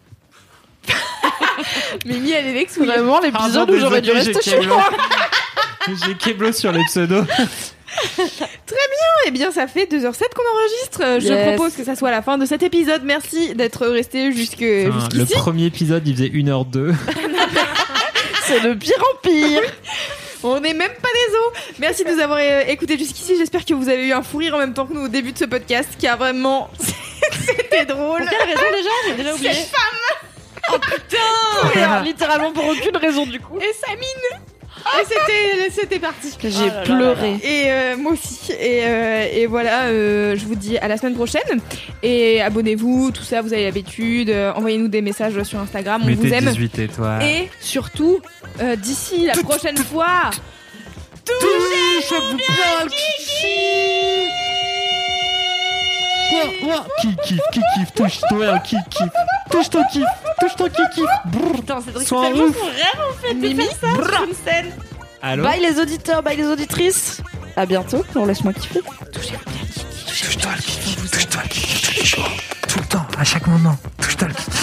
S3: Mimi, elle est vexée.
S1: Vraiment l'épisode où j'aurais dû rester chez moi.
S2: J'ai Keblo sur les pseudos.
S3: Eh bien, ça fait 2h07 qu'on enregistre. Euh, Je
S1: Yes.
S3: propose que ça soit la fin de cet épisode. Merci d'être resté jusque
S2: Enfin, le
S3: jusqu'ici.
S2: premier épisode, il faisait 1h02.
S1: C'est de pire en pire.
S3: On n'est même pas des os. Merci de nous avoir euh, écoutés jusqu'ici. J'espère que vous avez eu un fou rire en même temps que nous au début de ce podcast, car vraiment, c'était drôle.
S4: Quelle raison déjà J'ai déjà oublié.
S3: Oh,
S1: Et alors, littéralement pour aucune raison du coup.
S3: Et Samine. Et c'était, c'était parti. Oh
S1: J'ai
S4: là là
S1: pleuré.
S3: Et euh, moi aussi. Et, euh, et voilà, euh, je vous dis à la semaine prochaine. Et abonnez-vous, tout ça, vous avez l'habitude. Euh, Envoyez-nous des messages sur Instagram, on
S2: Mais
S3: vous
S2: t'es
S3: aime.
S2: 18 étoiles.
S3: Et surtout, euh, d'ici la prochaine fois,
S2: Touche-vous bien, kiki Ouah, ouah, Qui kiffe, qui kiffe, touche-toi, un qui kiffe Touche ton kiff, touche ton qui kiffe Brrr.
S4: Putain, Cédric, c'est
S2: Sois
S4: tellement
S2: un
S4: son rêve en fait.
S1: Mimi,
S4: Mimi, ça sur une scène.
S2: Allô
S1: Bye les auditeurs, bye les auditrices. À bientôt. pour laisse-moi kiffer.
S2: Touche-toi le kiki, touche-toi le kiki, tous les jours, tout le temps, à chaque moment, touche-toi le kiki.